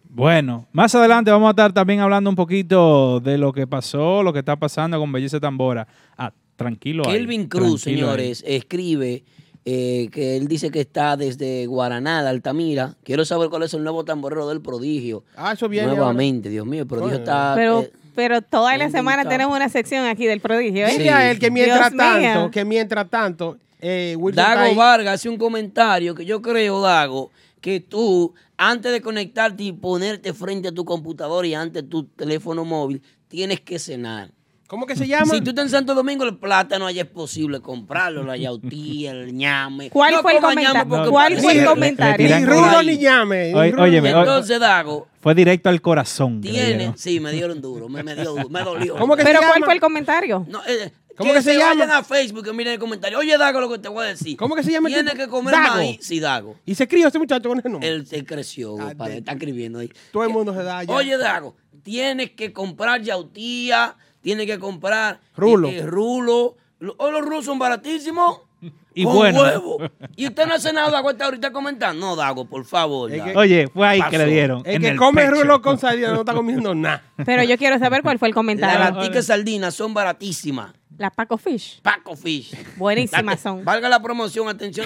Speaker 2: Bueno, más adelante vamos a estar también hablando un poquito de lo que pasó, lo que está pasando con Belleza Tambora. Ah, tranquilo. ahí,
Speaker 4: Kelvin Cruz,
Speaker 2: tranquilo ahí.
Speaker 4: señores, escribe eh, que él dice que está desde Guaraná, de Altamira. Quiero saber cuál es el nuevo tamborero del prodigio.
Speaker 5: Ah, eso viene
Speaker 4: Nuevamente, Dios mío, el prodigio
Speaker 5: Bueno.
Speaker 4: está.
Speaker 3: Pero,
Speaker 4: eh,
Speaker 3: pero toda la
Speaker 4: bien
Speaker 3: semana
Speaker 4: limitado.
Speaker 3: tenemos una sección aquí del prodigio, ¿eh?
Speaker 4: Sí.
Speaker 5: Dile a él que mientras
Speaker 3: Dios
Speaker 5: tanto,
Speaker 3: mío.
Speaker 5: que mientras tanto, eh, Wilson está
Speaker 4: Dago
Speaker 5: ahí.
Speaker 4: Vargas hace un comentario que yo creo, Dago, que tú, antes de conectarte y ponerte frente a tu computadora y ante tu teléfono móvil, tienes que cenar.
Speaker 5: ¿Cómo que se llama?
Speaker 4: Si tú estás en Santo Domingo, el plátano allá es posible comprarlo, la yautía, el ñame.
Speaker 3: ¿Cuál
Speaker 4: No
Speaker 3: fue el
Speaker 4: comas ñame
Speaker 3: comentario?
Speaker 4: porque
Speaker 3: ¿Cuál fue
Speaker 4: le-
Speaker 3: el
Speaker 4: le-
Speaker 3: comentario?
Speaker 5: Ni
Speaker 2: tiran por
Speaker 5: rudo
Speaker 4: ahí.
Speaker 5: ni llame. ni
Speaker 2: Oye,
Speaker 5: rudo
Speaker 2: oye,
Speaker 5: ni-
Speaker 2: me-
Speaker 4: Entonces, Dago,
Speaker 2: Fue directo al corazón. que le
Speaker 4: tiene...
Speaker 2: dieron.
Speaker 4: Sí, me dieron duro, me, me dio, me dolió.
Speaker 5: ¿Cómo que
Speaker 3: Pero
Speaker 5: se
Speaker 3: ¿cuál
Speaker 5: llama?
Speaker 3: fue el comentario?
Speaker 4: No, eh,
Speaker 5: ¿Cómo que se llama?
Speaker 4: vayan a Facebook y miren el comentario. Oye, Dago, lo que te voy a decir.
Speaker 5: ¿Cómo que se llama este el
Speaker 4: Tienes
Speaker 5: tipo?
Speaker 4: que comer
Speaker 5: Dago.
Speaker 4: maíz. Sí, Dago.
Speaker 5: Y se crió ese muchacho con ese nombre. Ah,
Speaker 4: Él se creció, padre, está escribiendo ahí.
Speaker 5: Todo el mundo se da allá.
Speaker 4: Oye, Dago, tienes que comprar yautía, tienes que comprar
Speaker 5: Rulo.
Speaker 4: eh, eh, rulo. Lo- oh, los rulos son baratísimos.
Speaker 2: y
Speaker 4: con
Speaker 2: bueno.
Speaker 4: huevo. Y usted no hace nada, Dago, está ahorita comentando. No, Dago, por favor. ya.
Speaker 2: Oye, fue ahí que
Speaker 4: Pasó.
Speaker 2: le dieron.
Speaker 4: El
Speaker 2: en
Speaker 4: que come
Speaker 2: pecho.
Speaker 4: rulo
Speaker 5: con sardina no está comiendo nada.
Speaker 3: Pero yo quiero saber cuál fue el comentario.
Speaker 4: Las laticas sardinas son baratísimas.
Speaker 3: Las Paco Fish.
Speaker 4: Paco Fish.
Speaker 3: Buenísimas
Speaker 4: La-
Speaker 3: son.
Speaker 4: Valga la promoción, atención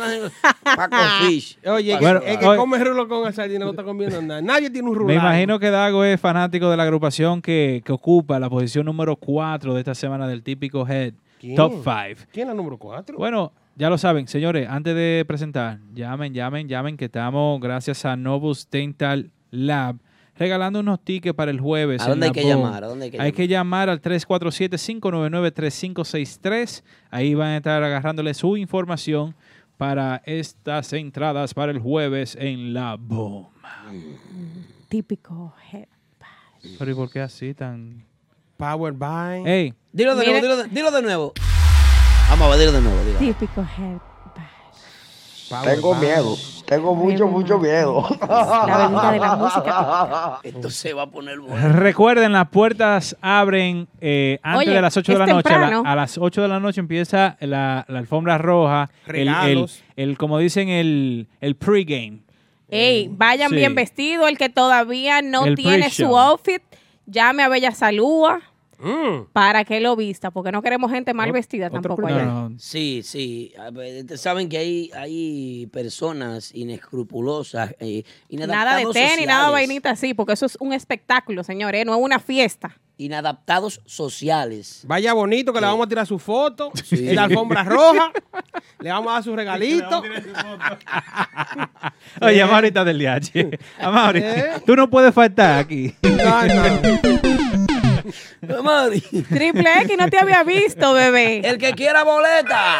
Speaker 4: a Paco Fish.
Speaker 5: Oye, el que-
Speaker 2: Bueno,
Speaker 5: el que
Speaker 2: oye.
Speaker 5: come rulo con sardina no está comiendo nada. Nadie tiene un rulo.
Speaker 2: Me imagino que Dago es fanático de la agrupación que, que ocupa la posición número 4 de esta semana del típico Head
Speaker 5: ¿Quién?
Speaker 2: Top 5.
Speaker 5: ¿Quién es la número 4?
Speaker 2: Bueno, ya lo saben, señores, antes de presentar, llamen, llamen, llamen, que estamos, gracias a Novus Dental Lab, regalando unos tickets para el jueves.
Speaker 4: ¿A
Speaker 2: en
Speaker 4: dónde hay
Speaker 2: la
Speaker 4: que
Speaker 2: Boom.
Speaker 4: llamar? ¿A dónde hay que
Speaker 2: hay que llamar al 347-599-3563. Ahí van a estar agarrándole su información para estas entradas para el jueves en la Boom.
Speaker 3: Típico head.
Speaker 2: Pero ¿y por qué así tan...?
Speaker 5: Power by...
Speaker 2: Ey,
Speaker 4: Dilo de
Speaker 3: Mira-
Speaker 4: nuevo, dilo de, dilo de nuevo. Vamos a ver, dilo de nuevo. dilo.
Speaker 3: Típico head.
Speaker 12: Tengo miedo. Tengo mucho, mucho miedo.
Speaker 3: La bebida de la música.
Speaker 4: Esto se va a poner bueno.
Speaker 2: Recuerden, las puertas abren eh, antes
Speaker 3: Oye,
Speaker 2: de las 8 de
Speaker 3: es
Speaker 2: la noche. A, la-
Speaker 3: temprano.
Speaker 2: a las 8 de la noche empieza la, la alfombra roja. el- El,
Speaker 5: Regalos.
Speaker 2: el, como dicen, el, el pregame.
Speaker 3: Ey, vayan
Speaker 2: Sí.
Speaker 3: bien vestidos. El que todavía no
Speaker 2: El
Speaker 3: tiene
Speaker 2: pre-show.
Speaker 3: su outfit, llame a Bella Salúa
Speaker 4: Mm.
Speaker 3: para que lo vista, porque no queremos gente mal vestida tampoco allá.
Speaker 2: No, no.
Speaker 4: Sí, sí. A ver, ustedes saben que hay, hay personas inescrupulosas. eh,
Speaker 3: Nada de
Speaker 4: inadaptados
Speaker 3: tenis, nada
Speaker 4: sociales.
Speaker 3: vainita así, porque eso es un espectáculo, señores, no es una fiesta.
Speaker 4: Inadaptados sociales.
Speaker 5: Vaya bonito que le vamos a tirar su foto en la alfombra roja. le vamos a dar su regalito.
Speaker 2: Oye, vamos ahorita del DH. Vamos ahorita.
Speaker 5: Eh.
Speaker 2: Eh. Tú no puedes faltar aquí.
Speaker 5: No, no.
Speaker 4: Mari,
Speaker 3: Triple X no te había visto, bebé.
Speaker 4: el que quiera boleta.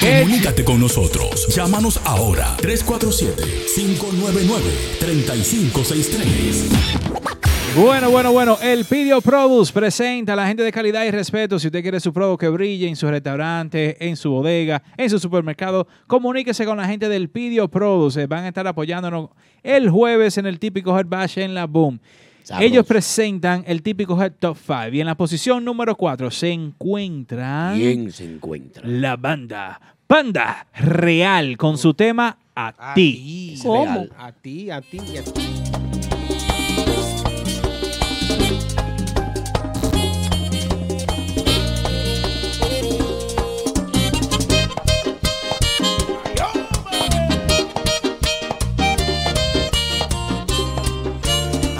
Speaker 13: Comunícate con nosotros. Llámanos ahora 347-599-3563.
Speaker 2: Bueno, bueno, bueno. El Pidio Produce presenta a la gente de calidad y respeto. Si usted quiere su producto que brille en su restaurante, en su bodega, en su supermercado, comuníquese con la gente del Pidio Produce. Van a estar apoyándonos el jueves en el típico Head Bash en la Boom.
Speaker 4: Sabroso.
Speaker 2: Ellos presentan el típico Head Top 5 y en la posición número 4 se encuentran
Speaker 4: ¿Quién se encuentra?
Speaker 2: la banda Panda Real con su tema A
Speaker 5: A
Speaker 2: ti.
Speaker 5: ti.
Speaker 3: ¿Cómo?
Speaker 4: Real.
Speaker 5: A ti, a ti y a ti.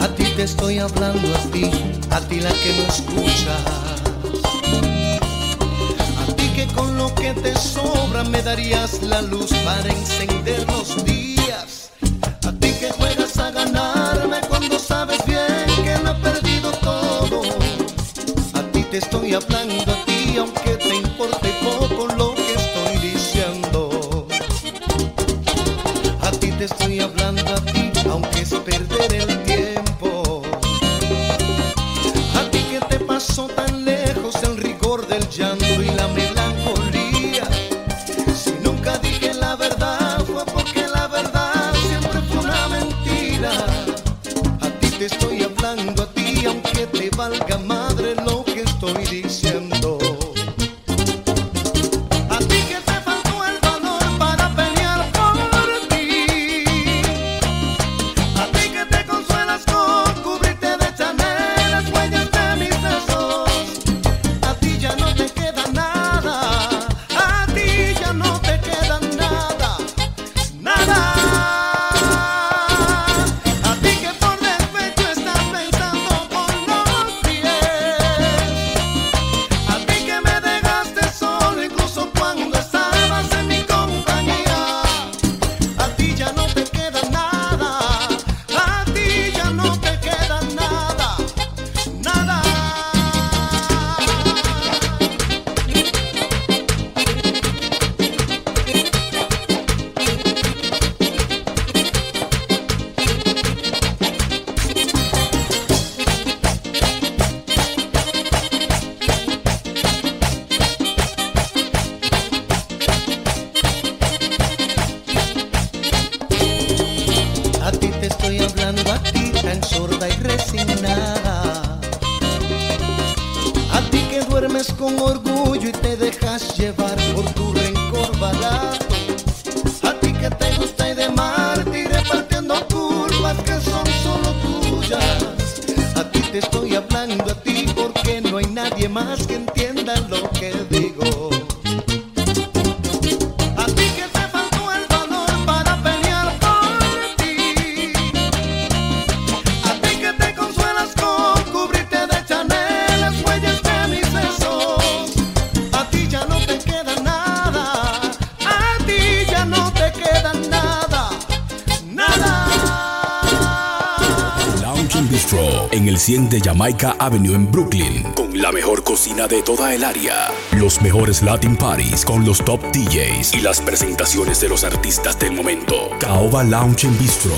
Speaker 14: A ti te estoy hablando, a ti, a ti la que no escuchas. A ti que con lo que te sobra me darías la luz para encender los días. A ti que juegas a ganarme cuando sabes bien que no he perdido todo. A ti te estoy hablando, a ti aunque te importe poco lo que estoy diciendo. A ti te estoy hablando a ti, aunque es perder el tiempo. A ti que te pasó tan lejos el rigor del llanto y la melancolía. Si nunca dije la verdad fue porque la verdad siempre fue una mentira. A ti te estoy hablando a ti, aunque te valga madre lo que estoy diciendo. A ti que te faltó el valor para pelear por ti. A ti que te consuelas con cubrirte de chanel las huellas de mis besos. A ti ya no te queda nada. A ti ya no te queda nada. Nada. A ti que por despecho estás pensando por los pies.
Speaker 8: más que entiendan lo que digo. A ti que te faltó el valor para pelear por ti. A ti que te consuelas con cubrirte de chanel las huellas de mis besos. A ti ya no te queda nada. A ti ya no te queda nada. Nada.
Speaker 1: Lounge and Bistro en el 100 de Jamaica Avenue en Brooklyn. Con la mejor cocina de toda el área. Los mejores Latin parties con los top DJs y las presentaciones de los artistas del momento. Caoba Lounge and Bistro.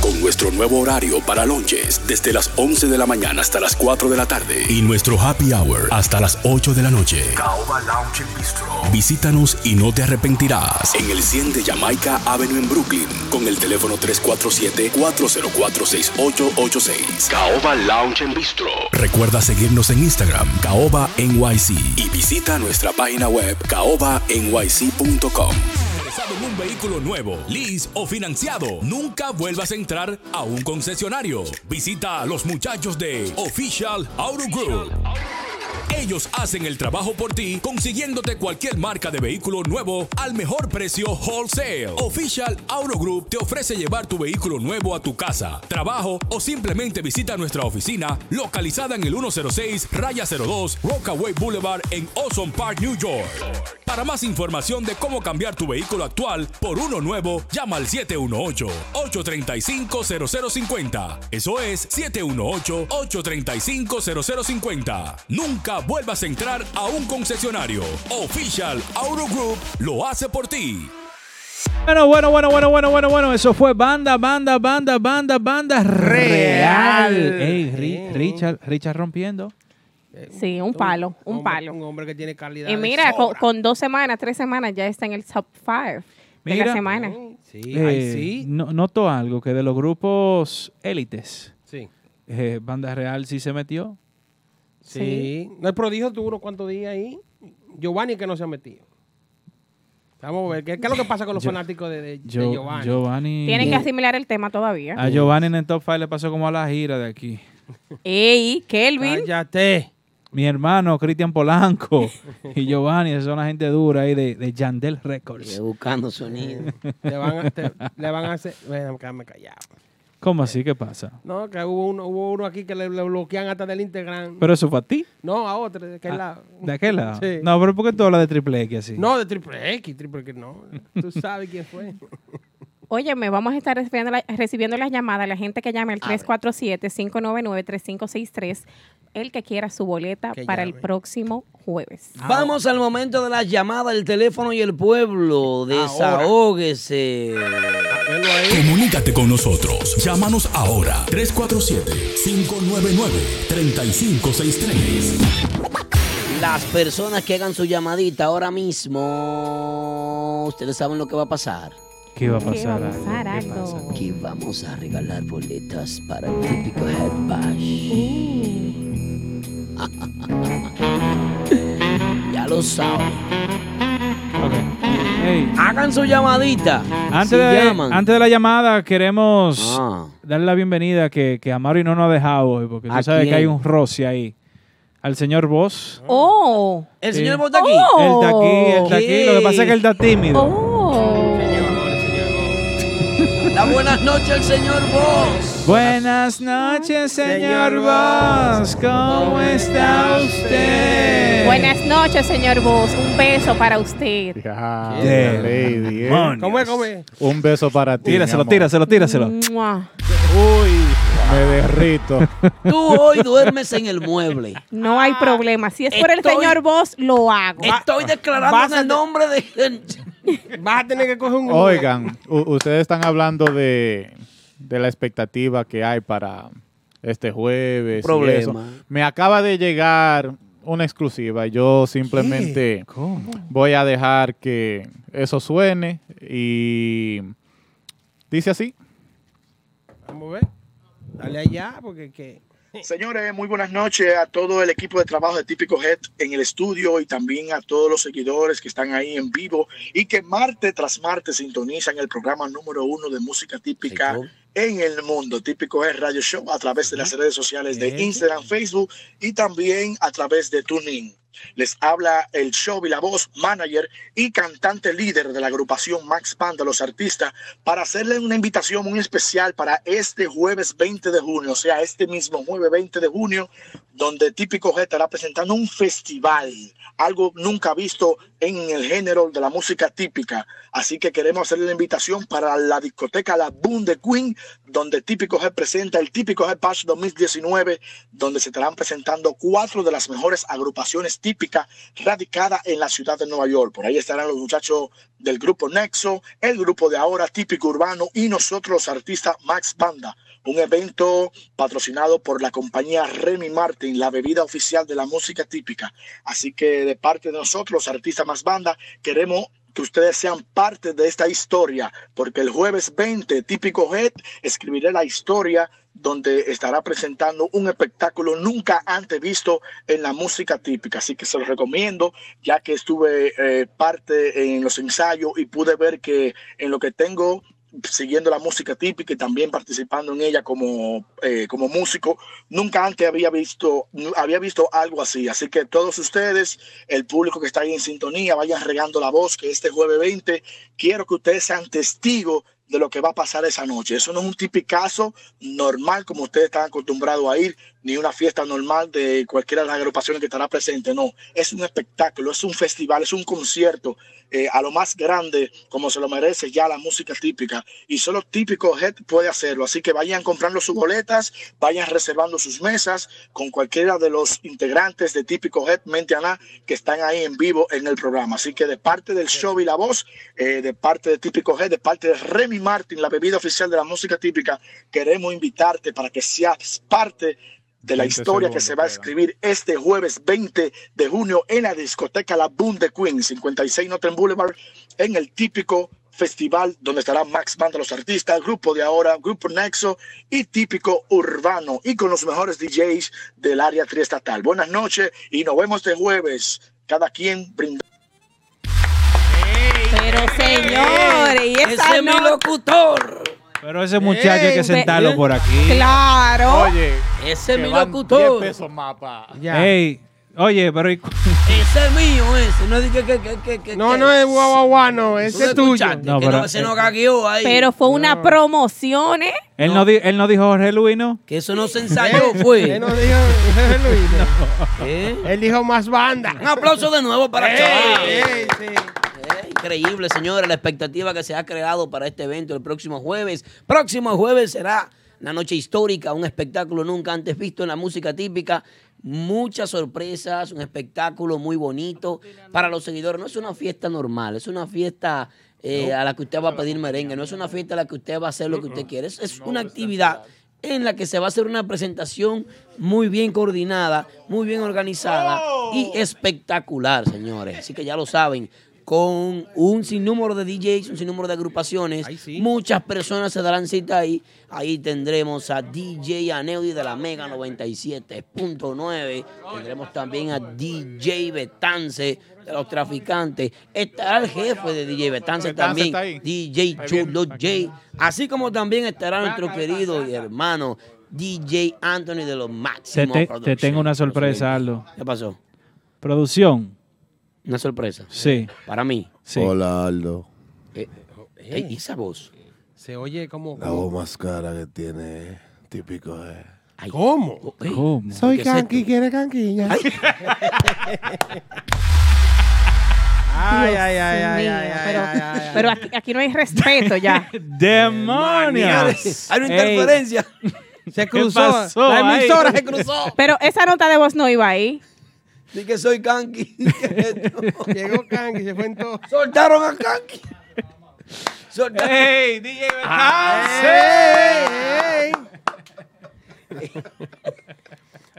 Speaker 1: Con nuestro nuevo horario para lunches desde las 11 de la mañana hasta las 4 de la tarde. Y nuestro happy hour hasta las 8 de la noche.
Speaker 9: Caoba Lounge and Bistro.
Speaker 1: Visítanos y no te arrepentirás en el 100 de Jamaica Avenue en Brooklyn con el teléfono 347-404-6886.
Speaker 9: Caoba Lounge and Bistro.
Speaker 1: Recuerda seguirnos en Instagram, Caoba NYC, y visita nuestra página web, caobanyc.com.
Speaker 13: interesado en un vehículo nuevo, lease o financiado, nunca vuelvas a entrar a un concesionario. Visita a los muchachos de Official Auto Group. Ellos hacen el trabajo por ti, consiguiéndote cualquier marca de vehículo nuevo al mejor precio wholesale. Official Auto Group te ofrece llevar tu vehículo nuevo a tu casa, trabajo o simplemente visita nuestra oficina localizada en el 106 Raya 02 Rockaway Boulevard en Ozone Park, New York. Para más información de cómo cambiar tu vehículo actual por uno nuevo, llama al 718-835-0050. Eso es 718-835-0050. Nunca vuelvas a entrar a un concesionario. Official Auto Group lo hace por ti.
Speaker 2: Bueno, bueno, bueno, bueno, bueno, bueno, bueno. Eso fue banda, banda, banda, banda, banda real. Ey, Ri- Richard, Richard rompiendo.
Speaker 3: Sí, un palo, un palo.
Speaker 5: Un hombre que tiene calidad.
Speaker 3: Y
Speaker 5: de
Speaker 3: mira,
Speaker 5: sobra.
Speaker 3: con, con dos semanas, tres semanas ya está en el top five de
Speaker 2: Mira.
Speaker 3: la semana.
Speaker 5: Sí,
Speaker 2: Eh,
Speaker 5: ay, sí.
Speaker 2: no- noto algo, que de los grupos élites,
Speaker 5: Sí.
Speaker 2: eh, Banda Real sí se metió.
Speaker 5: Sí. El prodigio tuvo unos cuantos días ahí. Giovanni que no se ha metido. Vamos a ver. ¿Qué, qué es lo que pasa con los
Speaker 2: Yo-
Speaker 5: fanáticos de, de- de
Speaker 2: Yo-
Speaker 5: Giovanni?
Speaker 2: Giovanni.
Speaker 3: Tienen que asimilar el tema todavía.
Speaker 2: A Giovanni en el top 5 le pasó como a la gira de aquí.
Speaker 3: Ey, Kelvin.
Speaker 5: Cállate.
Speaker 2: Mi hermano Cristian Polanco y Giovanni, esa son la gente dura ahí de, de Yandel Records.
Speaker 4: Buscando sonido.
Speaker 5: Le van a, te- le van a hacer. Bueno, quédame callado.
Speaker 2: ¿Cómo así? ¿Qué pasa?
Speaker 5: No, que hubo uno, hubo uno aquí que le, le bloquean hasta del Instagram.
Speaker 2: Pero eso fue a ti,
Speaker 5: No, a otro, de aquel lado.
Speaker 2: de aquel lado.
Speaker 5: Sí.
Speaker 2: No, pero ¿por qué tú hablas de Triple X así?
Speaker 5: No, de Triple X, Triple X no. Tú sabes quién fue.
Speaker 3: Óyeme, vamos a estar recibiendo, la- recibiendo las llamadas. La gente que llame al 347-599-3563. El que quiera su boleta
Speaker 4: Que
Speaker 3: para
Speaker 4: llame.
Speaker 3: el próximo jueves.
Speaker 2: Ah,
Speaker 5: Ah.
Speaker 4: Vamos al momento de la llamada, el teléfono y el pueblo. Desahóguese.
Speaker 13: Comunícate con nosotros. Llámanos ahora 347-599-3563.
Speaker 4: Las personas que hagan su llamadita ahora mismo, ustedes saben lo que va a pasar.
Speaker 2: ¿Qué va a pasar? Ale?
Speaker 4: Aquí vamos a regalar boletas para el típico head Uh. bash. ya lo saben. Hagan su llamadita.
Speaker 2: Antes,
Speaker 4: Si
Speaker 2: de,
Speaker 4: llaman.
Speaker 2: antes de la llamada, queremos
Speaker 4: Ah.
Speaker 2: darle la bienvenida que, que Amari no nos ha dejado hoy, porque
Speaker 4: ¿A
Speaker 2: tú sabes que
Speaker 4: quién?
Speaker 2: hay un roce ahí. Al señor
Speaker 5: Ah.
Speaker 2: Vos.
Speaker 3: ¡Oh!
Speaker 4: ¿El
Speaker 2: señor
Speaker 4: Vos está aquí? Oh.
Speaker 2: Él está aquí, él está aquí. Lo que pasa es que él está tímido.
Speaker 4: Da buenas noches al señor Vos.
Speaker 2: Buenas noches, señor Vos.
Speaker 4: Oh.
Speaker 2: ¿Cómo está usted?
Speaker 3: Buenas noches, señor Vos. Un beso para usted.
Speaker 5: Ah,
Speaker 15: Yeah, lady, eh.
Speaker 2: Demonios.
Speaker 5: ¿Cómo es, cómo es?
Speaker 15: Un beso para ti.
Speaker 2: Tíraselo,
Speaker 15: mi amor.
Speaker 2: tíraselo, tíraselo.
Speaker 3: Mua.
Speaker 15: Me derrito.
Speaker 4: Tú hoy duermes en el mueble.
Speaker 3: No hay problema. Si es por el
Speaker 4: Ah, Estoy-
Speaker 3: señor Vos, lo hago.
Speaker 4: Estoy
Speaker 3: Vas
Speaker 4: declarando
Speaker 3: a
Speaker 4: en el nombre de.
Speaker 5: Vas a tener que coger un.
Speaker 15: Oigan, u- ustedes están hablando de, de la expectativa que hay para este jueves. y
Speaker 4: Problema.
Speaker 15: eso. Me acaba de llegar una exclusiva. Yo simplemente voy a dejar que eso suene y dice así.
Speaker 5: Vamos a ver. Dale allá, porque que.
Speaker 16: Señores, muy buenas noches a todo el equipo de trabajo de Típico Head en el estudio y también a todos los seguidores que están ahí en vivo y que martes tras martes sintonizan el programa número uno de música típica en el mundo. Típico es Radio Show a través de las redes sociales de Instagram, Facebook y también a través de TuneIn. Les habla el show y la voz, manager y cantante líder de la agrupación Max Panda, los artistas, para hacerle una invitación muy especial para este jueves 20 de junio, o sea, este mismo jueves 20 de junio, donde Típico G estará presentando un festival, algo nunca visto en el género de la música típica. Así que queremos hacerle la invitación para la discoteca La Boom de Queen, donde Típico G presenta el Típico G Bash 2019, donde se estarán presentando cuatro de las mejores agrupaciones típicas radicadas en la ciudad de Nueva York. Por ahí estarán los muchachos del grupo Nexo, el grupo de ahora Típico Urbano y nosotros los artistas Max Banda. Un evento patrocinado por la compañía Remy Martin, la bebida oficial de la música típica. Así que de parte de nosotros, los artistas más banda, queremos que ustedes sean parte de esta historia, porque el jueves 20, típico Head, escribiré la historia donde estará presentando un espectáculo nunca antes visto en la música típica. Así que se los recomiendo, ya que estuve eh, parte en los ensayos y pude ver que en lo que tengo siguiendo la música típica y también participando en ella como, eh, como músico. Nunca antes había visto, nu- había visto algo así. Así que todos ustedes, el público que está ahí en sintonía, vayan regando la voz que este jueves 20 quiero que ustedes sean testigos de lo que va a pasar esa noche. Eso no es un tipicazo normal como ustedes están acostumbrados a ir, ni una fiesta normal de cualquiera de las agrupaciones que estará presente. No, es un espectáculo, es un festival, es un concierto eh, a lo más grande, como se lo merece ya la música típica. Y solo típico Head puede hacerlo. Así que vayan comprando sus boletas, vayan reservando sus mesas con cualquiera de los integrantes de típico Head Mente Aná que están ahí en vivo en el programa. Así que de parte del show y la voz, eh, de parte de típico Head, de parte de Remy Martin, la bebida oficial de la música típica, queremos invitarte para que seas parte de la
Speaker 15: 20
Speaker 16: historia que
Speaker 15: segundos
Speaker 16: se va a escribir este jueves 20 de junio en la discoteca La Boom de Queen, 56 Northern Boulevard, en el típico festival donde estará Max Banda, los artistas, Grupo de Ahora, Grupo Nexo y típico urbano y con los mejores DJs del área triestatal. Buenas noches y nos vemos este jueves. Cada quien brinda.
Speaker 3: Pero señores, y
Speaker 4: Ese
Speaker 3: esa
Speaker 4: es mi
Speaker 3: no-
Speaker 4: locutor.
Speaker 2: Pero ese muchacho hay
Speaker 4: Ey,
Speaker 2: que sentarlo
Speaker 4: ve- eh,
Speaker 2: por aquí.
Speaker 3: Claro.
Speaker 15: Oye,
Speaker 4: Ese es
Speaker 15: que
Speaker 4: mi
Speaker 15: van
Speaker 4: locutor.
Speaker 15: 10 pesos más pa-
Speaker 2: Ey, oye, pero ¿y cu-
Speaker 4: Ese es mío, ese. No dije que, que, que, que-
Speaker 5: No,
Speaker 4: que-
Speaker 5: no es guaguaguano, ese es tuyo.
Speaker 2: No,
Speaker 4: Ah, que
Speaker 2: pero- eh,
Speaker 4: no, se nos gagueó ahí.
Speaker 3: Pero fue una promoción, ¿eh?
Speaker 2: él, no. di- él no dijo Jorge Luis, ¿no?
Speaker 4: Que eso no se ensayó, fue.
Speaker 5: Él no dijo, él no dijo.
Speaker 4: ¿Eh?
Speaker 5: Él dijo más banda.
Speaker 4: Un aplauso de nuevo para el chaval.
Speaker 5: ey,
Speaker 4: Eh, Increíble, señores, la expectativa que se ha creado para este evento el próximo jueves. Próximo jueves será una noche histórica, un espectáculo nunca antes visto en la música típica. Muchas sorpresas, un espectáculo muy bonito para los seguidores. No es una fiesta normal, es una fiesta eh, a la que usted va a pedir merengue, no es una fiesta a la que usted va a hacer lo que usted quiere. Es, es una actividad en la que se va a hacer una presentación muy bien coordinada, muy bien organizada
Speaker 15: Oh.
Speaker 4: y espectacular, señores. Así que ya lo saben, con un sinnúmero de DJs, un sinnúmero de agrupaciones, muchas personas se darán cita ahí. Ahí tendremos a DJ Aneudi de la Mega 97.9, tendremos también a DJ Betance de los traficantes, estará el jefe de DJ Betance también,
Speaker 15: está ahí.
Speaker 4: DJ Chulo J, así como también estará nuestro querido y hermano DJ Anthony de los
Speaker 2: Te,
Speaker 4: Máximos.
Speaker 2: te- te
Speaker 4: Productions.
Speaker 2: tengo una sorpresa, Aldo.
Speaker 4: ¿Qué pasó?
Speaker 2: Producción.
Speaker 4: Una sorpresa.
Speaker 2: Sí.
Speaker 4: Para mí.
Speaker 2: Sí.
Speaker 17: Hola, Aldo.
Speaker 4: Ey, ¿Y esa voz?
Speaker 5: Se oye como.
Speaker 17: La voz Oh, más cara que tiene, típico. eh.
Speaker 4: Oh,
Speaker 5: ¿Cómo?
Speaker 2: ¿Cómo?
Speaker 5: Soy Kanki, ¿quiere canquiña?
Speaker 3: Ay,
Speaker 5: ay, ay, ay, ay, ay,
Speaker 3: pero,
Speaker 5: ay, ay, ay.
Speaker 3: pero aquí, aquí no hay respeto ya.
Speaker 2: ¡Demonios!
Speaker 4: Hay una
Speaker 2: Ey,
Speaker 4: interferencia.
Speaker 5: Se
Speaker 2: cruzó. pasó La ahí? emisora se
Speaker 4: cruzó.
Speaker 3: Pero esa nota de voz no iba ahí.
Speaker 4: Dije que soy Kanki.
Speaker 5: Llegó Kanki, se fue en todo.
Speaker 4: Soltaron a Kanki. Soltaron. Ah,
Speaker 2: ¡Ey, DJ
Speaker 5: ¡Ey!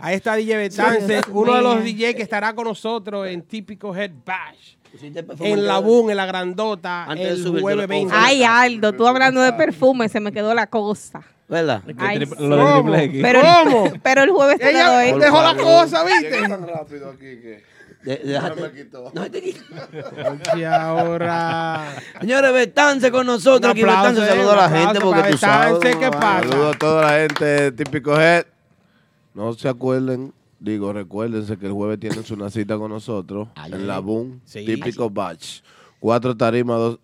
Speaker 5: Ahí está DJ Betance,
Speaker 4: Dios
Speaker 5: uno de los
Speaker 4: mío.
Speaker 5: DJ que estará con nosotros en típico Head Bash.
Speaker 4: perfume
Speaker 5: En la
Speaker 4: antes de-
Speaker 5: boom, en la grandota,
Speaker 4: Antes de
Speaker 5: el
Speaker 4: subirte
Speaker 5: jueves
Speaker 4: la
Speaker 5: 20.
Speaker 3: Ay, Aldo, tú hablando de perfume, se me quedó la cosa.
Speaker 4: ¿Verdad?
Speaker 3: Ay,
Speaker 2: tri- lo del
Speaker 3: ¿cómo?
Speaker 2: triple X.
Speaker 3: Pero,
Speaker 5: ¿Cómo?
Speaker 3: pero el jueves te lo
Speaker 5: Ella
Speaker 3: doy.
Speaker 5: dejó la cosa, ¿viste?
Speaker 17: tan rápido aquí que.
Speaker 4: De- déjate-
Speaker 17: me quitó.
Speaker 4: No, te quitó.
Speaker 5: Y ahora.
Speaker 4: Señores, Betanse con nosotros. Aquí Betanse saluda a la gente porque tú sabes.
Speaker 5: ¿qué pasa?
Speaker 17: Saludos a toda la gente de Típico Head. No se acuerden, digo, recuérdense que el jueves tienen su una cita con nosotros en la Boom,
Speaker 5: Sí.
Speaker 17: Típico Batch. Cuatro tarimas, dos...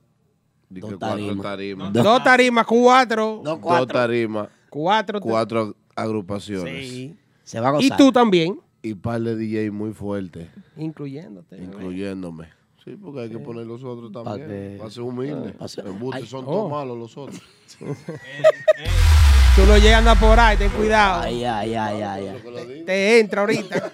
Speaker 17: Dije cuatro
Speaker 5: tarimas.
Speaker 17: tarimas.
Speaker 5: Dos tarimas, cuatro.
Speaker 17: Dos tarimas.
Speaker 5: Cuatro.
Speaker 17: Cuatro agrupaciones.
Speaker 4: Se va a
Speaker 5: gozar. Y tú también.
Speaker 17: Y par de DJ muy fuerte,
Speaker 5: Incluyéndote.
Speaker 17: incluyéndome. Sí, porque hay que poner los otros también.
Speaker 5: que-
Speaker 17: Para ser humilde.
Speaker 5: Ah, pa' ser-
Speaker 17: Embuste,
Speaker 5: Ay,
Speaker 17: son
Speaker 5: oh.
Speaker 17: todos malos los otros.
Speaker 5: Tú lo llegas a andar por ahí, ten cuidado.
Speaker 4: Ay, ay, ay, ay, ay.
Speaker 5: Te, te entra ahorita.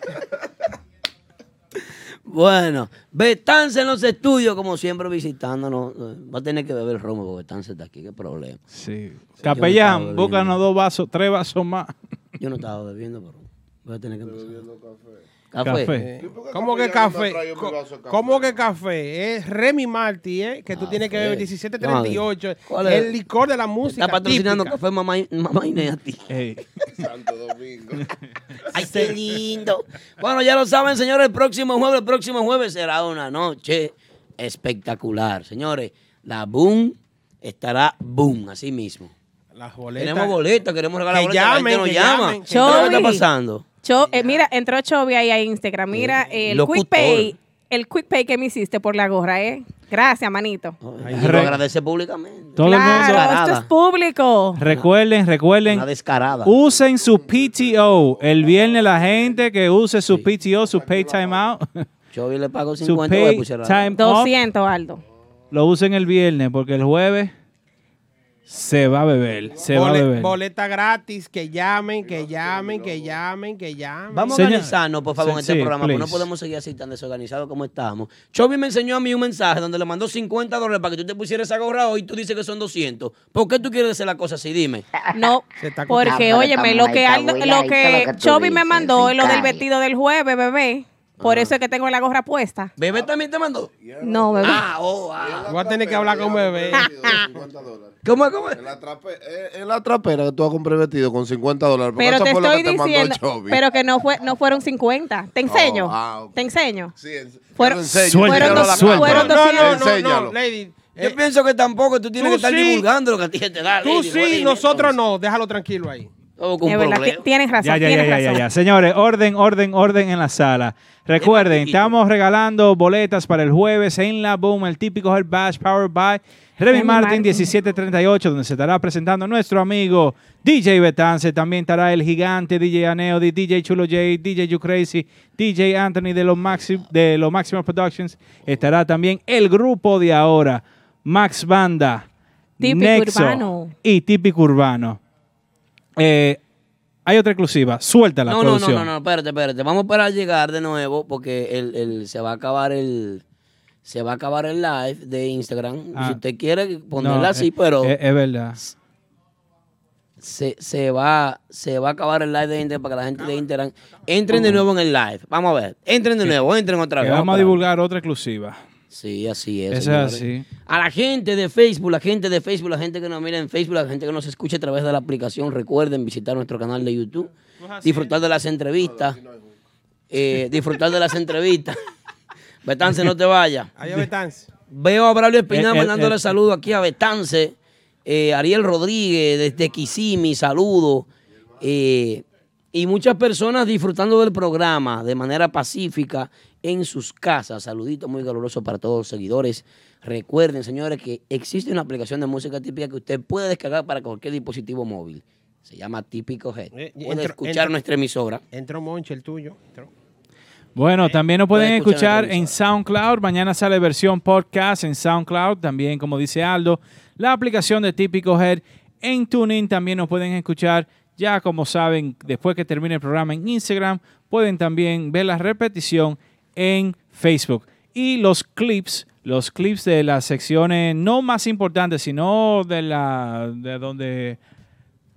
Speaker 4: Bueno, Betanse en los estudios, como siempre, visitándonos. Va a tener que beber romo porque Betanse está aquí. ¿Qué problema?
Speaker 2: Sí.
Speaker 4: Yo no
Speaker 2: Capellán,
Speaker 4: estaba
Speaker 2: búscanos dos vasos, tres vasos más.
Speaker 4: Yo no estaba bebiendo, pero voy a tener que empezar.
Speaker 2: Café.
Speaker 5: Eh, ¿Cómo que café? ¿Cómo que café? Es Remy Martí, ¿eh? que tú tienes que beber 1738.
Speaker 4: Ah, ¿Cuál es?
Speaker 5: El licor de la música.
Speaker 4: Está patrocinando
Speaker 5: típica.
Speaker 4: café mamá, y- mamá Inés a ti.
Speaker 17: Santo Domingo.
Speaker 4: Ay, qué lindo. Bueno, ya lo saben, señores, el próximo jueves, el próximo jueves será una noche espectacular. Señores, la boom estará boom, así mismo.
Speaker 5: Las boletas.
Speaker 4: Tenemos boletas, queremos regalar
Speaker 5: Que
Speaker 4: boletas. la gente
Speaker 5: llamen,
Speaker 4: nos
Speaker 5: que
Speaker 4: llama.
Speaker 5: llamen,
Speaker 4: ¿Qué es lo que está
Speaker 3: Chovy.
Speaker 4: pasando?
Speaker 3: Cho- eh, mira, entró Chovy ahí a Instagram. Mira, el
Speaker 4: Eh, Locutor.
Speaker 3: Quick Pay. El Quick Pay que me hiciste por la gorra, ¿eh? Gracias, manito.
Speaker 4: Y lo agradece públicamente.
Speaker 2: Todo el mundo-
Speaker 3: Claro, esto es público.
Speaker 2: Recuerden, recuerden.
Speaker 4: Una descarada.
Speaker 2: Usen su PTO. El viernes la gente que use su PTO, su pay time out,
Speaker 4: Chovy le pagó
Speaker 2: Su
Speaker 4: 50 le
Speaker 2: pay
Speaker 4: pusieron.
Speaker 2: time off.
Speaker 3: 200, Aldo.
Speaker 2: lo usen el viernes porque el jueves se va a beber. Se va a
Speaker 5: Bole-
Speaker 2: beber.
Speaker 5: boleta gratis, que llamen, que llamen, que llamen, que llamen.
Speaker 4: Vamos a
Speaker 2: Señor-
Speaker 4: organizarnos, por favor, en este
Speaker 2: Sí,
Speaker 4: programa, porque no
Speaker 2: please.
Speaker 4: podemos seguir así tan desorganizados como estamos. Chovy me enseñó a mí un mensaje donde le mandó 50 dólares para que tú te pusieras esa gorra hoy y tú dices que son 200. ¿Por qué tú quieres hacer la cosa así? Dime.
Speaker 3: No,
Speaker 4: está con- Ah,
Speaker 3: porque
Speaker 4: pero
Speaker 3: óyeme,
Speaker 4: estamos
Speaker 3: lo que
Speaker 4: ahí,
Speaker 3: Aldo,
Speaker 4: está
Speaker 3: lo
Speaker 4: buena, ahí
Speaker 3: que
Speaker 4: está lo que tú
Speaker 3: Chovy me
Speaker 4: dices, Ah.
Speaker 3: mandó es lo del
Speaker 4: Ricardo.
Speaker 3: vestido del jueves, bebé. Por eso es que tengo la gorra puesta.
Speaker 4: ¿Bebé también te mandó?
Speaker 3: No, bebé.
Speaker 4: Ah, oh, ah.
Speaker 5: Voy a tener que hablar con bebé.
Speaker 4: ¿Cómo es? ¿Cómo es?
Speaker 17: eh, Es la trapera que tú vas a comprar vestido con 50 dólares. porque
Speaker 3: Pero
Speaker 17: eso
Speaker 3: te
Speaker 17: fue lo
Speaker 3: estoy
Speaker 17: que mandó
Speaker 3: diciendo,
Speaker 17: Chovy.
Speaker 3: pero que no fue, no fueron 50. Te enseño.
Speaker 17: ah, ok.
Speaker 3: Te enseño.
Speaker 17: Fueron-
Speaker 3: Fueron,
Speaker 17: enseño,
Speaker 3: fueron,
Speaker 17: enséñalo a la
Speaker 3: dos-
Speaker 17: cámara.
Speaker 3: fueron
Speaker 17: No, no, no, eh,
Speaker 3: 200.
Speaker 17: no, Enséñalo.
Speaker 5: Lady,
Speaker 4: Yo pienso que Pues tampoco tú tienes
Speaker 5: tú
Speaker 4: que estar
Speaker 5: sí.
Speaker 4: divulgando lo que a ti te da.
Speaker 5: Tú sí, nosotros no. Déjalo tranquilo ahí.
Speaker 4: con
Speaker 3: Es verdad,
Speaker 4: problema.
Speaker 3: ti- tienes razón,
Speaker 2: Ya, ya, ya,
Speaker 3: tienes
Speaker 2: ya,
Speaker 3: razón.
Speaker 2: ya, ya. Señores, orden, orden, orden en la sala. Recuerden, estamos regalando boletas para el jueves en la Boom, el típico Hell Bash powered by Remy
Speaker 15: Remy
Speaker 2: Martin
Speaker 15: Martin.
Speaker 2: 1738, donde se estará presentando nuestro amigo DJ Betance. También estará el gigante DJ Aneody, DJ Chulo J, DJ You Crazy, DJ Anthony de los, Maxi- de los Maximum Productions. Estará también el grupo de ahora, Max Banda,
Speaker 3: Típico
Speaker 2: Nexo
Speaker 3: Urbano.
Speaker 2: y Típico Urbano. Eh, hay otra exclusiva. Suéltala,
Speaker 4: No, no, no,
Speaker 2: producción.
Speaker 4: no, no, espérate, espérate. Vamos para llegar de nuevo porque el, el- se va a acabar el se va a acabar el live de Instagram.
Speaker 2: Ah.
Speaker 4: Si usted quiere ponerla
Speaker 2: No,
Speaker 4: así,
Speaker 2: eh,
Speaker 4: pero
Speaker 2: eh, Es, verdad.
Speaker 4: se, se va se va a acabar el live de Instagram para que la gente de Instagram
Speaker 2: Ah,
Speaker 4: entren de nuevo en el live. Vamos a ver. Entren de nuevo, entren otra
Speaker 2: Que
Speaker 4: vez.
Speaker 2: vamos a
Speaker 4: para-
Speaker 2: divulgar otra exclusiva.
Speaker 4: Sí, así es.
Speaker 2: Esa es
Speaker 4: señores.
Speaker 2: así.
Speaker 4: A la gente de Facebook, la gente de Facebook, la gente que nos mira en Facebook, la gente que nos escucha a través de la aplicación, recuerden visitar nuestro canal de YouTube, disfrutar de las entrevistas, eh, disfrutar de las entrevistas. Betance, no te vayas.
Speaker 5: Adiós, Betanz.
Speaker 4: Veo a Braulio Espinal
Speaker 2: Eh,
Speaker 5: El- el-
Speaker 4: mandándole
Speaker 5: el-
Speaker 4: saludos aquí a Betance, eh, Ariel Rodríguez desde Kisimi, saludos. eh, y muchas personas disfrutando del programa de manera pacífica en sus casas. Saluditos muy calurosos para todos los seguidores. Recuerden, señores, que existe una aplicación de música típica que usted puede descargar para cualquier dispositivo móvil. Se llama Típico Head.
Speaker 5: Eh,
Speaker 4: Puede
Speaker 5: entró-
Speaker 4: escuchar
Speaker 5: entró-
Speaker 4: nuestra emisora.
Speaker 5: Entró Monche, el tuyo. entró.
Speaker 2: Bueno, también nos pueden
Speaker 4: pueden escuchar
Speaker 2: escuchar en SoundCloud. Mañana sale versión podcast en SoundCloud. También, como dice Aldo, la aplicación de Típico Head en TuneIn. También nos pueden escuchar, ya como saben, después que termine el programa en Instagram. Pueden también ver la repetición en Facebook. Y los clips, los clips de las secciones no más importantes, sino de la de donde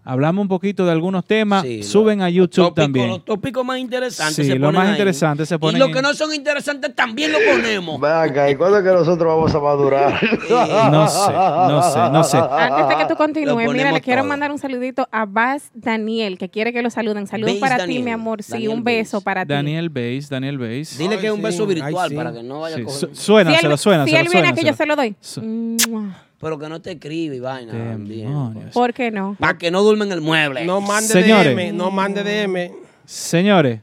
Speaker 2: Hablamos un poquito de algunos temas,
Speaker 4: Sí, lo-
Speaker 2: suben a YouTube
Speaker 4: tópicos-
Speaker 2: también.
Speaker 4: Los tópicos más interesantes
Speaker 2: Sí,
Speaker 4: se
Speaker 2: lo
Speaker 4: ponen
Speaker 2: más
Speaker 4: ahí.
Speaker 2: interesante se
Speaker 4: Y
Speaker 2: ponen
Speaker 4: los
Speaker 2: en-
Speaker 4: que no son interesantes también lo ponemos.
Speaker 6: Venga, ¿y cuándo es que nosotros vamos a madurar?
Speaker 2: No sé, no sé, no sé.
Speaker 3: Antes de que tú continúes, mira,
Speaker 2: ponemos
Speaker 3: le quiero
Speaker 2: todo.
Speaker 3: mandar un saludito a Bas Daniel, que quiere que lo saluden. Saludos
Speaker 2: Bass
Speaker 3: para ti,
Speaker 2: Daniel.
Speaker 3: mi amor. Sí,
Speaker 2: Daniel
Speaker 3: un beso para ti.
Speaker 2: Daniel Bass, Daniel Bass.
Speaker 4: Dile que es un Ay, sí. beso virtual Ay, sí. para que no vaya a coger-
Speaker 2: Su- Suena,
Speaker 3: Si él-
Speaker 2: se lo suena,
Speaker 3: si
Speaker 2: se
Speaker 3: él
Speaker 2: lo suena.
Speaker 3: viene aquí,
Speaker 2: se
Speaker 3: yo
Speaker 2: lo-
Speaker 3: se lo doy.
Speaker 2: Su-
Speaker 3: Mua.
Speaker 4: Pero que no te escribe y
Speaker 12: Ah,
Speaker 4: vaina.
Speaker 3: ¿Por qué no?
Speaker 4: Para que no duermen en el mueble.
Speaker 5: No mande
Speaker 2: Señores.
Speaker 5: DM, no mande DM.
Speaker 12: pues.
Speaker 2: Señores,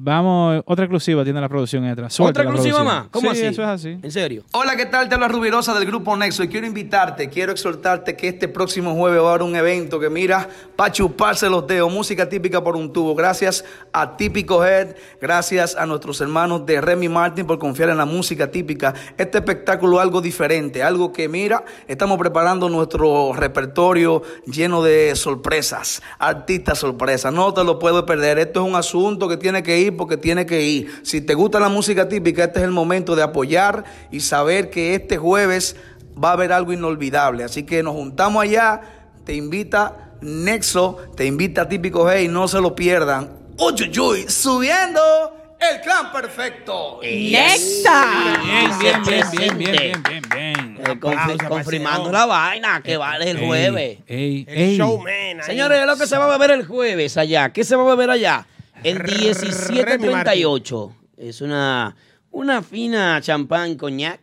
Speaker 2: vamos, otra exclusiva tiene la producción detrás. Suelta
Speaker 12: ¿Otra
Speaker 2: la
Speaker 12: exclusiva
Speaker 2: producción.
Speaker 12: más? ¿Cómo
Speaker 2: Sí,
Speaker 12: así?
Speaker 2: eso es así.
Speaker 4: ¿En serio?
Speaker 12: Hola, ¿qué tal? Te habla Rubirosa del Grupo Nexo y quiero invitarte, quiero exhortarte que este próximo jueves va a haber un evento que mira para chuparse los dedos, música típica por un tubo. Gracias a Típico Head, gracias a nuestros hermanos de Remy Martin por confiar en la música típica. Este espectáculo es algo diferente, algo que mira, estamos preparando nuestro repertorio lleno de sorpresas, artistas sorpresas. No te lo puedo perder. Esto es un asunto que tiene que ir porque tiene que ir. Si te gusta la música típica, este es el momento de apoyar y saber que este jueves va a haber algo inolvidable. Así que nos juntamos allá. Te invita Nexo, te invita Típico Hey, no se lo pierdan. ¡Uyuyuy! Subiendo el clan perfecto.
Speaker 4: Bien, bien, bien, bien, bien, bien, bien, Eh, confi- confirmando la vaina que vale el
Speaker 2: Ey,
Speaker 4: jueves.
Speaker 2: ey, ey.
Speaker 4: Señores, lo que se va a beber el jueves allá. ¿Qué se va a beber allá? El 1738. Es una, una fina champán coñac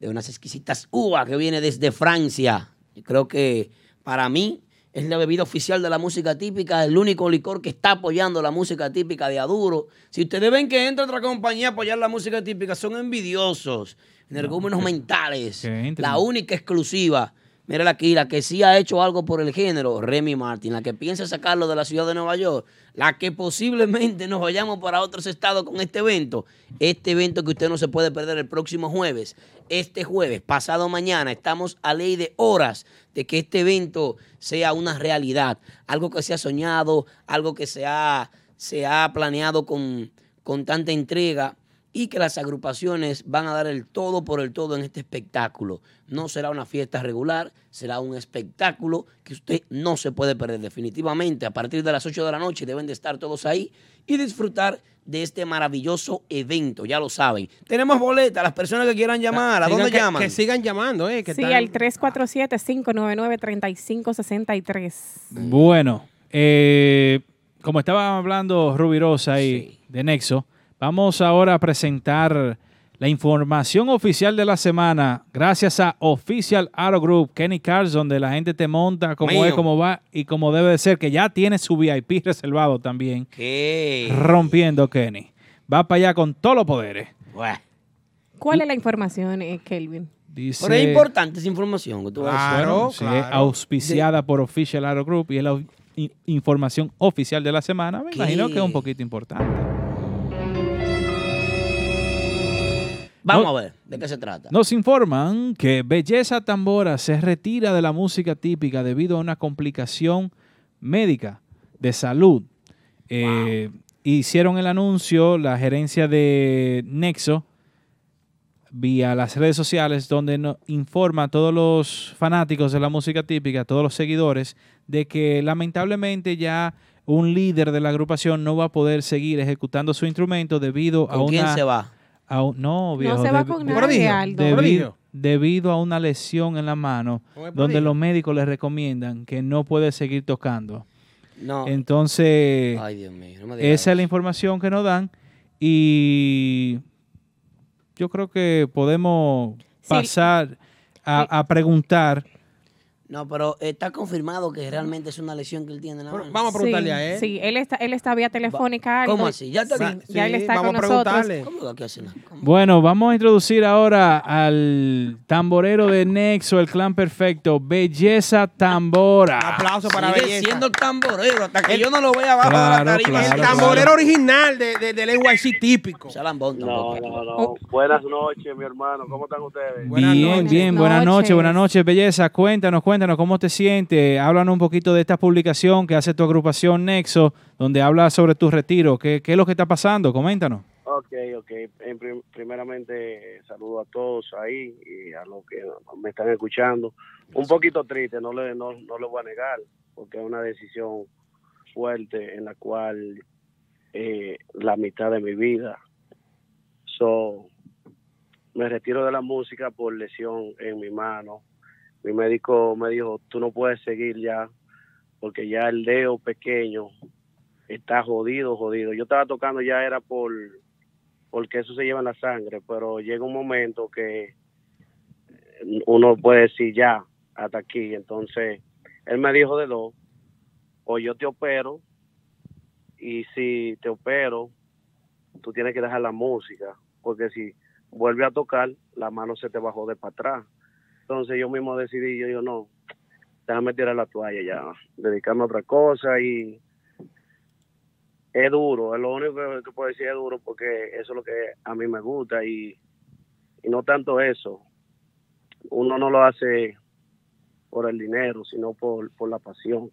Speaker 4: de unas exquisitas uvas que viene desde Francia. Yo creo que para mí es la bebida oficial de la música típica, el único licor que está apoyando la música típica de Aduro. Si ustedes ven que entra otra compañía a apoyar la música típica, son envidiosos, energúmenos mentales. La única exclusiva. Mírala aquí, la que sí ha hecho algo por el género, Remy Martin, la que piensa sacarlo de la ciudad de Nueva York, la que posiblemente nos vayamos para otros estados con este evento, este evento que usted no se puede perder el próximo jueves, este jueves, pasado mañana, estamos a ley de horas de que este evento sea una realidad, algo que se ha soñado, algo que se ha, se ha planeado con, con tanta entrega y que las agrupaciones van a dar el todo por el todo en este espectáculo. No será una fiesta regular, será un espectáculo que usted no se puede perder definitivamente. A partir de las 8 de la noche deben de estar todos ahí y disfrutar de este maravilloso evento, ya lo saben. Tenemos boletas, las personas que quieran llamar, ¿a
Speaker 5: Sigan
Speaker 4: dónde
Speaker 5: que-
Speaker 4: llaman?
Speaker 5: Que sigan llamando, eh. Que
Speaker 3: Sí,
Speaker 5: están-
Speaker 3: al 347-599-3563.
Speaker 2: Bueno, eh, como estaba hablando Rubirosa ahí de Nexo, vamos ahora a presentar la información oficial de la semana gracias a Official Auto Group, Kenny Carlson, de la gente te monta cómo
Speaker 4: Mío.
Speaker 2: es, cómo va y cómo debe de ser, que ya tiene su VIP reservado también,
Speaker 4: ¿Qué?
Speaker 2: rompiendo Kenny. Va para allá con todos los poderes.
Speaker 4: Buah.
Speaker 3: ¿Cuál es la información, eh, Kelvin?
Speaker 2: Dice,
Speaker 4: Pero es importante esa información que tú vas a decir.
Speaker 2: Claro, sí, es auspiciada por Official Aero Group y es la i- información oficial de la semana. Me
Speaker 4: ¿Qué?
Speaker 2: imagino que es un poquito importante.
Speaker 4: Vamos
Speaker 2: No-
Speaker 4: a ver de qué se trata.
Speaker 2: Nos informan que Belleza Tambora se retira de la música típica debido a una complicación médica de salud. Eh, Hicieron el anuncio la gerencia de Nexo vía las redes sociales donde nos informa a todos los fanáticos de la música típica, a todos los seguidores, de que lamentablemente ya un líder de la agrupación no va a poder seguir ejecutando su instrumento debido a
Speaker 4: ¿Con
Speaker 2: una...
Speaker 4: quién se va?
Speaker 2: a un- no, viejo.
Speaker 3: se va
Speaker 2: debi-
Speaker 3: con
Speaker 2: debi-
Speaker 3: nadie, Prodigio, Aldo.
Speaker 2: debi-
Speaker 3: prodigio.
Speaker 2: Debido a una lesión en la mano,
Speaker 4: Con el
Speaker 2: donde
Speaker 4: prodigio.
Speaker 2: los médicos le recomiendan que no puede seguir tocando.
Speaker 4: No.
Speaker 2: Entonces,
Speaker 4: Ah. Ay, Dios mío, no me digas
Speaker 2: esa Eh, es la información que nos dan y yo creo que podemos pasar a, a preguntar.
Speaker 4: No, pero está confirmado que realmente es una lesión que él tiene. en la mano.
Speaker 3: Sí, Sí, él está, él está vía telefónica. Aldo.
Speaker 4: ¿Cómo así? Ya está
Speaker 3: Sí,
Speaker 4: aquí.
Speaker 3: ya él
Speaker 4: Sí,
Speaker 3: está
Speaker 4: vamos
Speaker 3: con
Speaker 4: a
Speaker 3: nosotros.
Speaker 4: preguntarle. ¿Cómo que hace nada?
Speaker 2: Bueno, vamos a introducir ahora al tamborero de Nexo, el clan perfecto, Belleza Tambora.
Speaker 5: Aplauso para
Speaker 4: Sigue
Speaker 5: belleza.
Speaker 4: siendo tamborero hasta que yo no lo vea abajo de
Speaker 2: Claro,
Speaker 4: la tarima.
Speaker 2: claro,
Speaker 5: El tamborero
Speaker 2: claro.
Speaker 5: original de, de- del NYC típico.
Speaker 10: No, no, no. Buenas noches, mi hermano. ¿Cómo están ustedes?
Speaker 2: bien, bien, buenas noches, buenas noches, belleza. Cuéntanos, cuéntanos cómo te sientes. Háblanos un poquito de esta publicación que hace tu agrupación Nexo, donde habla sobre tu retiro. ¿Qué, qué es lo que está pasando? Coméntanos.
Speaker 10: Ok, ok. En prim- primeramente, eh, saludo a todos ahí y a los que me están escuchando. Un poquito triste, no le, no, no lo voy a negar.
Speaker 18: porque es una decisión fuerte en la cual eh, la mitad de mi vida. So, me retiro de la música por lesión en mi mano. Mi médico me dijo, tú no puedes seguir ya, porque ya el dedo pequeño está jodido, jodido. Yo estaba tocando ya era por porque eso se lleva en la sangre, pero llega un momento que uno puede decir ya, hasta aquí. Entonces, él me dijo de dos, o yo te opero, y si te opero, tú tienes que dejar la música, porque si vuelve a tocar, la mano se te bajó de para atrás. Entonces yo mismo decidí, yo digo, no, déjame tirar la toalla ya, dedicarme a otra cosa y es duro, es lo único que- que puedo decir es duro porque eso es lo que a mí me gusta y, y no tanto eso, uno no lo hace por el dinero, sino por, por la pasión.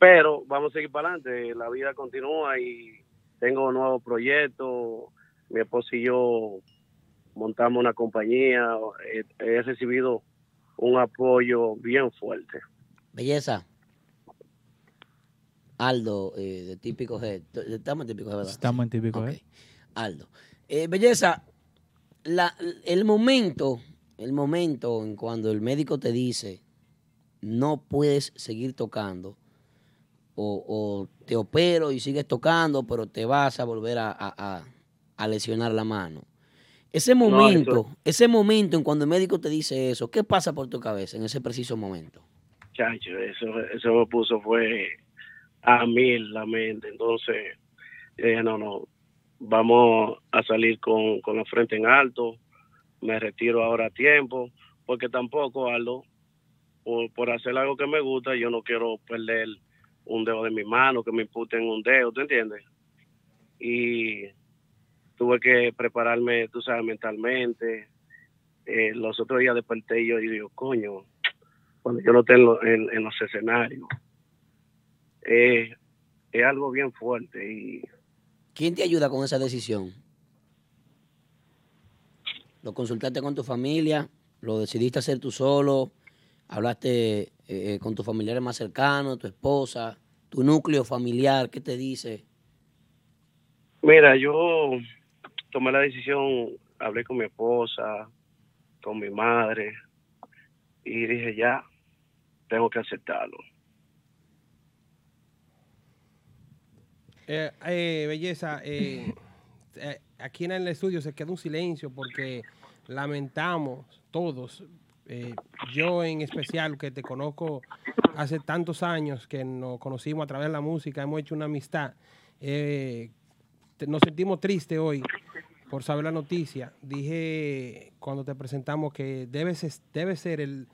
Speaker 18: Pero vamos a seguir para adelante, la vida continúa y tengo nuevos proyectos, mi esposo y yo montamos una compañía, he, he recibido un apoyo bien fuerte.
Speaker 4: Belleza. Aldo, eh, de típico G. Estamos en típico G, ¿verdad?
Speaker 2: Estamos en típico, ¿eh?
Speaker 4: Aldo. Eh, belleza, la- el momento, el momento en cuando el médico te dice no puedes seguir tocando o, o te opero y sigues tocando, pero te vas a volver a, a- a- a lesionar la mano. Ese
Speaker 18: No, eso-
Speaker 4: momento, ese momento en cuando el médico te dice eso, ¿qué pasa por tu cabeza en ese preciso momento?
Speaker 18: Chacho, eso, eso me puso fue a mil la mente. Entonces, yo dije, no, no, vamos a salir con, con la frente en alto. Me retiro ahora a tiempo, porque tampoco, Aldo, por, por hacer algo que me gusta, yo no quiero perder un dedo de mi mano, que me imputen un dedo, ¿te entiendes? Y tuve que prepararme, tú sabes, mentalmente. Eh, los otros días desperté y yo y digo, coño, cuando yo lo tengo en, en los escenarios. Eh, es algo bien fuerte y
Speaker 4: ¿Quién te ayuda con esa decisión? ¿Lo consultaste con tu familia? ¿Lo decidiste hacer tú solo? ¿Hablaste eh, eh, con tus familiares más cercanos, tu esposa, tu núcleo familiar? ¿Qué te dice?
Speaker 18: mira, yo tomé la decisión, hablé con mi esposa, con mi madre y dije ya, tengo que aceptarlo.
Speaker 5: Eh, eh, belleza, eh, eh, aquí en el estudio se queda un silencio porque lamentamos todos, eh, yo en especial que te conozco hace tantos años que nos conocimos a través de la música, hemos hecho una amistad, eh, te- nos sentimos tristes hoy por saber la noticia. Dije cuando te presentamos que debes, es- debes ser el,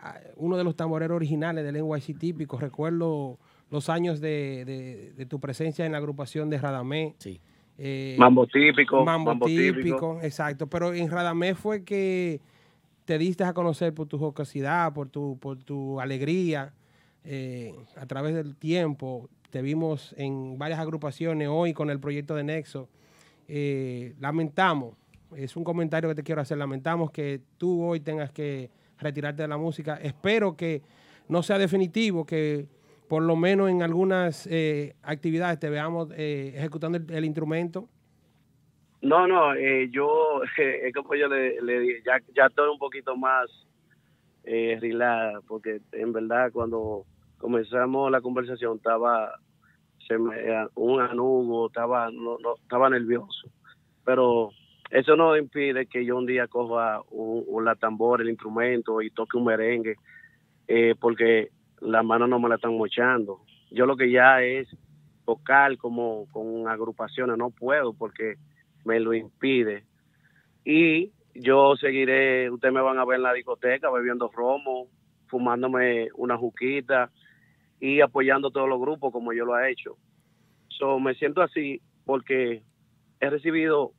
Speaker 5: a- uno de los tamboreros originales del NYC típico. Recuerdo los años de, de- de tu presencia en la agrupación de Radamé. Eh,
Speaker 18: Mambo típico,
Speaker 5: Mambo,
Speaker 18: mambo
Speaker 5: típico,
Speaker 18: típico.
Speaker 5: exacto. Pero en Radamé fue que te diste a conocer por tu jocosidad, por tu, por tu alegría. eh, a través del tiempo te vimos en varias agrupaciones hoy con el proyecto de Nexo. Eh, lamentamos, es un comentario que te quiero hacer, lamentamos que tú hoy tengas que retirarte de la música. Espero que no sea definitivo, que por lo menos en algunas eh, actividades te veamos eh, ejecutando el, el instrumento.
Speaker 18: No, no, eh, yo, es como yo le, le dije, ya, ya estoy un poquito más eh, relajada, porque en verdad cuando comenzamos la conversación estaba se me, eh, un anugo, estaba, no, no, estaba nervioso. Pero eso no impide que yo un día coja un, un- la tambor, el instrumento y toque un merengue, eh, porque las manos no me la están mochando. Yo lo que ya es tocar como con agrupaciones, no puedo porque me lo impide. Y yo seguiré, ustedes me van a ver en la discoteca bebiendo romo, fumándome una juquita y apoyando todos los grupos como yo lo he hecho. So, me siento así porque he recibido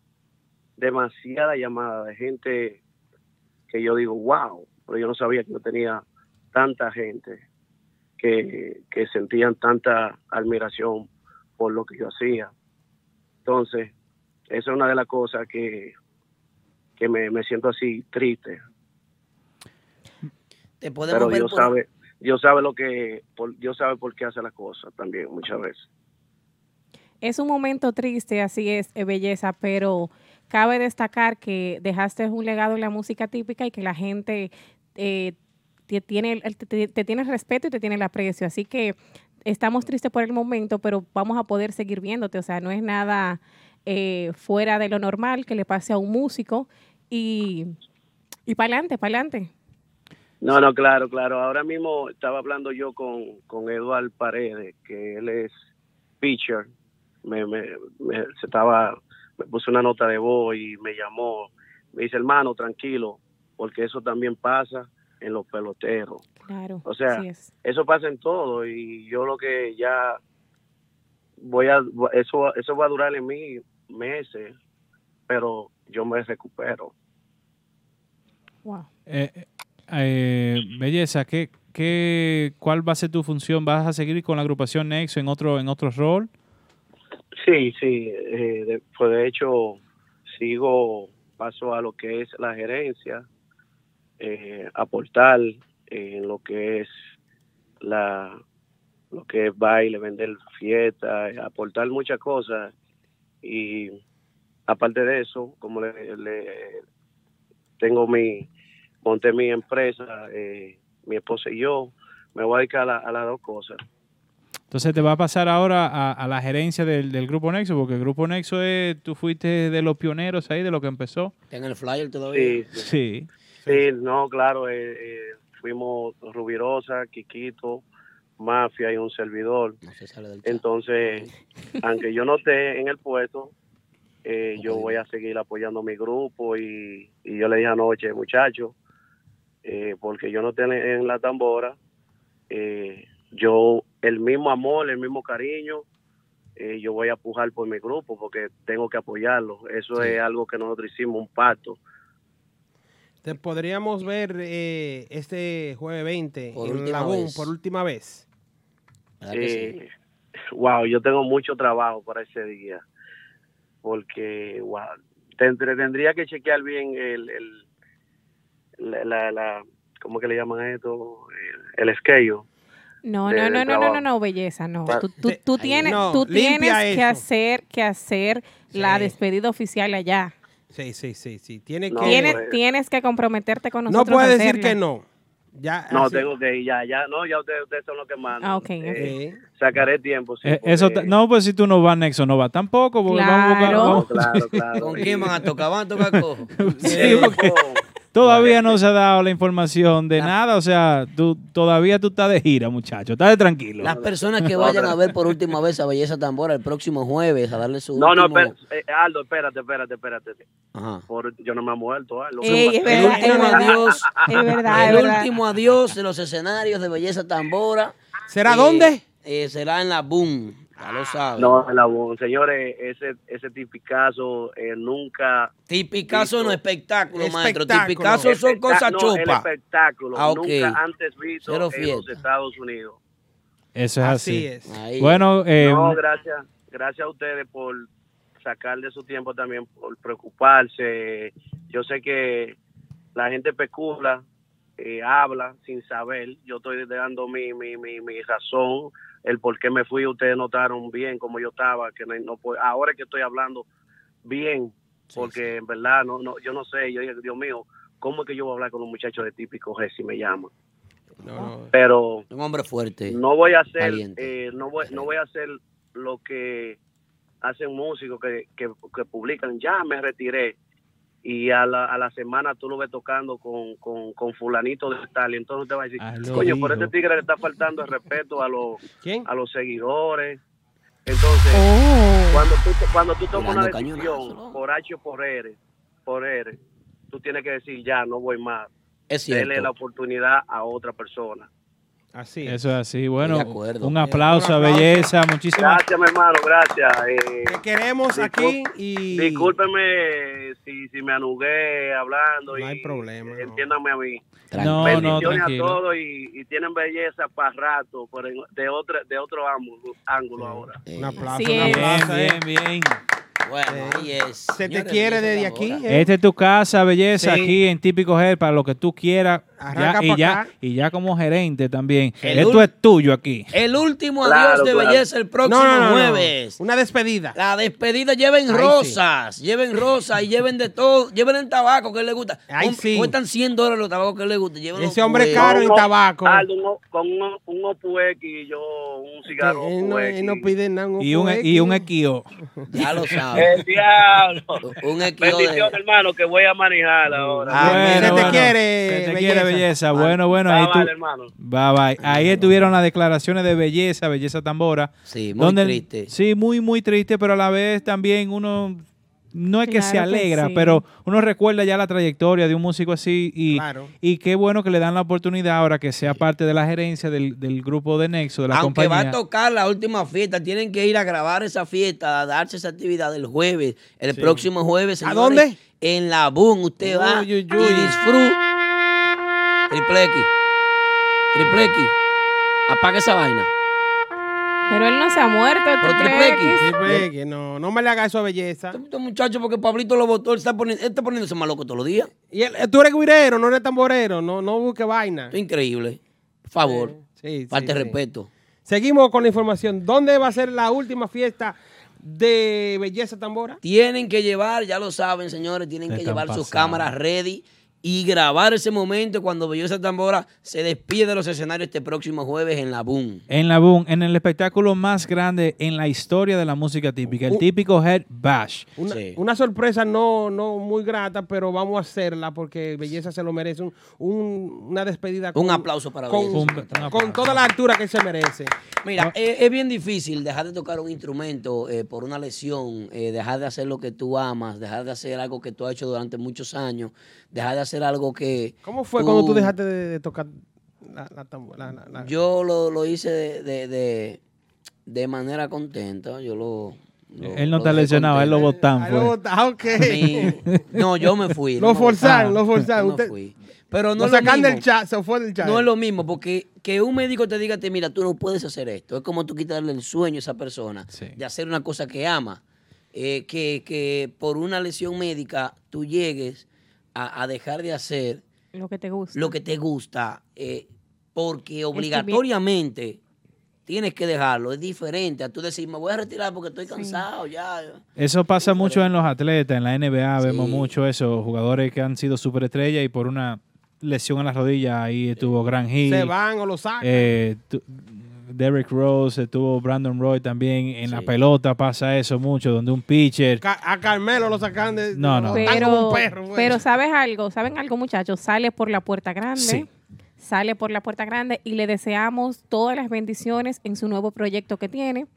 Speaker 18: demasiada llamada de gente que yo digo, wow, pero yo no sabía que yo tenía tanta gente que, que sentían tanta admiración por lo que yo hacía. Entonces, esa es una de las cosas que, que me, me siento así triste.
Speaker 4: Te podemos
Speaker 18: Pero
Speaker 4: ver
Speaker 18: Dios
Speaker 4: por-
Speaker 18: sabe, Dios sabe lo que, por- Dios sabe por qué hace las cosas también muchas veces.
Speaker 3: Es un momento triste, así es, eh, belleza, pero cabe destacar que dejaste un legado en la música típica y que la gente eh, te, tiene, el- el- te, te tiene el respeto y te tiene el aprecio. Así que estamos tristes por el momento, pero vamos a poder seguir viéndote. O sea, no es nada eh, fuera de lo normal que le pase a un músico y, y para adelante, para adelante.
Speaker 18: No, no, claro, claro. Ahora mismo estaba hablando yo con, con Eduard Paredes, que él es pitcher. Me, me, me- se estaba, me puso una nota de voz y me llamó. Me dice, hermano, tranquilo, porque eso también pasa en los peloteros.
Speaker 3: Claro.
Speaker 18: O sea,
Speaker 3: así es.
Speaker 18: eso pasa en todo y yo lo que ya voy a, eso, eso va a durar en mí meses, pero yo me recupero.
Speaker 2: Eh, eh, eh, belleza, ¿qué, qué, ¿cuál va a ser tu función? ¿Vas a seguir con la agrupación Nexo en otro, en otro rol?
Speaker 18: Sí, sí, eh, de, pues de hecho sigo, paso a lo que es la gerencia, eh, aportar en lo que es la lo que es baile, vender fiesta, eh, aportar muchas cosas y aparte de eso, como le, le- tengo mi, monté mi empresa, eh, mi esposa y yo, me voy a dedicar a, la- a las dos cosas.
Speaker 2: Entonces te va a pasar ahora a, a la gerencia del, del Grupo Nexo, porque el Grupo Nexo es, tú fuiste de los pioneros ahí, de lo que empezó.
Speaker 4: En el flyer
Speaker 18: Sí,
Speaker 4: todavía.
Speaker 2: Sí.
Speaker 18: Sí, no, claro, eh, eh, fuimos Rubirosa, Quiquito, Mafia y un servidor. Entonces, aunque yo no esté en el puesto, eh, yo voy a seguir apoyando mi grupo y, y yo le dije anoche, muchachos, eh, porque yo no esté en- en la tambora, eh, yo el mismo amor, el mismo cariño, eh, yo voy a pujar por mi grupo porque tengo que apoyarlo. Eso es algo que nosotros hicimos, un pacto.
Speaker 5: Te podríamos ver eh, este jueves 20
Speaker 18: Por
Speaker 5: en
Speaker 18: última
Speaker 5: Labón
Speaker 18: vez.
Speaker 5: por última vez.
Speaker 18: Eh, Wow, yo tengo mucho trabajo para ese día. Porque, wow, tendré- tendría que chequear bien el. el la, la, la- ¿Cómo que le llaman a esto? El, el schedule.
Speaker 3: No,
Speaker 18: de-
Speaker 3: no,
Speaker 18: del
Speaker 3: no, no, no,
Speaker 18: trabajo.
Speaker 3: no, no, belleza, no.
Speaker 18: Pa-
Speaker 3: Tú, tú-
Speaker 18: Te-
Speaker 3: tú
Speaker 18: Ahí
Speaker 3: tienes,
Speaker 18: no,
Speaker 3: tú
Speaker 5: limpia
Speaker 3: tienes que
Speaker 5: eso.
Speaker 3: hacer, que hacer la despedida oficial allá.
Speaker 5: Sí, sí, sí, sí. Tiene
Speaker 18: No,
Speaker 5: que
Speaker 3: tienes,
Speaker 18: pues.
Speaker 3: tienes que comprometerte con
Speaker 5: No
Speaker 3: nosotros. a
Speaker 5: puede decir
Speaker 3: hacerla.
Speaker 5: que no. Ya,
Speaker 18: No,
Speaker 5: así.
Speaker 18: tengo que ir ya, ya, no, ya ustedes, ustedes son los que mandan.
Speaker 3: Ah, ok,
Speaker 18: Eh, Sacaré tiempo. sí,
Speaker 2: Eh, eso
Speaker 18: porque-
Speaker 2: ta- no, pues si tú no vas Nexo, no vas tampoco. Porque vamos a buscar-
Speaker 18: No,
Speaker 2: vamos-
Speaker 18: claro, claro.
Speaker 4: ¿Con quién van a tocar? ¿Van a tocar cojo?
Speaker 2: Sí, porque todavía no se ha dado la información de nada. O sea, tú, todavía tú estás de gira, muchacho. Estás de tranquilo.
Speaker 4: Las personas que vayan a ver por última vez a Belleza Tambora el próximo jueves a darle su
Speaker 18: No, no,
Speaker 4: último-
Speaker 18: espera, eh, Aldo, espérate, espérate, espérate.
Speaker 4: Ajá.
Speaker 18: Por- yo no me he muerto, Aldo.
Speaker 4: Ey, es verdad, es verdad. Es verdad,
Speaker 18: es
Speaker 4: el
Speaker 18: verdad.
Speaker 4: último adiós de los escenarios de Belleza Tambora. Eh,
Speaker 5: ¿Será
Speaker 4: dónde? será en la Boom. Ya lo sabes.
Speaker 18: No, el abón. Señores, ese, ese tipicazo eh, nunca.
Speaker 4: Tipicazo no, espectáculo, maestro.
Speaker 18: Espectáculo.
Speaker 4: Tipicazo son
Speaker 18: Espectá-
Speaker 4: cosas
Speaker 18: no, el
Speaker 4: chupas.
Speaker 18: espectáculo.
Speaker 4: Ah, ok.
Speaker 18: Nunca antes visto
Speaker 4: Cero
Speaker 18: en los
Speaker 4: fiesta.
Speaker 18: Estados Unidos.
Speaker 2: Eso es así.
Speaker 4: Ahí.
Speaker 2: Bueno, eh,
Speaker 18: no, gracias. Gracias a ustedes por sacarle su tiempo también, por preocuparse. Yo sé que la gente especula, eh, habla sin saber. Yo estoy dando mi, mi, mi, mi razón, el por qué me fui. Ustedes notaron bien cómo yo estaba. que no, no po- Ahora es que estoy hablando bien, porque en verdad no, no, yo no sé. Yo dije, Dios mío, ¿cómo es que yo voy a hablar con los muchachos de típico G si me llaman? Pero
Speaker 4: un hombre fuerte.
Speaker 18: No voy a hacer,
Speaker 4: valiente.
Speaker 18: eh, no voy, no voy a hacer lo que hacen músicos que, que, que publican. Ya me retiré y a la, a la semana tú lo ves tocando con, con, con fulanito de tal y entonces te va a decir,
Speaker 5: Ah, lo
Speaker 18: coño,
Speaker 5: dijo.
Speaker 18: por este tigre le está faltando el respeto a los
Speaker 5: ¿Quién?
Speaker 18: a los seguidores. Entonces, cuando tú cuando tú tomas una
Speaker 4: Tirando
Speaker 18: decisión por H o por R, por R, tú tienes que decir ya no voy más.
Speaker 4: Es
Speaker 18: Dele
Speaker 4: cierto.
Speaker 18: la oportunidad a otra persona.
Speaker 5: Así.
Speaker 2: eso es así. Bueno,
Speaker 4: De acuerdo.
Speaker 2: un aplauso a Belleza. Muchísimas
Speaker 18: Gracias, mi hermano, gracias. Eh,
Speaker 5: Te queremos aquí y.
Speaker 18: Discúlpeme si, si me anugué hablando. No hay problema. Entiéndame a mí.
Speaker 2: No, no,
Speaker 18: Bendiciones
Speaker 2: tranquilo.
Speaker 18: a todos y, y tienen belleza para rato, pero en- de, otra, de otro ángulo, ángulo ahora.
Speaker 5: Un aplauso,
Speaker 2: Bien,
Speaker 5: un aplauso, eh.
Speaker 2: bien, bien.
Speaker 4: Bueno, ahí es.
Speaker 5: Se te quiere desde aquí. eh.
Speaker 2: Esta Este es tu casa, belleza,
Speaker 5: Sí.
Speaker 2: aquí en Típico Head, para lo que tú quieras. Ya,
Speaker 4: Arranca
Speaker 2: y,
Speaker 4: pa'
Speaker 2: ya,
Speaker 4: acá.
Speaker 2: y ya como gerente también.
Speaker 4: El
Speaker 2: Esto
Speaker 4: ul-
Speaker 2: es tuyo aquí.
Speaker 4: El último
Speaker 2: Claro,
Speaker 4: adiós de
Speaker 2: claro.
Speaker 4: belleza el próximo
Speaker 2: No, no, no, no.
Speaker 4: jueves.
Speaker 5: Una despedida.
Speaker 4: La despedida lleven
Speaker 5: Ay,
Speaker 4: rosas, lleven rosas y lleven de todo, lleven el tabaco que le gusta.
Speaker 5: Ay,
Speaker 4: Com-
Speaker 5: sí.
Speaker 4: Cuestan 100 dólares los tabacos que le gusta.
Speaker 5: Ese hombre es caro en
Speaker 4: y
Speaker 5: tabaco.
Speaker 18: Aldo, un o- con un, un OPUX y yo un cigarro
Speaker 5: Él no,
Speaker 18: OPUX.
Speaker 5: él no pide nada.
Speaker 2: Y un, y un oh. equio.
Speaker 4: Ya lo
Speaker 18: El diablo.
Speaker 4: Un equipo
Speaker 18: Bendición, hermano, que voy a manejar ahora.
Speaker 2: Bueno, bueno. Se te quiere, belleza. Bueno, bueno.
Speaker 18: Está
Speaker 2: ahí tú-
Speaker 18: mal, hermano.
Speaker 2: Bye, bye. Ahí estuvieron las declaraciones de belleza, belleza tambora.
Speaker 4: Sí,
Speaker 18: muy triste.
Speaker 2: Sí, muy, muy triste, pero a la vez también uno no es que se
Speaker 5: Claro que
Speaker 2: alegra,
Speaker 5: sí.
Speaker 2: pero uno recuerda ya la trayectoria de un músico así y,
Speaker 5: Claro.
Speaker 2: y qué bueno que le dan la oportunidad ahora que sea parte de la gerencia del, del grupo de Nexo, de la
Speaker 4: Aunque va
Speaker 2: compañía.
Speaker 4: a tocar la última fiesta, tienen que ir a grabar esa fiesta, a darse esa actividad el jueves, el
Speaker 2: Sí.
Speaker 4: próximo jueves.
Speaker 2: ¿A
Speaker 4: dónde? En la BUM. Usted va y disfruta. Triple X. Triple X. Apaga esa vaina.
Speaker 3: Pero él no se ha muerto,
Speaker 4: Pero
Speaker 3: Triple X.
Speaker 5: Triple X, no, no me le haga eso a belleza.
Speaker 4: Este muchacho, porque Pablito lo votó, él está, poniendo, él está poniéndose más loco todos los días.
Speaker 5: Y él- eh, tú eres guirero, no eres tamborero, no, no busques vaina.
Speaker 4: Increíble. Por favor.
Speaker 5: Sí, sí,
Speaker 4: Falta de
Speaker 5: sí.
Speaker 4: respeto.
Speaker 5: Seguimos con la información. ¿Dónde va a ser la última fiesta de Belleza Tambora?
Speaker 4: Tienen que llevar, ya lo saben, señores, tienen
Speaker 5: Te
Speaker 4: que
Speaker 5: están
Speaker 4: llevar sus
Speaker 5: pasando.
Speaker 4: cámaras ready y grabar ese momento cuando Belleza Tambora se despide de los escenarios este próximo jueves en la Boom.
Speaker 2: En la Boom, en el espectáculo más grande en la historia de la música típica, el
Speaker 5: Un-
Speaker 2: típico Head Bash.
Speaker 5: Una, una sorpresa no, no muy grata, pero vamos a hacerla porque Belleza se lo merece. Un, un- una despedida.
Speaker 4: Un aplauso para
Speaker 5: con, con-
Speaker 4: Belleza.
Speaker 5: con toda la altura que se merece. Ah.
Speaker 4: Mira, eh, es bien difícil dejar de tocar un instrumento eh, por una lesión, eh, dejar de hacer lo que tú amas, dejar de hacer algo que tú has hecho durante muchos años, dejar de hacer algo que...
Speaker 5: ¿Cómo fue cuando
Speaker 4: Uh.
Speaker 5: tú dejaste de, de tocar la, la tambora? La, la- la-
Speaker 4: Yo lo, lo hice de, de- de- de manera contenta, yo lo... lo-
Speaker 2: Él no
Speaker 4: lo
Speaker 2: está
Speaker 4: dejé
Speaker 2: lesionado, él lo
Speaker 4: contento.
Speaker 2: botan. pues.
Speaker 5: Ah, lo bota- ah, ok.
Speaker 4: Mi- no, yo me fui. no
Speaker 5: Lo
Speaker 4: me-
Speaker 5: forzaron,
Speaker 4: Ah,
Speaker 5: lo forzaron.
Speaker 4: yo me
Speaker 5: Usted-
Speaker 4: fui. Pero no
Speaker 5: lo
Speaker 4: es lo
Speaker 5: sacan del
Speaker 4: mismo.
Speaker 5: chat, se fue del chat.
Speaker 4: No es lo mismo, porque que un médico te diga, a ti, mira, tú no puedes hacer esto. Es como tú quitarle el sueño a esa persona de hacer una cosa que ama. Eh, que, que por una lesión médica tú llegues a, a dejar de hacer
Speaker 3: Lo que te gusta.
Speaker 4: lo que te gusta, eh, porque obligatoriamente tienes que dejarlo. Es diferente a tú decir, me voy a retirar porque estoy cansado ya.
Speaker 2: Eso pasa mucho en los atletas, en la NBA vemos mucho eso, jugadores que han sido superestrellas y por una lesión en las rodillas, ahí estuvo Gran Hill.
Speaker 5: Se van o lo sacan.
Speaker 2: eh, tu- Derrick Rose, estuvo Brandon Roy también. En la pelota pasa eso mucho, donde un pitcher...
Speaker 5: Ca- a Carmelo lo sacan de.
Speaker 2: No, no.
Speaker 5: lo botan como
Speaker 3: Pero,
Speaker 5: un perro, güey.
Speaker 3: pero sabes algo, saben algo muchachos, sale por la puerta grande,
Speaker 2: Sí.
Speaker 3: sale por la puerta grande y le deseamos todas las bendiciones en su nuevo proyecto que tiene.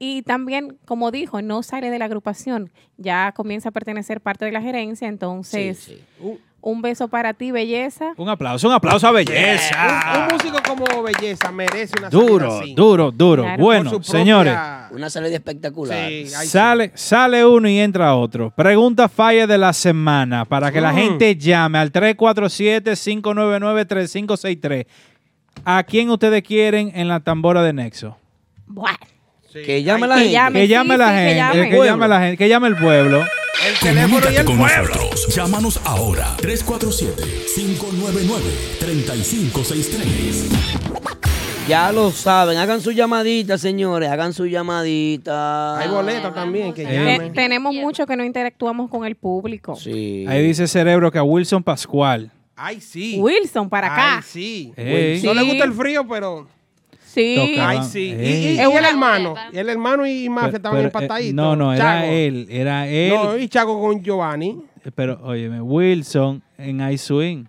Speaker 3: Y también, como dijo, no sale de la agrupación, ya comienza a pertenecer parte de la gerencia, entonces
Speaker 5: Uh.
Speaker 3: un beso para ti, belleza.
Speaker 2: Un aplauso, un aplauso a belleza.
Speaker 5: Un, un músico como Belleza merece una
Speaker 2: Duro, duro, duro.
Speaker 5: Claro.
Speaker 2: bueno,
Speaker 5: Por su propia-
Speaker 2: señores,
Speaker 4: Una salida espectacular.
Speaker 2: sale, sale uno y entra otro. Pregunta falla de la semana para que la
Speaker 4: Mm.
Speaker 2: gente llame al 347-599-3563. ¿A quién ustedes quieren en la tambora de Nexo?
Speaker 3: Buah.
Speaker 4: Que llame la
Speaker 3: que
Speaker 4: gente.
Speaker 3: llame,
Speaker 2: Que llame la gente, que llame la gente, que llame el pueblo.
Speaker 13: Comunícate con nosotros. Llámanos ahora. 347-599-3563.
Speaker 4: Ya lo saben, hagan su llamadita, señores, hagan su llamadita.
Speaker 5: Hay boletas también que
Speaker 2: Eh.
Speaker 5: llamen.
Speaker 3: Te- Ah, tenemos mucho que no interactuamos con el público.
Speaker 2: Ahí dice Cerebro que a Wilson Pascual.
Speaker 5: Ay, sí.
Speaker 3: Wilson, para acá.
Speaker 5: Ay, sí.
Speaker 2: Ey.
Speaker 5: No le gusta el
Speaker 3: Sí.
Speaker 5: frío, pero.
Speaker 3: Sí.
Speaker 2: Tocaban.
Speaker 5: Ay, sí. Y,
Speaker 2: Ey.
Speaker 5: y- y
Speaker 2: Es
Speaker 5: el hermano. Y el hermano y más que
Speaker 2: Pero-
Speaker 5: estaban
Speaker 2: pero, eh,
Speaker 5: empataditos.
Speaker 2: no, no, era
Speaker 5: Chago.
Speaker 2: él, era él. Eh,
Speaker 5: No, y Chago con Giovanni.
Speaker 2: Pero, óyeme, Wilson en I Swing.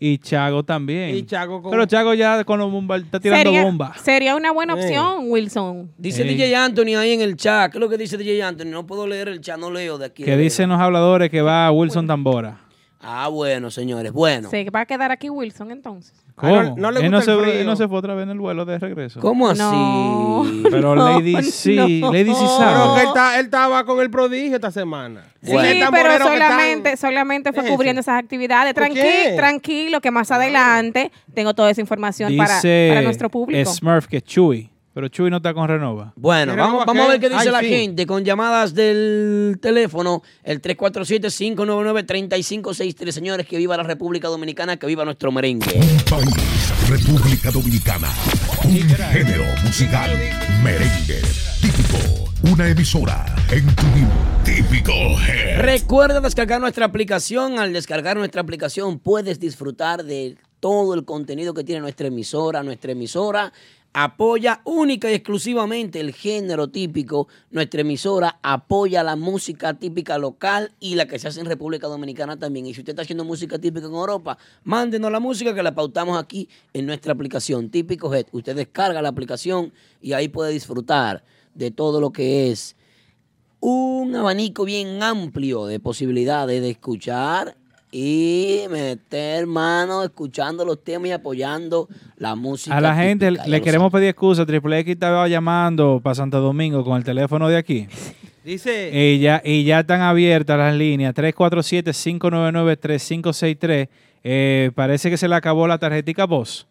Speaker 2: Y Chago también.
Speaker 5: Y Chago con-
Speaker 2: Pero Chago ya con los bomba- está tirando
Speaker 3: sería,
Speaker 2: bomba.
Speaker 3: sería una buena
Speaker 2: Eh.
Speaker 3: opción, Wilson.
Speaker 4: Dice
Speaker 2: Ey.
Speaker 4: DJ Anthony ahí en el chat. ¿Qué es lo que dice DJ Anthony? No puedo leer el chat, no leo de aquí.
Speaker 2: Que dicen los habladores que va Wilson Tambora.
Speaker 4: Ah, bueno, señores, bueno.
Speaker 3: Se va a quedar aquí Wilson entonces.
Speaker 2: ¿Cómo?
Speaker 4: Ah, no- no le
Speaker 2: él,
Speaker 4: gusta
Speaker 2: Ah, no
Speaker 4: el
Speaker 2: se,
Speaker 4: frío.
Speaker 2: él no se fue otra vez en el vuelo de regreso.
Speaker 4: ¿Cómo así? No,
Speaker 2: Pero
Speaker 4: no,
Speaker 2: Lady sí,
Speaker 4: no.
Speaker 2: Lady sí
Speaker 5: Pero que
Speaker 2: sabe.
Speaker 5: él, ta- él estaba con el prodigio esta semana. este
Speaker 3: Sí, pero solamente, solamente fue cubriendo esas actividades.
Speaker 5: Eh, ¿Por
Speaker 3: Tranquilo,
Speaker 5: qué?
Speaker 3: tranquilo, que más adelante tengo toda esa información para,
Speaker 2: Dice
Speaker 3: para nuestro público.
Speaker 2: Smurf que Chuy. Pero Chuy no está con Renova.
Speaker 4: Bueno, vamos, vamos a ver qué dice la
Speaker 2: gente.
Speaker 4: gente con llamadas del teléfono, el 347-599-3563. Señores, que viva la República Dominicana, que viva nuestro merengue.
Speaker 19: País, República Dominicana. Un género musical. Merengue. Típico. Una emisora. En tu típico head.
Speaker 4: Recuerda descargar nuestra aplicación. Al descargar nuestra aplicación puedes disfrutar de todo el contenido que tiene nuestra emisora. Nuestra emisora apoya única y exclusivamente el género típico. Nuestra emisora apoya la música típica local y la que se hace en República Dominicana también. Y si usted está haciendo música típica en Europa, mándenos la música que la pautamos aquí en nuestra aplicación Típico Head. Usted descarga la aplicación y ahí puede disfrutar de todo lo que es un abanico bien amplio de posibilidades de escuchar y meter mano escuchando los temas y apoyando la música.
Speaker 2: A la gente
Speaker 4: típica, ya
Speaker 2: le
Speaker 4: lo
Speaker 2: queremos pedir excusa. Triple X estaba llamando para Santo Domingo con el teléfono de aquí.
Speaker 5: Dice.
Speaker 2: Y ya, y ya están abiertas las líneas 347-599-3563. Eh, parece que se le acabó la tarjetica voz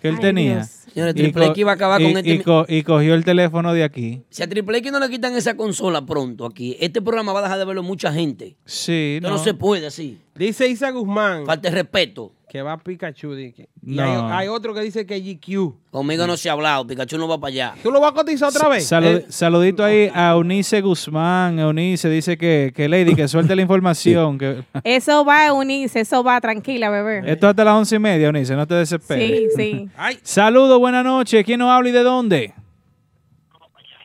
Speaker 2: que él
Speaker 4: Ay,
Speaker 2: tenía.
Speaker 4: Dios. Señores,
Speaker 2: Y
Speaker 4: Triple X
Speaker 2: co-
Speaker 4: va a acabar
Speaker 2: y-
Speaker 4: con este
Speaker 2: y
Speaker 4: mi-
Speaker 2: co- y cogió el teléfono de aquí.
Speaker 4: saben. Si a Triple X no le quitan esa consola pronto aquí, este programa va a dejar de verlo mucha gente.
Speaker 2: Sí,
Speaker 4: Esto no. se puede así.
Speaker 5: Dice Isa Guzmán.
Speaker 4: Falta de respeto.
Speaker 5: Que va Pikachu. di que- Y
Speaker 4: No.
Speaker 5: hay, hay otro que dice que GQ.
Speaker 4: Conmigo no se ha hablado, Pikachu no va para allá.
Speaker 5: ¿Tú lo vas a cotizar otra vez?
Speaker 2: Salu-
Speaker 5: Eh,
Speaker 2: saludito ahí a Eunice Guzmán. Eunice dice que, que Lady, que suelte la información. que-
Speaker 3: Eso va a unirse, eso va tranquila,
Speaker 5: Eh,
Speaker 3: bebé.
Speaker 2: Esto hasta las once y media, Eunice, no te desesperes.
Speaker 3: Sí, sí.
Speaker 5: Ah.
Speaker 2: Saludos, buenas noches. ¿Quién nos habla y de dónde?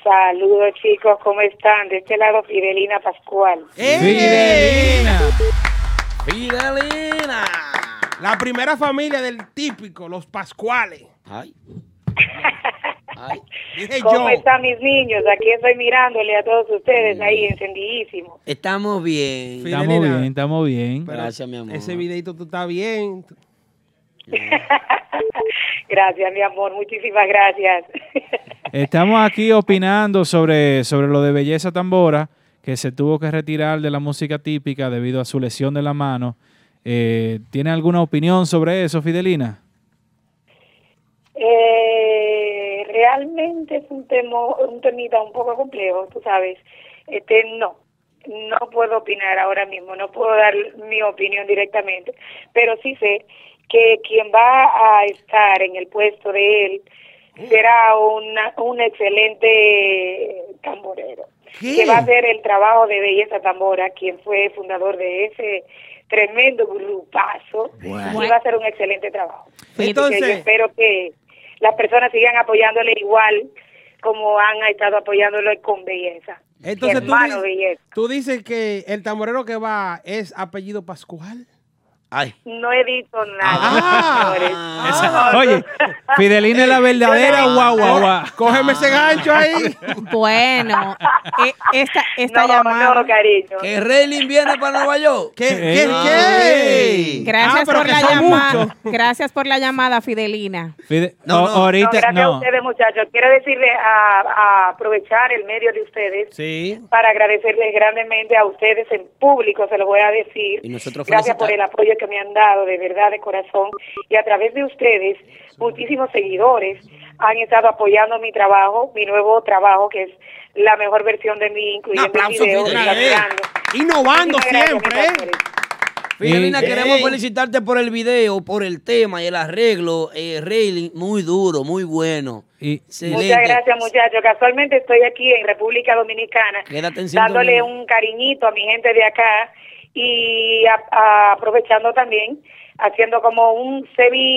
Speaker 7: Saludos chicos, ¿cómo están? De este lado Fidelina Pascual.
Speaker 5: Fidelina.
Speaker 4: Fidelina.
Speaker 5: La primera familia del típico, los Pascuales.
Speaker 4: Ay.
Speaker 5: Dije
Speaker 7: ¿Cómo
Speaker 5: yo.
Speaker 7: están mis niños? Aquí estoy mirándole a todos ustedes ahí encendidísimo.
Speaker 4: Estamos bien.
Speaker 2: Estamos bien, estamos bien.
Speaker 4: Gracias, mi amor.
Speaker 5: Ese videito tú estás bien.
Speaker 7: Gracias, mi amor, muchísimas gracias.
Speaker 2: Estamos aquí opinando sobre, sobre lo de Belleza Tambora, que se tuvo que retirar de la música típica debido a su lesión de la mano. Eh, ¿Tiene alguna opinión sobre eso, Fidelina?
Speaker 7: Eh, realmente es un tema, un temita un poco complejo, tú sabes. Este, no, no puedo opinar ahora mismo, no puedo dar mi opinión directamente, pero sí sé que quien va a estar en el puesto de él será una, un excelente tamborero,
Speaker 20: ¿Qué?
Speaker 7: que va a hacer el trabajo de Belleza Tambora, quien fue fundador de ese tremendo grupazo,
Speaker 20: Bueno.
Speaker 7: y va a hacer un excelente trabajo.
Speaker 20: Entonces-
Speaker 7: Así que yo espero que las personas sigan apoyándole igual como han estado apoyándolo con belleza.
Speaker 5: Entonces tú, dices-
Speaker 7: Hermano belleza.
Speaker 5: tú dices que el tamborero que va es apellido Pascual.
Speaker 4: Ay.
Speaker 7: No he dicho nada,
Speaker 5: Ah.
Speaker 7: señores.
Speaker 4: Ah.
Speaker 2: Esa- oye, Fidelina es la verdadera guagua. guagua.
Speaker 5: Cógeme ese
Speaker 7: Ah.
Speaker 5: gancho ahí.
Speaker 3: Bueno, eh, esta, esta llamada.
Speaker 4: Que Rayling viene para Nueva York.
Speaker 5: ¿Qué?
Speaker 4: ¿Qué?
Speaker 5: ¿Qué?
Speaker 3: Gracias
Speaker 4: Ah, pero
Speaker 3: por
Speaker 4: que
Speaker 3: la
Speaker 4: son
Speaker 3: llamada. Gracias por la llamada, Fidelina.
Speaker 2: Fide-
Speaker 4: No,
Speaker 2: o-
Speaker 4: no.
Speaker 7: No,
Speaker 2: ahorita
Speaker 7: gracias
Speaker 2: no.
Speaker 7: a ustedes, muchachos. Quiero decirle a, a aprovechar el medio de ustedes
Speaker 5: Sí.
Speaker 7: para agradecerles grandemente a ustedes en público, se lo voy a decir.
Speaker 4: Y nosotros
Speaker 7: Gracias
Speaker 4: felicitar.
Speaker 7: por el apoyo que me han dado, de verdad, de corazón. Y a través de ustedes, muchísimos seguidores han estado apoyando mi trabajo, mi nuevo trabajo, que es la mejor versión de mí, incluyendo
Speaker 5: aplauso,
Speaker 7: videos.
Speaker 5: Fidelina, eh. Innovando siempre, eh.
Speaker 4: Fidelina,
Speaker 5: Ey.
Speaker 4: queremos
Speaker 5: Ey.
Speaker 4: felicitarte por el video, por el tema y el arreglo. Eh, Rayling, muy duro, muy bueno.
Speaker 7: Muchas gracias, muchachos. Casualmente estoy aquí en República Dominicana
Speaker 4: Quédate en
Speaker 7: dándole
Speaker 4: sintonía.
Speaker 7: un cariñito a mi gente de acá y a- a- aprovechando también, haciendo como un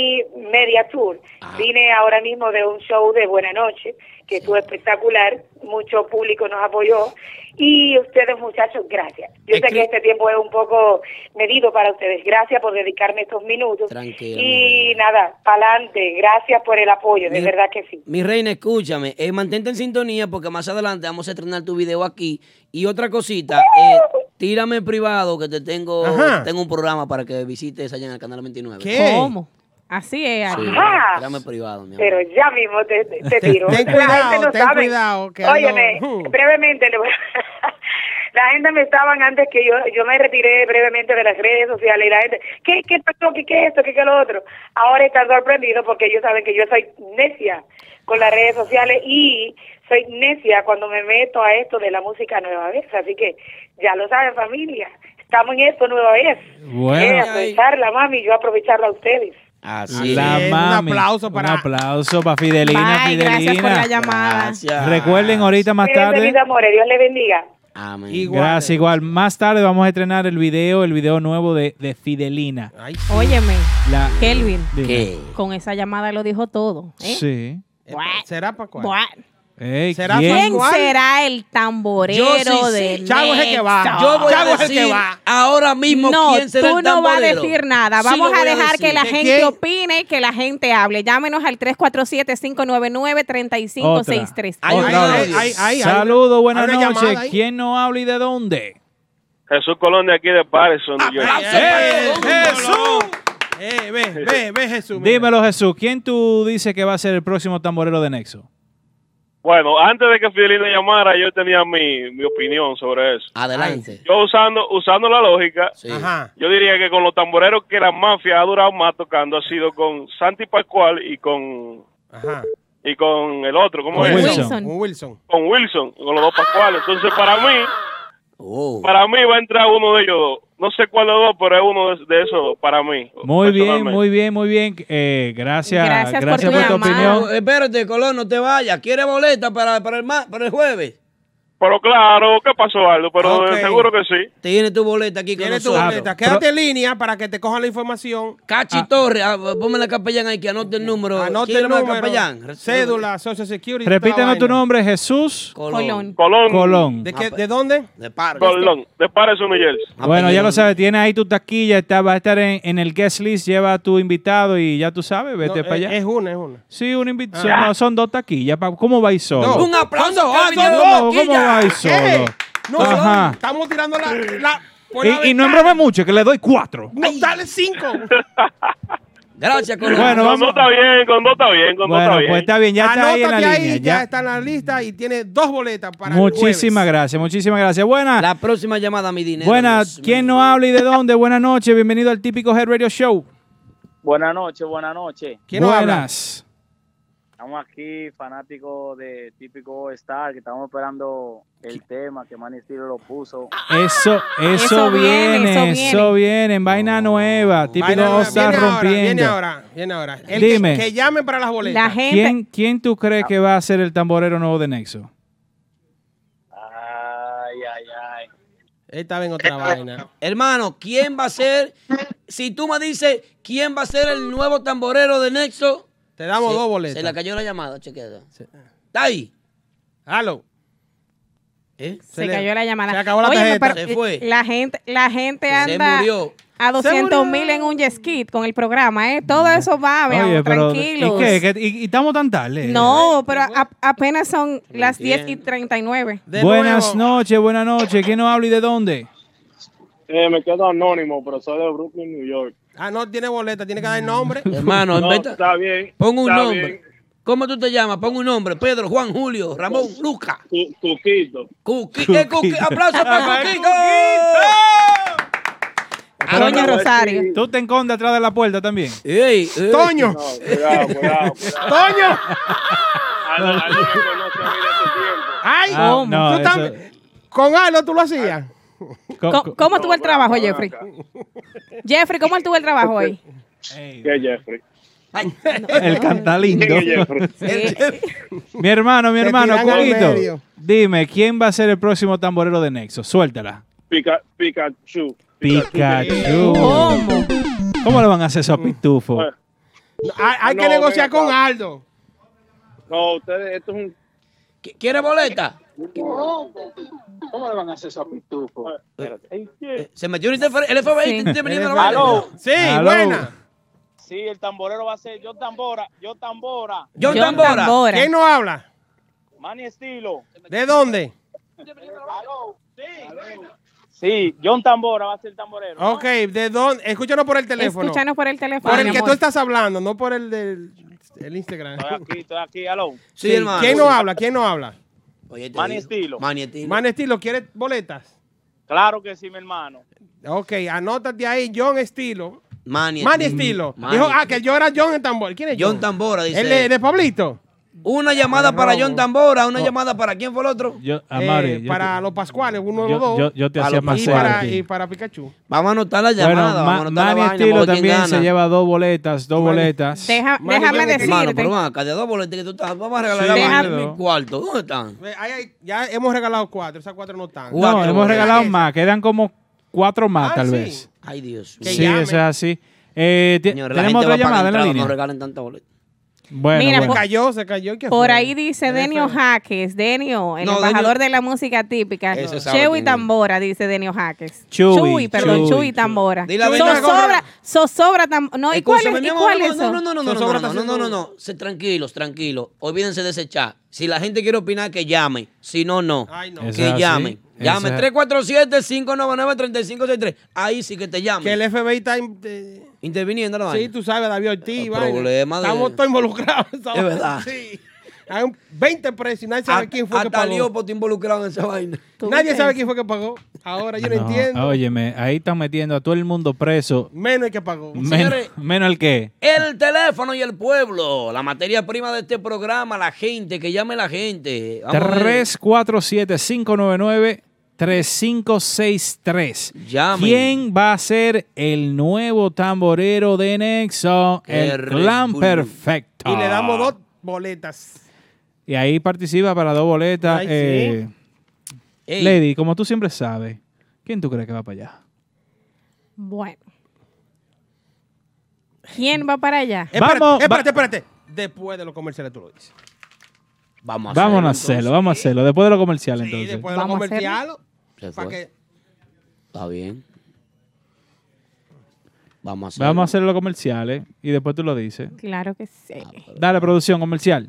Speaker 7: semi-media tour. Vine ahora mismo de un show de Buena Noche, que estuvo espectacular, mucho público nos apoyó. Y ustedes, muchachos, gracias. Yo sé que este tiempo es un poco medido para ustedes. Gracias por dedicarme estos minutos.
Speaker 4: Tranquila.
Speaker 7: Y nada, pa'lante. Gracias por el apoyo, de
Speaker 4: Mi-
Speaker 7: verdad que sí.
Speaker 4: Mi reina, escúchame, eh, mantente en sintonía porque más adelante vamos a estrenar tu video aquí. Y otra cosita, eh, tírame en privado que te tengo,
Speaker 3: Ajá.
Speaker 4: tengo un programa para que visites allá en el canal 29.
Speaker 3: ¿Cómo? Así es.
Speaker 4: Sí,
Speaker 3: Ari.
Speaker 4: tírame en privado, mi amor.
Speaker 7: Ah, Pero ya mismo te, te
Speaker 4: Ten-
Speaker 7: tiro.
Speaker 4: ten
Speaker 7: La gente
Speaker 4: cuidado, ten
Speaker 7: sabe.
Speaker 4: cuidado, que
Speaker 7: Óyeme, brevemente le voy, La gente me estaban antes que yo, yo me retiré brevemente de las redes sociales y la gente, ¿qué, qué pasó? ¿Qué, qué esto? ¿Qué, qué lo otro? Ahora están sorprendidos porque ellos saben que yo soy necia con las redes sociales y soy necia cuando me meto a esto de la música nueva vez. Así que ya lo saben familia, estamos en esto nueva vez.
Speaker 2: Bueno.
Speaker 7: Eh, aprovecharla, mami, yo aprovecharla a ustedes.
Speaker 4: Así
Speaker 2: la
Speaker 4: es.
Speaker 2: mami.
Speaker 4: Un aplauso
Speaker 2: Un aplauso para Fidelina.
Speaker 7: Bye,
Speaker 2: Fidelina.
Speaker 7: gracias por la llamada.
Speaker 4: Gracias.
Speaker 2: Recuerden ahorita más
Speaker 7: Cuídense,
Speaker 2: tarde.
Speaker 7: mis amores, Dios les bendiga.
Speaker 2: Gracias, igual. Más tarde vamos a estrenar el video, el video nuevo de, de Fidelina.
Speaker 3: Óyeme,
Speaker 2: La-
Speaker 3: Kelvin,
Speaker 2: Dime. ¿Qué?
Speaker 3: con esa llamada lo dijo todo. ¿eh?
Speaker 2: Sí.
Speaker 3: Buah,
Speaker 5: ¿Será para cuál?
Speaker 3: buah.
Speaker 2: Ey,
Speaker 5: ¿Será
Speaker 2: ¿quién?
Speaker 3: ¿Quién
Speaker 5: ¿Cuál?
Speaker 3: será el tamborero
Speaker 4: Yo sí sé.
Speaker 3: de
Speaker 5: Chavo es el que va.
Speaker 3: Nexo?
Speaker 4: Yo voy a decir ahora mismo
Speaker 3: No,
Speaker 4: quién será
Speaker 3: tú
Speaker 4: el
Speaker 3: no vas a
Speaker 4: tamborero.
Speaker 3: decir nada.
Speaker 4: Sí
Speaker 3: Vamos
Speaker 4: lo
Speaker 3: a
Speaker 4: voy
Speaker 3: dejar
Speaker 4: decir.
Speaker 3: que la
Speaker 4: ¿De
Speaker 3: gente
Speaker 4: quién?
Speaker 3: opine, que la gente hable. Llámenos al 347-599-3563.
Speaker 2: Otra. Otra.
Speaker 20: ay, ay, ay,
Speaker 2: Saludos,
Speaker 20: ay.
Speaker 2: buenas
Speaker 20: Hay una llamada
Speaker 2: noches.
Speaker 20: ahí.
Speaker 2: ¿Quién no habla y de dónde?
Speaker 20: Jesús Colón de aquí de Patterson, New York.
Speaker 5: ¡Jesús! Eh, ve, ve, ve, Jesús. mira.
Speaker 2: Dímelo, Jesús. ¿Quién tú dices que va a ser el próximo tamborero de Nexo?
Speaker 20: Bueno, antes de que Fidelina llamara, yo tenía mi, mi opinión sobre eso.
Speaker 4: Adelante.
Speaker 20: Yo usando usando la lógica, yo diría que con los tamboreros que la mafia ha durado más tocando ha sido con Santi Pascual y con y con el otro, ¿cómo
Speaker 5: Con
Speaker 20: es?
Speaker 5: Wilson. Con Wilson.
Speaker 20: Con Wilson, con los dos Pascuales. Entonces, para mí, para mí va a entrar uno de ellos dos. No sé cuál de los dos, pero es uno de, de esos dos, para mí.
Speaker 2: Muy bien,
Speaker 20: personalmente.
Speaker 2: muy bien, muy bien. Eh, gracias, gracias,
Speaker 4: tu
Speaker 2: por tu opinión.
Speaker 4: Espérate, Colón, no te vayas. ¿Quieres boleta para, para, el, ma- para el jueves?
Speaker 20: Pero claro, ¿qué pasó, Aldo? Pero eh,
Speaker 4: Ok.
Speaker 20: seguro que sí.
Speaker 4: Tienes tu boleta aquí con
Speaker 5: Tienes tu
Speaker 4: nosotros.
Speaker 5: boleta. Quédate en línea para que te cojan la información.
Speaker 4: Cachi Torres, ah, ponme la capellán ahí que anote el número.
Speaker 5: Anote
Speaker 4: ¿Quién
Speaker 5: el
Speaker 4: llama al
Speaker 5: número,
Speaker 4: capellán?
Speaker 5: cédula, social security.
Speaker 2: Repítenos tu
Speaker 5: toda la vaina.
Speaker 2: nombre, Jesús
Speaker 5: Colón.
Speaker 20: Colón.
Speaker 2: Colón.
Speaker 4: Ah,
Speaker 5: ¿De, qué-
Speaker 4: pues.
Speaker 5: de dónde?
Speaker 4: De Parque.
Speaker 20: Colón, de Patterson, New Jersey.
Speaker 2: Bueno, ya lo sabes, tienes ahí tu taquilla, está, va a estar en, en el guest list, lleva a tu invitado y ya tú sabes, vete
Speaker 5: No, eh,
Speaker 2: para
Speaker 5: es-
Speaker 2: allá.
Speaker 5: Es una, es una. Ah,
Speaker 2: Sí, un invitado. No, son dos taquillas. pa- ¿Cómo vais solo?
Speaker 5: No.
Speaker 4: Un aplauso,
Speaker 5: ¿Cuándo
Speaker 4: Javi,
Speaker 5: cambia?
Speaker 2: ¿Cómo,
Speaker 5: Boquilla.
Speaker 2: cómo vais
Speaker 5: ¿Qué?
Speaker 2: solo?
Speaker 5: No,
Speaker 2: Ajá.
Speaker 5: no, estamos tirando la... la- por la
Speaker 2: Y, y no embrome mucho, que le doy cuatro.
Speaker 5: No, dale cinco.
Speaker 4: Gracias, Colón.
Speaker 2: Bueno,
Speaker 20: con
Speaker 2: vamos-
Speaker 20: dos está bien, con dos está bien, con dos
Speaker 2: Bueno,
Speaker 20: está bien.
Speaker 2: pues está bien, ya está ahí en la
Speaker 5: Anótate
Speaker 2: línea.
Speaker 5: ya.
Speaker 2: ya.
Speaker 5: está en la lista y tiene dos boletas para el
Speaker 2: Muchísimas gracias, muchísimas gracias. Buenas.
Speaker 4: La próxima llamada, mi dinero.
Speaker 2: Buenas, ¿quién no habla y de dónde? Buenas noches, bienvenido al típico Head Radio Show.
Speaker 21: Buenas noches, buenas noches.
Speaker 2: Buenas.
Speaker 21: Estamos aquí, fanáticos de típico Star, que estamos esperando el tema que Manny Stilo lo puso.
Speaker 2: Eso,
Speaker 10: Ah,
Speaker 2: eso,
Speaker 21: Eso
Speaker 2: viene,
Speaker 21: viene,
Speaker 2: eso
Speaker 21: eso
Speaker 2: viene, en vaina nueva, típico
Speaker 5: Vaina nueva.
Speaker 2: está
Speaker 5: Viene ahora,
Speaker 2: rompiendo.
Speaker 5: viene ahora, viene ahora. El que-
Speaker 2: Dime.
Speaker 5: Que, llamen para las boletas.
Speaker 3: La gente-
Speaker 2: ¿Quién, ¿Quién tú crees que va a ser el tamborero nuevo de Nexo?
Speaker 21: Ay, ay, ay.
Speaker 5: Estaba en otra vaina.
Speaker 4: Hermano, ¿quién va a ser? Si tú me dices quién va a ser el nuevo tamborero de Nexo,
Speaker 5: te damos dos boletas.
Speaker 4: Se le cayó la llamada, chequeado. ¿Está ahí? ¿Eh?
Speaker 5: Halo.
Speaker 3: Se, cayó la llamada.
Speaker 4: Se acabó la
Speaker 3: Óyeme,
Speaker 4: tarjeta.
Speaker 3: pero
Speaker 4: Se fue.
Speaker 3: La gente, la gente anda
Speaker 4: murió.
Speaker 3: a 200 mil
Speaker 4: murió.
Speaker 3: en un jet ski con el programa, ¿eh? Todo eso va, mi
Speaker 2: Oye,
Speaker 3: amor,
Speaker 2: pero
Speaker 3: tranquilos.
Speaker 2: ¿y qué? ¿Qué- y, y estamos tan tarde?
Speaker 3: No, pero a- apenas son las 10 y 39.
Speaker 2: buenas noches, buenas noches. ¿Quién nos habla y de dónde?
Speaker 22: Eh, me quedo anónimo, pero soy de Brooklyn, New York.
Speaker 5: Ah, no tiene boleta, tiene que dar el nombre.
Speaker 4: Hermano, en
Speaker 5: No,
Speaker 4: vez de-
Speaker 22: Está bien.
Speaker 4: pon un
Speaker 22: está
Speaker 4: nombre.
Speaker 22: bien.
Speaker 4: ¿Cómo tú te llamas? Pon un nombre. Pedro, Juan, Julio, Ramón, Luca.
Speaker 22: Cuquito.
Speaker 4: Cuquito. Eh, Cuqui- Aplauso para Cuquito.
Speaker 22: Ah,
Speaker 2: Pero
Speaker 4: Doña
Speaker 2: tú-
Speaker 4: Rosario.
Speaker 2: ¿Tú te escondes atrás de la puerta también?
Speaker 4: ey.
Speaker 2: ¡Toño!
Speaker 22: No, cuidado, cuidado, cuidado.
Speaker 5: ¡Toño!
Speaker 22: Aldo, Aldo me conoce a mí de hace tiempo.
Speaker 5: Ay,
Speaker 22: Ah,
Speaker 5: ¿cómo?
Speaker 22: no,
Speaker 5: ¿Tú
Speaker 22: eso-
Speaker 5: tam- con Halo tú lo hacías.
Speaker 3: ¿Cómo, cómo estuvo el trabajo, Jeffrey? Jeffrey, ¿cómo estuvo el trabajo hoy?
Speaker 22: ¿Qué Jeffrey?
Speaker 2: El cantalindo.
Speaker 22: ¿Qué Jeffrey?
Speaker 2: mi hermano, mi
Speaker 22: Te
Speaker 2: hermano,
Speaker 22: tiran al
Speaker 2: Coquito.
Speaker 22: medio.
Speaker 2: Dime, ¿quién va a ser el próximo tamborero de Nexo? Suéltala.
Speaker 22: Pica, Pikachu.
Speaker 2: Pikachu. ¿Cómo? le van a hacer eso a Pitufo?
Speaker 5: Hay, hay que
Speaker 22: No,
Speaker 5: negociar
Speaker 22: venga
Speaker 5: con
Speaker 22: acá.
Speaker 5: Aldo.
Speaker 22: No, ustedes, esto es un.
Speaker 4: ¿Quiere boleta?
Speaker 22: ¿Cómo le van a hacer eso a Pitufo?
Speaker 4: Se metió un interferencia. El FBI está interviniendo la vaina.
Speaker 22: Aló.
Speaker 5: Sí,
Speaker 22: Aló.
Speaker 5: buena.
Speaker 22: Sí, el tamborero va a ser yo tambora, yo tambora.
Speaker 4: John Tambora.
Speaker 5: ¿Quién nos habla?
Speaker 22: Manny Estilo.
Speaker 5: ¿De dónde?
Speaker 22: Sí, John Tambora va a ser tamborero.
Speaker 5: Ok, ¿de dónde? Escúchanos por el teléfono.
Speaker 3: Escúchanos por el teléfono.
Speaker 5: Por el
Speaker 3: mi
Speaker 5: que
Speaker 3: amor.
Speaker 5: tú estás hablando, no por el del el Instagram.
Speaker 22: Estoy aquí, estoy aquí, aló.
Speaker 5: Sí, ¿Quién nos habla? ¿Quién nos habla?
Speaker 4: Oye, te
Speaker 22: Manny
Speaker 4: digo.
Speaker 22: Estilo.
Speaker 4: Manny Estilo.
Speaker 5: Man Estilo, ¿quieres boletas?
Speaker 22: Claro que sí, mi hermano.
Speaker 5: Ok, anótate ahí, John Estilo.
Speaker 4: Manny,
Speaker 5: Manny Estilo. Dijo, ah, que yo era John el Tambor. ¿Quién es John?
Speaker 4: John Tambora, dice.
Speaker 5: ¿El de, de Pablito? Oh.
Speaker 4: Una llamada para John Tambora, una llamada para quién fue el otro.
Speaker 2: Yo, Amari, yo
Speaker 5: Eh, para los Pascuales, uno de
Speaker 2: yo-
Speaker 5: los dos.
Speaker 2: yo- yo te
Speaker 5: A
Speaker 2: hacía
Speaker 5: los-
Speaker 2: más
Speaker 5: y
Speaker 2: cerca
Speaker 5: para,
Speaker 2: a ti.
Speaker 5: y para Pikachu.
Speaker 4: Vamos a anotar la
Speaker 2: Bueno,
Speaker 4: llamada.
Speaker 2: Ma-
Speaker 4: vamos a anotar la
Speaker 2: Manny
Speaker 4: vaina,
Speaker 2: Estilo
Speaker 4: vamos a ver quién
Speaker 2: también se
Speaker 4: gana.
Speaker 2: lleva dos boletas, dos boletas.
Speaker 3: Deja-
Speaker 4: Manny,
Speaker 3: déjame
Speaker 4: ven aquí, Mano,
Speaker 3: decirte.
Speaker 4: pero van acá, de dos boletas que tú estás. Vamos a regalar
Speaker 2: Sí,
Speaker 4: la
Speaker 2: deja-
Speaker 4: vaina en mi cuarto. ¿Dónde están?
Speaker 5: Eh, ahí hay- ya hemos regalado cuatro, esas cuatro no están.
Speaker 2: No, hemos regalado más, quedan como cuatro
Speaker 22: Ah,
Speaker 2: más Ah, tal vez.
Speaker 4: Ay, Dios mío.
Speaker 2: Sí, eso es así. Eh, te-
Speaker 4: Señores, la gente
Speaker 2: tenemos otra
Speaker 4: va para
Speaker 2: llamada en la
Speaker 4: entrada, No
Speaker 2: línea.
Speaker 4: regalen tanta boleta.
Speaker 2: Bueno,
Speaker 3: Mira,
Speaker 2: bueno.
Speaker 3: por-
Speaker 5: cayó, se cayó. ¿qué
Speaker 3: Por
Speaker 5: fue?
Speaker 3: ahí dice Denio Jaques, Denio, el
Speaker 5: No,
Speaker 3: embajador de la música típica.
Speaker 5: Ese sabe
Speaker 3: Chewy
Speaker 5: quién es.
Speaker 3: Tambora, dice Denio Jaques.
Speaker 2: Chuy,
Speaker 3: perdón,
Speaker 2: Chuy,
Speaker 3: Chuy Tambora.
Speaker 4: Dile a Benito
Speaker 3: Zozobra,
Speaker 4: Gorra.
Speaker 3: zozobra Tambora. No, ¿y cuál
Speaker 4: Escúchame,
Speaker 3: es?
Speaker 4: mi
Speaker 3: ¿Y
Speaker 4: amor,
Speaker 3: cuál
Speaker 4: no,
Speaker 3: es eso?
Speaker 4: No, no, no, no, no, no, no, no, no, no, no. Se- Tranquilos, tranquilos. Olvídense de ese chat. Si la gente quiere opinar, que llame. Si no, no.
Speaker 2: Eso es
Speaker 4: Que
Speaker 2: así.
Speaker 4: llame. Llame
Speaker 2: Eso es-
Speaker 4: 347-599-3563. Ahí sí que te llame.
Speaker 5: Que el FBI está in- de-
Speaker 4: interviniendo la
Speaker 5: Sí,
Speaker 4: vaina.
Speaker 5: tú sabes, David Ortiz.
Speaker 4: El
Speaker 5: vaina.
Speaker 4: problema de-
Speaker 5: Estamos todos involucrados. ¿sabes?
Speaker 4: Es verdad.
Speaker 5: Sí. Hay un 20 presos y nadie sabe quién fue que
Speaker 4: Hasta
Speaker 5: pagó.
Speaker 4: Liopo está involucrado en esa vaina.
Speaker 5: Nadie sabe quién fue que pagó. Ahora pues, yo no,
Speaker 2: Ah, No,
Speaker 5: entiendo.
Speaker 2: Óyeme, ahí están metiendo a todo el mundo preso.
Speaker 5: Menos el que pagó.
Speaker 2: Menos, menos el que.
Speaker 4: El teléfono y el pueblo, la materia prima de este programa, la gente, que llame la gente. Vamos a ver.
Speaker 2: 347-599-3563.
Speaker 4: Llamen.
Speaker 2: ¿Quién va a ser el nuevo tamborero de Nexo?
Speaker 5: Qué
Speaker 2: El clan
Speaker 5: rico.
Speaker 2: perfecto.
Speaker 5: Y le damos dos boletas.
Speaker 2: Y ahí participa para dos boletas.
Speaker 5: Ay, sí.
Speaker 2: eh,
Speaker 5: Ey.
Speaker 2: Lady, como tú siempre sabes, ¿quién tú crees que va para allá?
Speaker 3: Bueno. ¿Quién va para allá?
Speaker 5: Vamos. Eh, Espérate, espérate, Después de los comerciales tú lo dices.
Speaker 4: Vamos
Speaker 2: Vamos a hacerlo, vamos a hacerlo. Después de lo comercial, entonces.
Speaker 5: Después de los
Speaker 4: Vamos a
Speaker 5: comerciales.
Speaker 4: Se
Speaker 5: ¿Para
Speaker 4: fue.
Speaker 5: qué?
Speaker 4: Está bien. Vamos a hacerlo.
Speaker 2: Vamos a hacer los comerciales y después tú lo dices.
Speaker 3: Claro que sí.
Speaker 2: Dale, producción comercial.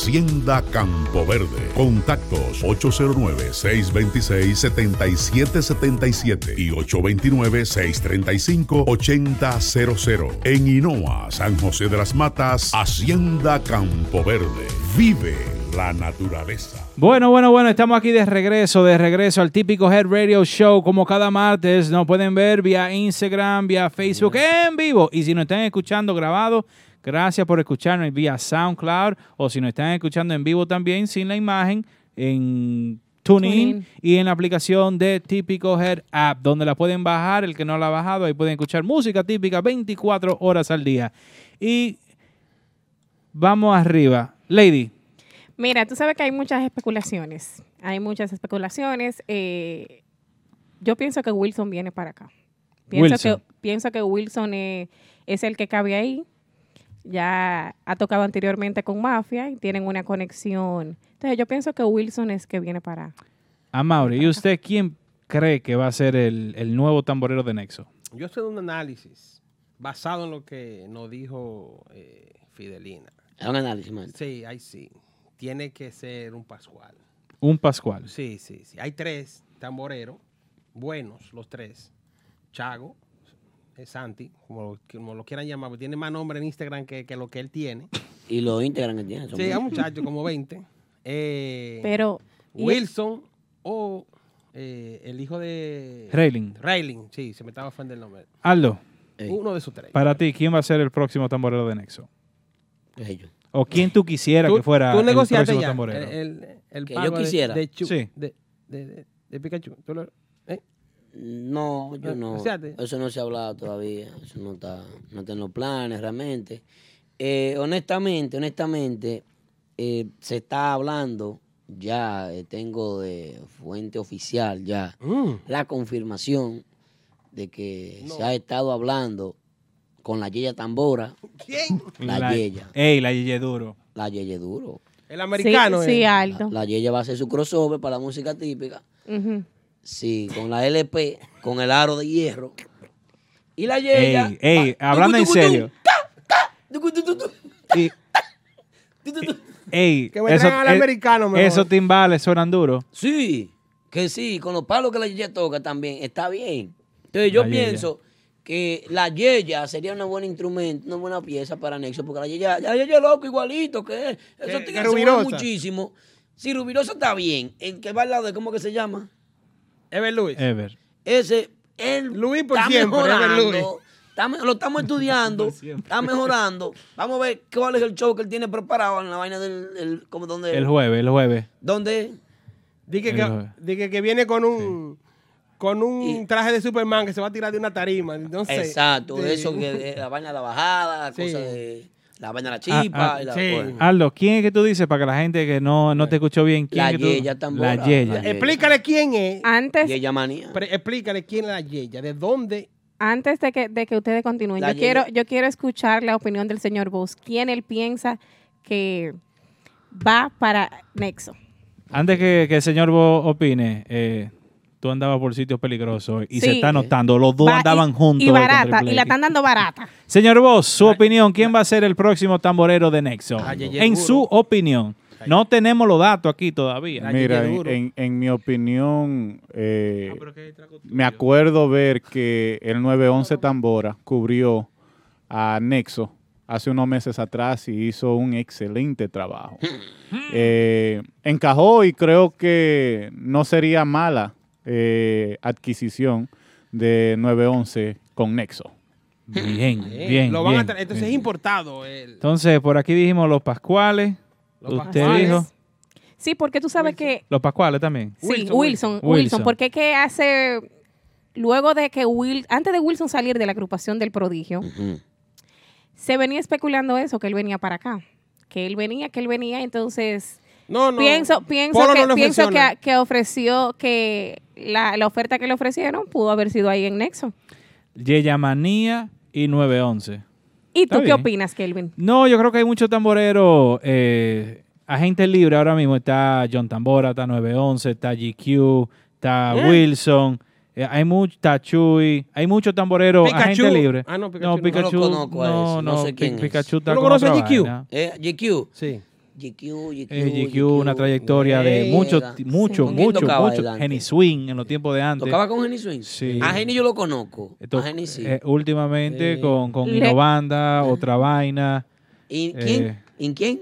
Speaker 19: Hacienda Campo Verde. Contactos 809-626-7777 y 829-635-8000. En Inoa, San José de las Matas, Hacienda Campo Verde. Vive la naturaleza.
Speaker 2: Bueno, bueno, bueno, estamos aquí de regreso, de regreso al típico Head Radio Show, como cada martes. Nos pueden ver vía Instagram, vía Facebook, en vivo. Y si nos están escuchando grabado, gracias por escucharnos vía SoundCloud. O si nos están escuchando en vivo también, sin la imagen, en TuneIn
Speaker 23: TuneIn.
Speaker 2: y en la aplicación de Típico Head App, donde la pueden bajar. El que no la ha bajado, ahí pueden escuchar música típica 24 horas al día. Y vamos arriba. Lady,
Speaker 3: Mira, tú sabes que hay muchas especulaciones. Hay muchas especulaciones. eh, yo pienso que Wilson viene para acá. Pienso,
Speaker 2: Wilson.
Speaker 3: Que, pienso que Wilson eh, es el que cabe ahí. Ya ha tocado anteriormente con Mafia y tienen una conexión. Entonces yo pienso que Wilson es que viene para
Speaker 2: A Mauri, ¿y usted quién cree que va a ser el, el nuevo tamborero de Nexo?
Speaker 5: Yo hice un análisis basado en lo que nos dijo eh, Fidelina.
Speaker 4: Es un análisis, man.
Speaker 5: Sí, ahí sí. Tiene que ser un Pascual.
Speaker 2: Un Pascual.
Speaker 5: Sí, sí, sí. Hay tres tamboreros buenos, los tres. Chago, eh, Santi, como, lo- como lo quieran llamar, porque tiene más nombre en Instagram que, que lo que él tiene.
Speaker 4: Y lo integran que tiene.
Speaker 5: Sí, a un muchacho como 20. Eh,
Speaker 3: Pero, ¿y-
Speaker 5: Wilson o eh, el hijo de.
Speaker 2: Rayling.
Speaker 5: Rayling, sí, se me estaba ofendiendo el nombre.
Speaker 2: Aldo.
Speaker 5: Uno de esos tres.
Speaker 2: Para ti, ¿quién va a ser el próximo tamborero de Nexo?
Speaker 4: Ellos.
Speaker 2: ¿O quién tú quisieras
Speaker 5: Tú-
Speaker 2: que fuera
Speaker 5: tú
Speaker 2: el
Speaker 5: negociaste
Speaker 2: próximo
Speaker 5: ya Eh,
Speaker 2: tamborero?
Speaker 5: el- el- el
Speaker 4: Que
Speaker 5: pago
Speaker 4: yo
Speaker 5: de-
Speaker 4: quisiera.
Speaker 5: de Chu-
Speaker 4: Sí.
Speaker 5: de- de- de- de Pikachu. ¿Tú lo- eh?
Speaker 4: Mm. No, yo
Speaker 5: Eh,
Speaker 4: no.
Speaker 5: negociaste.
Speaker 4: Eso no se ha hablado todavía. Eso no está, no está en los planes realmente. Eh, honestamente, honestamente, eh, se está hablando ya, eh, tengo de fuente oficial ya,
Speaker 5: Mm.
Speaker 4: la confirmación de que se ha estado hablando con la Yeya Tambora.
Speaker 5: ¿Quién?
Speaker 4: La,
Speaker 2: La-
Speaker 4: Yeya.
Speaker 2: Ey, la Yeye Duro.
Speaker 4: La Yeye Duro.
Speaker 5: El americano.
Speaker 3: Sí,
Speaker 5: eh.
Speaker 3: Aldo.
Speaker 4: La Yeya va a hacer su crossover para la música típica.
Speaker 3: Ujú.
Speaker 4: Sí, con la LP, con el aro de hierro. Y la Yeya.
Speaker 2: Ey, ey, ah. hablando en serio. Y- Ey,
Speaker 4: Que me
Speaker 2: eso-
Speaker 4: traigan al
Speaker 2: eh,
Speaker 4: americano mejor.
Speaker 2: esos timbales suenan duros.
Speaker 4: Sí, que sí, con los palos que la Yeya toca también, está bien. Entonces yo
Speaker 2: La Yeya.
Speaker 4: pienso que la Yeya sería una buena instrumento, una buena pieza para Nexo, porque la Yeya, la Yeya es loco igualito que él. Eso
Speaker 5: que
Speaker 4: tiene
Speaker 5: Rubirosa.
Speaker 4: muchísimo. Sí, Rubirosa está bien. El que va al lado de, ¿cómo que se llama?
Speaker 5: Ever Luis.
Speaker 2: Ever.
Speaker 4: Ese, él Luis
Speaker 5: por
Speaker 4: está
Speaker 5: siempre,
Speaker 4: mejorando.
Speaker 5: Ever Luis.
Speaker 4: está me- lo estamos estudiando, está mejorando. Vamos a ver cuál es el show que él tiene preparado en la vaina del el- como donde
Speaker 2: El jueves, el jueves.
Speaker 4: ¿Dónde?
Speaker 5: Dije
Speaker 2: El
Speaker 5: que,
Speaker 2: jueves.
Speaker 5: dije que viene con un con un traje de Superman que se va a tirar de una tarima. No sé.
Speaker 4: Exacto,
Speaker 5: Sí.
Speaker 4: eso que eh, la vaina de la bajada, cosa de la vaina de la
Speaker 2: Ah,
Speaker 4: chipa
Speaker 2: ah,
Speaker 4: y la
Speaker 2: sí.
Speaker 4: cosa.
Speaker 2: Aldo, ¿quién es que tú dices para que la gente que no, no te escuchó bien? ¿quién
Speaker 4: La
Speaker 2: es que tú-
Speaker 4: Yeya tambora,
Speaker 2: La Yeya.
Speaker 4: la Yeya.
Speaker 5: Explícale quién es.
Speaker 3: Antes.
Speaker 4: Yeya manía.
Speaker 5: explícale quién es la Yeya, de dónde.
Speaker 3: Antes de que, de que ustedes continúen,
Speaker 5: La
Speaker 3: yo quiero,
Speaker 5: Yeya.
Speaker 3: yo quiero escuchar la opinión del señor Bus. ¿Quién él piensa que va para Nexo?
Speaker 2: Antes que, que el señor Bo opine, eh, tú andabas por sitios peligrosos y se
Speaker 3: Sí.
Speaker 2: está notando. Los dos
Speaker 3: Va- y-
Speaker 2: andaban juntos.
Speaker 3: Y
Speaker 2: hoy contra el
Speaker 3: barata, y la
Speaker 2: Playkick.
Speaker 3: están dando barata.
Speaker 2: Señor Vos, su opinión, ¿quién va a ser el próximo tamborero de Nexo?
Speaker 15: Yeye
Speaker 2: En
Speaker 15: duro.
Speaker 2: su opinión. No tenemos los datos aquí todavía.
Speaker 15: Mira, en, en- en mi opinión,
Speaker 5: Ah,
Speaker 15: eh, me acuerdo ver que el 911 Tambora cubrió a Nexo hace unos meses atrás y hizo un excelente trabajo. Eh, encajó y creo que no sería mala eh, adquisición de 911 con Nexo.
Speaker 2: Bien,
Speaker 5: Eh,
Speaker 2: bien,
Speaker 5: lo van a
Speaker 2: bien,
Speaker 5: tra- Entonces
Speaker 2: bien.
Speaker 5: es importado. eh. el-
Speaker 2: Entonces, por aquí dijimos los Pascuales. Usted
Speaker 3: Pascuales.
Speaker 2: dijo.
Speaker 3: Sí, porque tú sabes que
Speaker 2: Los Pascuales también.
Speaker 3: Sí, Wilson, Wilson, porque es que hace, luego de que Will, antes de Wilson salir de la agrupación del prodigio, se venía especulando eso, que él venía para acá, que él venía, que él venía, entonces
Speaker 5: No, no.
Speaker 3: pienso, pienso,
Speaker 5: Polo
Speaker 3: que,
Speaker 5: no le
Speaker 3: pienso
Speaker 5: funciona.
Speaker 3: que, que ofreció, que la, la oferta que le ofrecieron pudo haber sido ahí en Nexo.
Speaker 2: Yeyamanía y 911.
Speaker 3: ¿Y
Speaker 2: Está
Speaker 3: tú qué
Speaker 2: bien.
Speaker 3: opinas, Kelvin?
Speaker 2: No, yo creo que hay muchos tamboreros. Eh, agente libre ahora mismo está John Tambora, está 911, está GQ, está
Speaker 5: ¿Eh?
Speaker 2: Wilson. eh, hay mucho, está Chuy, hay muchos tamboreros
Speaker 5: Pikachu.
Speaker 2: agente libre.
Speaker 5: Ah, no, Pikachu
Speaker 2: no,
Speaker 5: no.
Speaker 2: Pikachu,
Speaker 5: No lo conozco a
Speaker 2: no,
Speaker 5: ese, no
Speaker 2: no,
Speaker 5: sé
Speaker 2: Pi-
Speaker 5: quién es.
Speaker 2: Pikachu está
Speaker 5: ¿Tú lo
Speaker 2: con
Speaker 5: conoces,
Speaker 2: otra
Speaker 5: GQ?
Speaker 2: vaina.
Speaker 4: Eh, GQ.
Speaker 5: Sí.
Speaker 4: GQ, GQ.
Speaker 2: Eh, GQ, una trayectoria de
Speaker 4: Vega.
Speaker 2: mucho,
Speaker 4: Sí.
Speaker 2: mucho,
Speaker 4: ¿Con quién
Speaker 2: mucho,
Speaker 4: tocaba
Speaker 2: mucho.
Speaker 4: él antes?
Speaker 2: Henny Swing en los tiempos de antes.
Speaker 4: ¿Tocaba con Henny Swing?
Speaker 2: Sí.
Speaker 4: A Henny yo lo conozco.
Speaker 2: To-
Speaker 4: a Henny sí.
Speaker 2: eh, últimamente
Speaker 4: Sí.
Speaker 2: con, con
Speaker 4: Le-
Speaker 2: Innovanda, otra vaina.
Speaker 4: ¿En
Speaker 2: eh,
Speaker 4: quién? ¿En quién?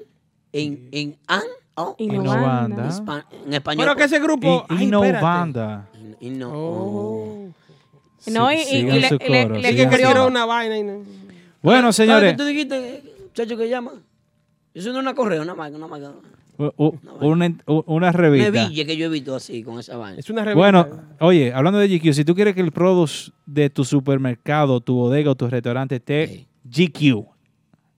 Speaker 4: ¿En, en An? Oh,
Speaker 2: Innovanda.
Speaker 4: En hispa- En español. pues.
Speaker 5: Pero que ese grupo-
Speaker 2: In- Innovanda.
Speaker 4: In- no. Oh.
Speaker 3: Oh. No, y- y-
Speaker 2: sigan
Speaker 3: y le-
Speaker 2: su
Speaker 3: y le-
Speaker 2: coro,
Speaker 3: le-
Speaker 5: Dije
Speaker 2: sigan
Speaker 5: que
Speaker 2: su
Speaker 5: tiró
Speaker 2: coro.
Speaker 5: una vaina y no-
Speaker 2: Bueno,
Speaker 4: ¿Sabes
Speaker 2: señores,
Speaker 4: qué tú dijiste, eh, muchacho, que llama? Eso no es una correo, una marca, una marca.
Speaker 2: u- u- una, u- una
Speaker 4: Una
Speaker 2: revista.
Speaker 4: villa que yo he visto así, con esa vaina.
Speaker 5: Es una
Speaker 2: Bueno, oye, hablando de GQ, si tú quieres que el produce de tu supermercado, tu bodega o tu restaurante esté GQ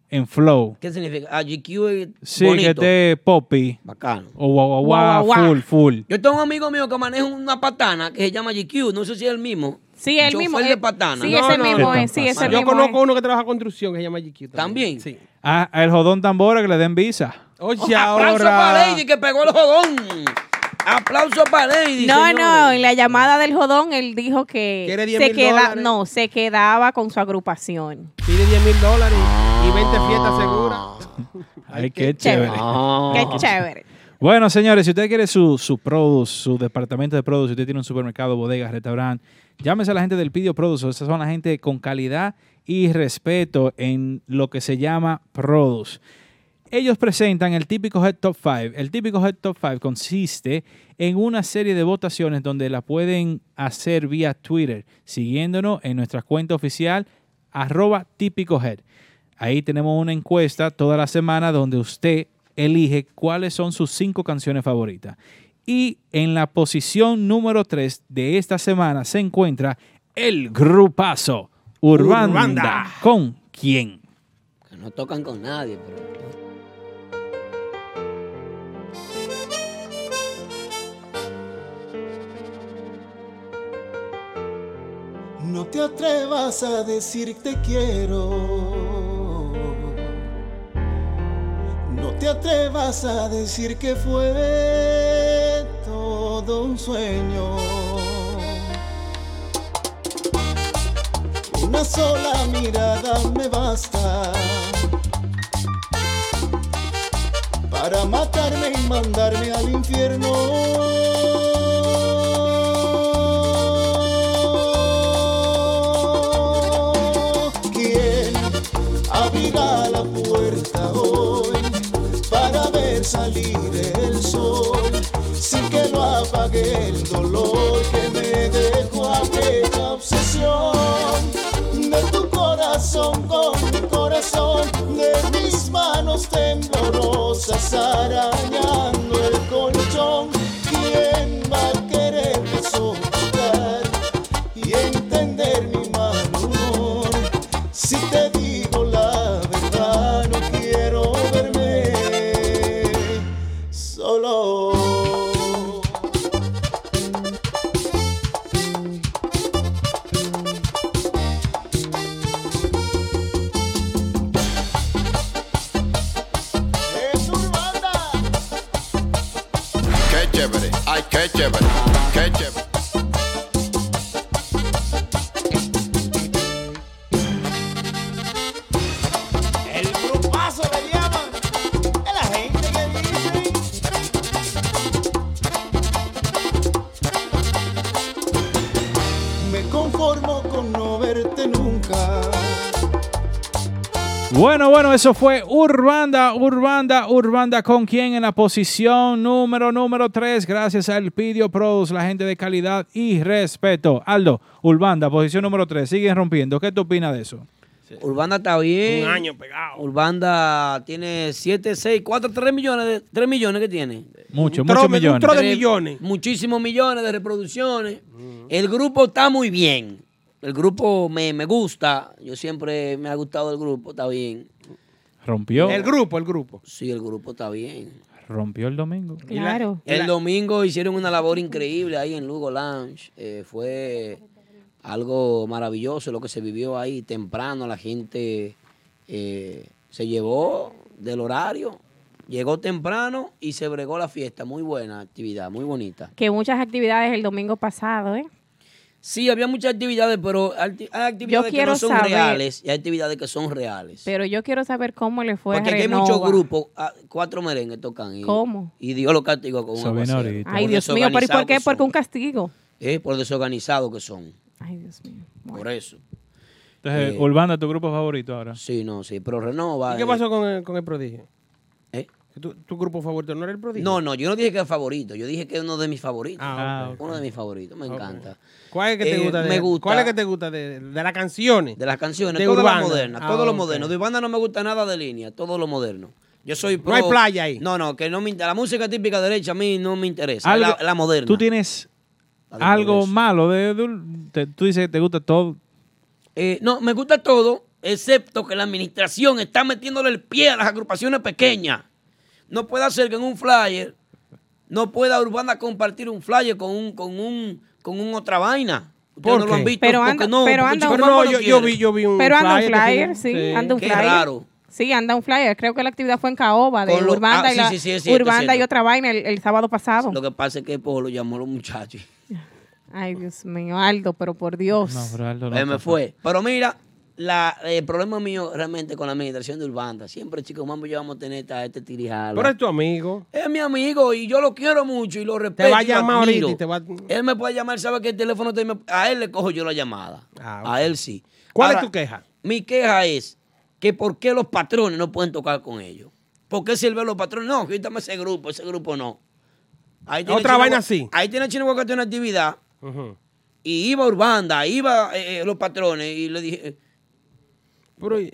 Speaker 2: en flow,
Speaker 4: ¿Qué significa? Ah, GQ es
Speaker 2: sí,
Speaker 4: bonito.
Speaker 2: que esté poppy
Speaker 4: Bacano.
Speaker 2: o guau, guau,
Speaker 4: Guau,
Speaker 2: guau,
Speaker 4: guau, guau.
Speaker 2: full, full.
Speaker 4: Yo tengo un amigo mío que maneja una patana que se llama GQ, no sé si es el mismo.
Speaker 3: Sí, el
Speaker 4: Chofer
Speaker 3: mismo,
Speaker 4: de
Speaker 3: eh,
Speaker 4: patana.
Speaker 3: sí, ese mismo es, sí, ese
Speaker 5: Yo
Speaker 3: mismo
Speaker 5: conozco uno que trabaja construcción que se llama GQ.
Speaker 4: También.
Speaker 5: Sí.
Speaker 2: Ah, el jodón tambora que le den visa.
Speaker 5: Oye,
Speaker 4: Aplauso para
Speaker 5: ahora.
Speaker 4: Lady que pegó el jodón. Aplauso para Lady.
Speaker 3: No,
Speaker 4: señores.
Speaker 3: no, en la llamada del jodón él dijo que
Speaker 4: ¿Quiere 10
Speaker 3: se
Speaker 4: mil
Speaker 3: queda,
Speaker 4: dólares?
Speaker 3: no, se quedaba con su agrupación.
Speaker 5: Pide 10 mil dólares y 20 fiestas seguras.
Speaker 2: Ay, qué chévere.
Speaker 3: Qué chévere.
Speaker 2: Bueno, señores, si usted quiere su, su produce, su departamento de produce, si usted tiene un supermercado, bodega, restaurante, llámese a la gente del Pidio Produce. Esas son la gente con calidad y respeto en lo que se llama produce. Ellos presentan el típico Head Top 5. El típico Head Top 5 consiste en una serie de votaciones donde la pueden hacer vía Twitter, siguiéndonos en nuestra cuenta oficial, arroba típico head. Ahí tenemos una encuesta toda la semana donde usted elige cuáles son sus cinco canciones favoritas. Y en la posición número 3 de esta semana se encuentra el grupazo Urbanda,
Speaker 4: Urbanda.
Speaker 2: con quién.
Speaker 4: Que no tocan con nadie, pero.
Speaker 23: No te atrevas a decir te quiero. No te atrevas a decir que fue todo. todo un sueño. Una sola mirada me basta para matarme y mandarme al infierno. ¿Quién abrirá la puerta hoy para ver salir el sol sin que lo apague el dolor que me dejó aquella obsesión de tu corazón con mi corazón de mis manos temblorosas arañando el colchón quién va a querer soportar y entender mi mal humor si te digo la verdad no quiero verme solo
Speaker 11: Qué chévere, ay, qué chévere, qué chévere.
Speaker 23: El grupazo le llaman. Es la gente que dice. Me conformo con no verte nunca.
Speaker 2: Bueno, bueno, eso fue Urbanda, Urbanda, Urbanda, con quien en la posición número, número 3, gracias a Elpidio Produce, la gente de calidad y respeto. Aldo, Urbanda, posición número 3, siguen rompiendo. ¿Qué tú opinas de eso?
Speaker 4: Urbanda está bien.
Speaker 5: Un año
Speaker 4: pegado. Urbanda tiene 7, 6, 4, 3 millones. De, 3 millones que tiene.
Speaker 2: Mucho, muchos millones.
Speaker 4: Tres- Muchísimos millones de reproducciones. El grupo está muy bien. El grupo me, me gusta. Yo siempre me ha gustado el grupo, está bien.
Speaker 2: Rompió,
Speaker 4: grupo, el grupo. Sí, el grupo está bien.
Speaker 2: rompió el domingo.
Speaker 4: Claro. El domingo hicieron una labor increíble ahí en Lugo Lounge. Eh, fue algo maravilloso lo que se vivió ahí temprano. La gente eh, se llevó del horario, llegó temprano y se bregó la fiesta. Muy buena actividad, muy bonita.
Speaker 3: Que muchas actividades el domingo pasado, ¿eh?
Speaker 4: Sí, había muchas actividades, pero acti- hay actividades que
Speaker 3: quiero
Speaker 4: no son
Speaker 3: saber-
Speaker 4: reales y hay actividades que son reales.
Speaker 3: Pero yo quiero saber cómo le fue a
Speaker 4: Porque aquí hay
Speaker 3: Pues Renova.
Speaker 4: muchos grupos, ah, cuatro merengues tocan. Y,
Speaker 3: ¿Cómo?
Speaker 4: Y Dios lo castigó con un
Speaker 2: Saben
Speaker 4: aguacero.
Speaker 2: ahorita.
Speaker 3: Ay,
Speaker 4: Por
Speaker 3: Dios mío, ¿pero ¿y por
Speaker 4: desorganizados
Speaker 3: qué?
Speaker 4: que son.
Speaker 3: Porque un castigo.
Speaker 4: Eh, por desorganizados que son.
Speaker 3: Ay, Dios mío.
Speaker 4: Por eso.
Speaker 2: Entonces,
Speaker 4: Eh,
Speaker 2: Urbanda, tu grupo favorito ahora.
Speaker 4: Sí, no, sí, pero Renova.
Speaker 5: ¿Y qué
Speaker 4: eh,
Speaker 5: pasó con el, con el prodigio?
Speaker 4: ¿Eh?
Speaker 5: ¿Tu, tu grupo favorito no era el prodigio?
Speaker 4: No, no, yo no dije que es favorito, yo dije que es uno de mis favoritos.
Speaker 5: Ah, Ah, ok.
Speaker 4: Uno de mis favoritos, me encanta.
Speaker 5: ¿Cuál es que te
Speaker 4: Eh,
Speaker 5: gusta? de-
Speaker 4: me gusta.
Speaker 5: ¿Cuál es que te gusta de, de las canciones?
Speaker 4: De las canciones,
Speaker 5: De
Speaker 4: todo
Speaker 5: Urbana.
Speaker 4: lo moderno,
Speaker 5: Ah,
Speaker 4: todo lo
Speaker 5: ok.
Speaker 4: moderno. De Urbana no me gusta nada de línea, todo lo moderno. Yo soy pro-
Speaker 5: hay playa ahí.
Speaker 4: No, no, que no me inter- la música típica derecha a mí no me interesa,
Speaker 2: Algo-
Speaker 4: la, la moderna.
Speaker 2: Tú tienes algo malo de, de- te- tú dices que te gusta todo.
Speaker 4: Eh, no, me gusta todo, excepto que la administración está metiéndole el pie a las agrupaciones pequeñas. No puede hacer que en un flyer, no pueda Urbana compartir un flyer con un, con un, con un otra vaina. Ustedes
Speaker 5: ¿Por
Speaker 4: no lo han
Speaker 5: qué?
Speaker 4: visto.
Speaker 5: Pero
Speaker 4: porque
Speaker 5: anda-
Speaker 4: no,
Speaker 5: pero
Speaker 4: porque
Speaker 5: anda
Speaker 4: Chico
Speaker 5: un-
Speaker 4: Mambo
Speaker 5: No,
Speaker 4: lo
Speaker 5: yo-
Speaker 4: quiere.
Speaker 5: yo vi- yo vi un
Speaker 3: Pero anda un
Speaker 5: flyer que
Speaker 3: flyer,
Speaker 5: sí,
Speaker 3: sí,
Speaker 5: sí.
Speaker 3: anda un
Speaker 5: Qué
Speaker 3: flyer.
Speaker 5: raro.
Speaker 3: Sí, anda un flyer. Creo que la actividad fue en Caoba, de
Speaker 4: Con lo-
Speaker 3: Urbanda,
Speaker 4: ah,
Speaker 3: y,
Speaker 4: sí,
Speaker 3: la-
Speaker 4: sí, sí, es cierto,
Speaker 3: Urbanda
Speaker 4: es cierto.
Speaker 3: y otra vaina el, el sábado pasado.
Speaker 4: Lo que pasa es que Polo llamó a los muchachos.
Speaker 3: Ay, Dios mío, Aldo, pero por Dios.
Speaker 2: No, pero Aldo no
Speaker 4: Eh, me
Speaker 2: toca.
Speaker 4: fue. Pero mira, la, el problema mío realmente con la administración de Urbanda. Siempre, chicos, mambo, yo vamos a tener esta, este tirijala.
Speaker 5: Pero es tu amigo.
Speaker 4: Es mi amigo y yo lo quiero mucho y lo respeto.
Speaker 5: va a
Speaker 4: y lo
Speaker 5: llamar
Speaker 4: admiro.
Speaker 5: ahorita y te va a-
Speaker 4: Él me puede llamar, sabe que el teléfono te- a él le cojo yo la llamada. A él sí.
Speaker 5: Ah, ¿Cuál
Speaker 4: Ahora,
Speaker 5: es tu queja?
Speaker 4: Mi queja es que por qué los patrones no pueden tocar con ellos. ¿Por qué sirven los patrones? No, quítame ese grupo, ese grupo no. Ahí tiene
Speaker 5: Otra
Speaker 4: Chino
Speaker 5: vaina
Speaker 4: Gua-
Speaker 5: sí.
Speaker 4: Ahí tiene Chino Guacate una actividad y iba Urbanda, iba eh, eh, los patrones y le dije... eh,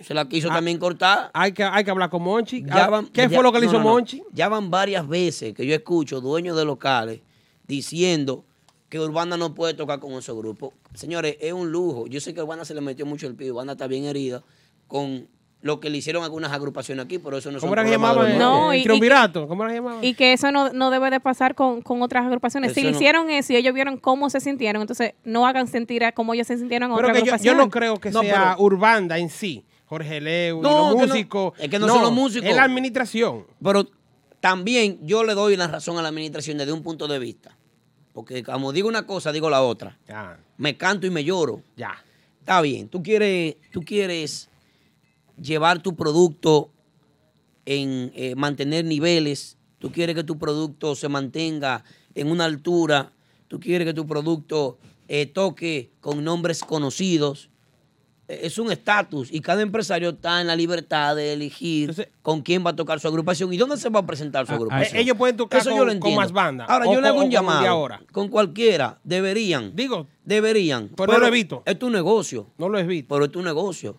Speaker 4: se la quiso también cortar.
Speaker 5: ah, Hay que, hay que hablar con Monchi.
Speaker 4: Ya van-
Speaker 5: ¿Qué
Speaker 4: ya-
Speaker 5: fue lo que le
Speaker 4: no,
Speaker 5: hizo
Speaker 4: no, no.
Speaker 5: Monchi?
Speaker 4: Ya van varias veces que yo escucho dueños de locales diciendo que Urbana no puede tocar con esos grupos. Señores, es un lujo. Yo sé que a Urbana se le metió mucho el pie. Urbana está bien herida con lo que le hicieron algunas agrupaciones aquí, pero eso no
Speaker 5: ¿Cómo
Speaker 4: son
Speaker 5: era que
Speaker 4: problemas de
Speaker 5: llamaban?
Speaker 4: los
Speaker 3: No,
Speaker 4: nuestros.
Speaker 3: y- y-
Speaker 5: ¿Cómo era que llamaban?
Speaker 3: Y que eso no, no debe de pasar con, con otras agrupaciones. si
Speaker 4: Eso
Speaker 3: le
Speaker 4: no.
Speaker 3: hicieron eso y ellos vieron cómo se sintieron, entonces no hagan sentir a cómo ellos se sintieron en
Speaker 5: Pero
Speaker 3: otra
Speaker 5: que yo, yo
Speaker 3: agrupación.
Speaker 5: no creo que
Speaker 3: No,
Speaker 5: sea Urbanda en sí. Jorge Leu, y
Speaker 4: No,
Speaker 5: los
Speaker 4: que no.
Speaker 5: músicos.
Speaker 4: Es que no son los músicos.
Speaker 5: Es la administración.
Speaker 4: Pero también yo le doy la razón a la administración desde un punto de vista. Porque como digo una cosa, digo la otra. Me canto y me lloro. Ya. Está bien. Tú quieres, tú quieres llevar tu producto en eh, mantener niveles. Tú quieres que tu producto se mantenga en una altura. Tú quieres que tu producto eh, toque con nombres conocidos. Eh, Es un estatus y cada empresario está en la libertad de elegir con quién va a tocar su agrupación y dónde se va a presentar su
Speaker 5: Eh,
Speaker 4: agrupación.
Speaker 5: Ellos pueden tocar
Speaker 4: Eso
Speaker 5: con,
Speaker 4: yo lo
Speaker 5: con
Speaker 4: entiendo.
Speaker 5: más bandas.
Speaker 4: Ahora,
Speaker 5: o
Speaker 4: yo le hago
Speaker 5: con- o
Speaker 4: un
Speaker 5: con
Speaker 4: llamado.
Speaker 5: de ahora.
Speaker 4: Con cualquiera. Deberían. Ah. Digo. Deberían.
Speaker 5: pero no lo evito.
Speaker 4: Es tu negocio. No lo evito. Pero es tu negocio.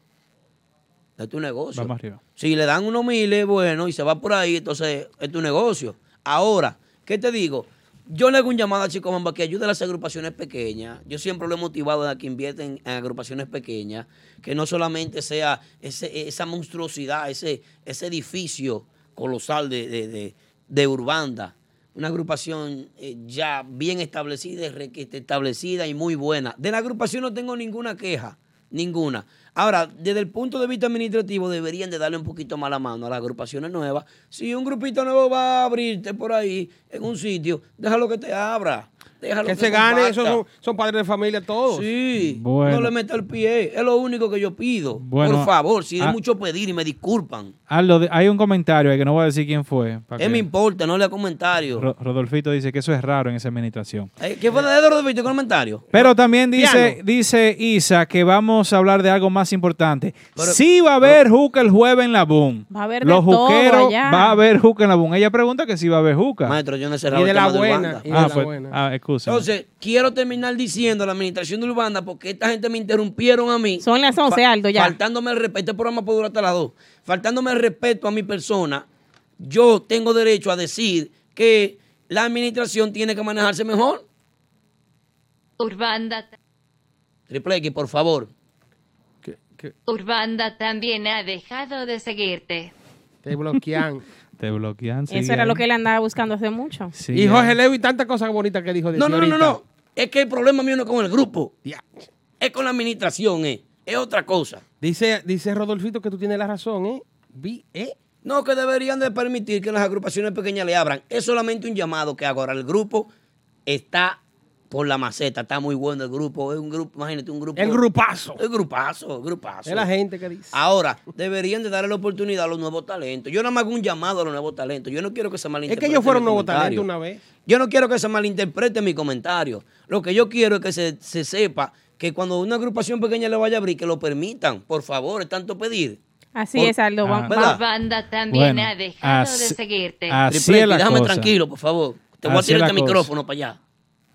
Speaker 4: Es tu negocio.
Speaker 2: Vamos arriba.
Speaker 4: Si le dan unos miles, bueno, y se va por ahí, entonces es tu negocio. Ahora, ¿qué te digo? Yo le hago un llamado a Chico Mamba que ayude a las agrupaciones pequeñas. Yo siempre lo he motivado a que invierten en agrupaciones pequeñas, que no solamente sea ese- esa monstruosidad, ese, ese edificio colosal de, de- de- de Urbanda. Una agrupación eh, ya bien establecida, y requete- establecida y muy buena. De la agrupación no tengo ninguna queja, ninguna. Ahora, desde el punto de vista administrativo, deberían de darle un poquito más la mano a las agrupaciones nuevas. Si un grupito nuevo va a abrirte por ahí, en un sitio, déjalo que te abra. Déjalo
Speaker 5: Que
Speaker 4: que,
Speaker 5: se gane,
Speaker 4: compacta.
Speaker 5: esos son, son padres de familia todos.
Speaker 4: Sí, No le meta el pie, es lo único que yo pido.
Speaker 2: Bueno,
Speaker 4: por favor, si
Speaker 2: ah-
Speaker 4: es mucho pedir y me disculpan.
Speaker 2: Aldo, de- hay un comentario ahí que no voy a decir quién fue. para
Speaker 4: Es
Speaker 2: que-
Speaker 4: me importa, no lea comentarios.
Speaker 2: Ro- Rodolfito dice que eso es raro en esa administración.
Speaker 4: Eh, ¿Qué fue de Rodolfito comentario?
Speaker 2: Pero también dice,
Speaker 4: Piano.
Speaker 2: dice Isa que vamos a hablar de algo más importante. sí va a haber juca el jueves en la boom.
Speaker 3: Va a haber de
Speaker 2: Los
Speaker 3: todo
Speaker 2: juqueros
Speaker 3: allá.
Speaker 2: va a haber juca en la boom. Ella pregunta que si va a haber juca.
Speaker 4: Maestro, yo no he cerrado Y de el la tema de buena, Urbanda. y de
Speaker 2: Ah,
Speaker 4: la
Speaker 2: pues,
Speaker 4: buena.
Speaker 2: ah, excusa.
Speaker 4: Entonces, quiero terminar diciendo a la administración de Urbanda, porque esta gente me interrumpieron a mí.
Speaker 3: Son las 11,
Speaker 4: Fa-
Speaker 3: Aldo, ya.
Speaker 4: Faltándome el respeto, este programa puede durar hasta las 2. Faltándome el respeto a mi persona, yo tengo derecho a decir que la administración tiene que manejarse mejor.
Speaker 9: Urbanda,
Speaker 4: Triple X, por favor.
Speaker 9: Urbanda también ha dejado de seguirte.
Speaker 5: Te bloquean.
Speaker 2: Te bloquean.
Speaker 3: Eso era lo que él andaba buscando hace mucho.
Speaker 5: y Jorge Leo y tantas cosas bonitas que dijo. de
Speaker 4: No, no, no, no,
Speaker 5: ahorita.
Speaker 4: no. Es que el problema mío no es con el grupo. Es con la administración, eh. Es otra cosa.
Speaker 5: Dice, dice Rodolfito que tú tienes la razón, ¿eh? Vi, ¿eh?
Speaker 4: No, que deberían de permitir que las agrupaciones pequeñas le abran. Es solamente un llamado que hago ahora. El grupo está por la maceta, está muy bueno el grupo. Es un grupo, imagínate, un grupo.
Speaker 5: El grupazo.
Speaker 4: El grupazo, el grupazo.
Speaker 5: Es la gente que dice.
Speaker 4: Ahora, deberían de darle la oportunidad a los nuevos talentos. Yo nada más hago un llamado a los nuevos talentos. Yo no quiero que se
Speaker 5: Es
Speaker 4: malinterprete.
Speaker 5: que ellos fueron
Speaker 4: mi
Speaker 5: nuevos
Speaker 4: comentario.
Speaker 5: talentos una vez.
Speaker 4: Yo no quiero que se malinterprete mi comentario. Lo que yo quiero es que se, se sepa que cuando una agrupación pequeña le vaya a abrir, que lo permitan. Por favor, es tanto pedir.
Speaker 3: Así
Speaker 4: Por-
Speaker 3: es, Aldo. va-
Speaker 4: Ah.
Speaker 3: va-
Speaker 4: ¿Verdad?
Speaker 9: Urbanda también
Speaker 4: Bueno,
Speaker 9: ha dejado
Speaker 2: así-
Speaker 9: de seguirte.
Speaker 2: así
Speaker 4: Triple
Speaker 2: es
Speaker 4: X,
Speaker 2: la
Speaker 4: déjame
Speaker 2: cosa.
Speaker 4: tranquilo, por favor. Te voy
Speaker 2: Así
Speaker 4: a
Speaker 2: es
Speaker 4: tirar
Speaker 2: la
Speaker 4: este
Speaker 2: cosa.
Speaker 4: micrófono para allá.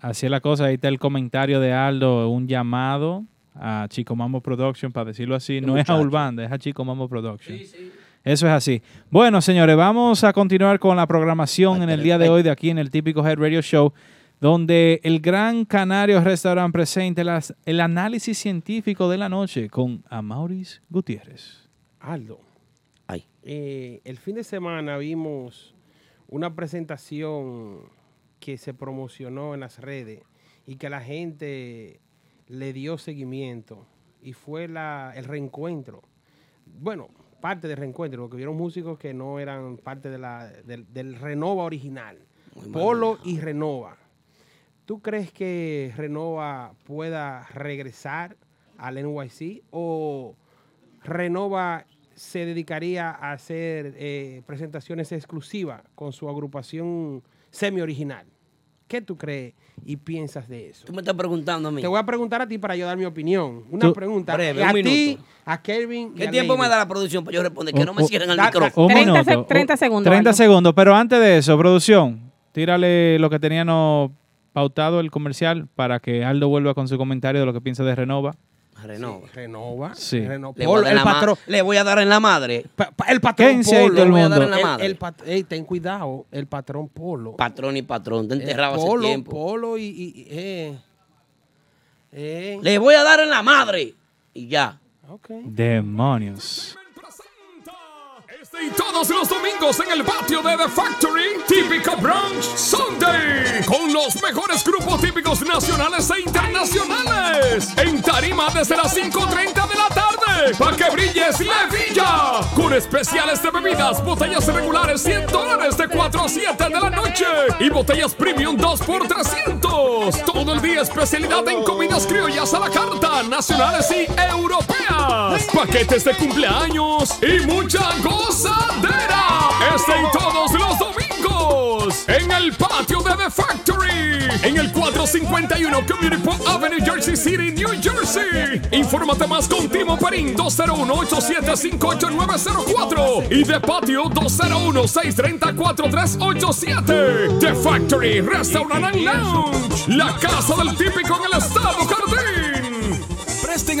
Speaker 2: Así es la cosa. Ahí está el comentario de Aldo, un llamado a Chico Mambo Production, para decirlo así. No es a
Speaker 8: muchacho.
Speaker 2: Urbanda, es a Chico Mambo Production. Eso es así. Bueno, señores, vamos a continuar con la programación en el día de hoy de aquí en el típico Head Radio Show, donde el Gran Canario Restaurant presenta las- el análisis científico de la noche con Amauris Gutiérrez.
Speaker 5: Aldo. Eh, el fin de semana vimos una presentación que se promocionó en las redes y que la gente le dio seguimiento y fue la, el reencuentro. Bueno, parte del reencuentro, porque vieron músicos que no eran parte de la, del, del Renova original. Polo y Renova. ¿Tú crees que Renova pueda regresar al NYC o Renova se dedicaría a hacer eh, presentaciones exclusivas con su agrupación semi-original? ¿Qué tú crees y piensas de eso?
Speaker 4: Tú me estás preguntando a mí.
Speaker 5: Te voy a preguntar a ti para yo dar mi opinión. Una
Speaker 4: Tú-
Speaker 5: pregunta.
Speaker 4: Breve,
Speaker 5: a
Speaker 4: un
Speaker 5: ti,
Speaker 4: minuto.
Speaker 5: a Kelvin. y
Speaker 4: ¿Qué
Speaker 5: a
Speaker 4: tiempo
Speaker 5: Lady. Oh,
Speaker 4: me da la producción para yo responder? Que no me
Speaker 2: Un-
Speaker 4: cierren el
Speaker 5: da- da-
Speaker 4: micrófono.
Speaker 2: Un
Speaker 3: 30
Speaker 2: minuto,
Speaker 3: sec- 30
Speaker 2: un-
Speaker 3: segundos,
Speaker 2: 30
Speaker 3: Aldo.
Speaker 2: segundos, pero antes de eso, producción, tírale lo que teníamos pautado el comercial para que Aldo vuelva con su comentario de lo que piensa de Renova.
Speaker 4: Renova.
Speaker 5: Renova.
Speaker 2: Sí.
Speaker 5: Renova.
Speaker 4: Le voy, a dar
Speaker 5: el
Speaker 4: en la ma-
Speaker 5: patrón.
Speaker 4: le voy a dar en la madre.
Speaker 5: el patrón
Speaker 2: Quédense ahí
Speaker 5: Polo.
Speaker 2: todo el
Speaker 5: Le voy a dar
Speaker 2: mundo.
Speaker 5: en la
Speaker 4: El-
Speaker 5: madre.
Speaker 4: el
Speaker 5: Ey, ten cuidado, el patrón Polo.
Speaker 4: Patrón y patrón, te enterraba
Speaker 5: Eh,
Speaker 4: hace
Speaker 5: Polo,
Speaker 4: tiempo.
Speaker 5: Polo y... y- y- eh. Eh.
Speaker 4: Le voy a dar en la madre. Y ya.
Speaker 2: Demonios.
Speaker 24: Y todos los domingos en el patio de The Factory, típico Brunch Sunday, con los mejores grupos típicos nacionales e internacionales, en tarima desde las 5.30 de la tarde, para que que brilles Levilla. Con especiales de bebidas, botellas regulares 100 dólares de 4 a 7 de la noche. Y botellas premium 2 por 300. Todo el día especialidad en comidas criollas a la carta, nacionales y europeas. Paquetes de cumpleaños y mucha gozadera. Este y todos los domingos. En el patio de The Factory. En el 451 Community Park Avenue, Jersey City, New Jersey. Infórmate más con Timo Perín 201-875-8904 y de patio 201-630-4387. The Factory Restaurant and Lounge, la casa del típico en el estado Jardín.
Speaker 13: Presten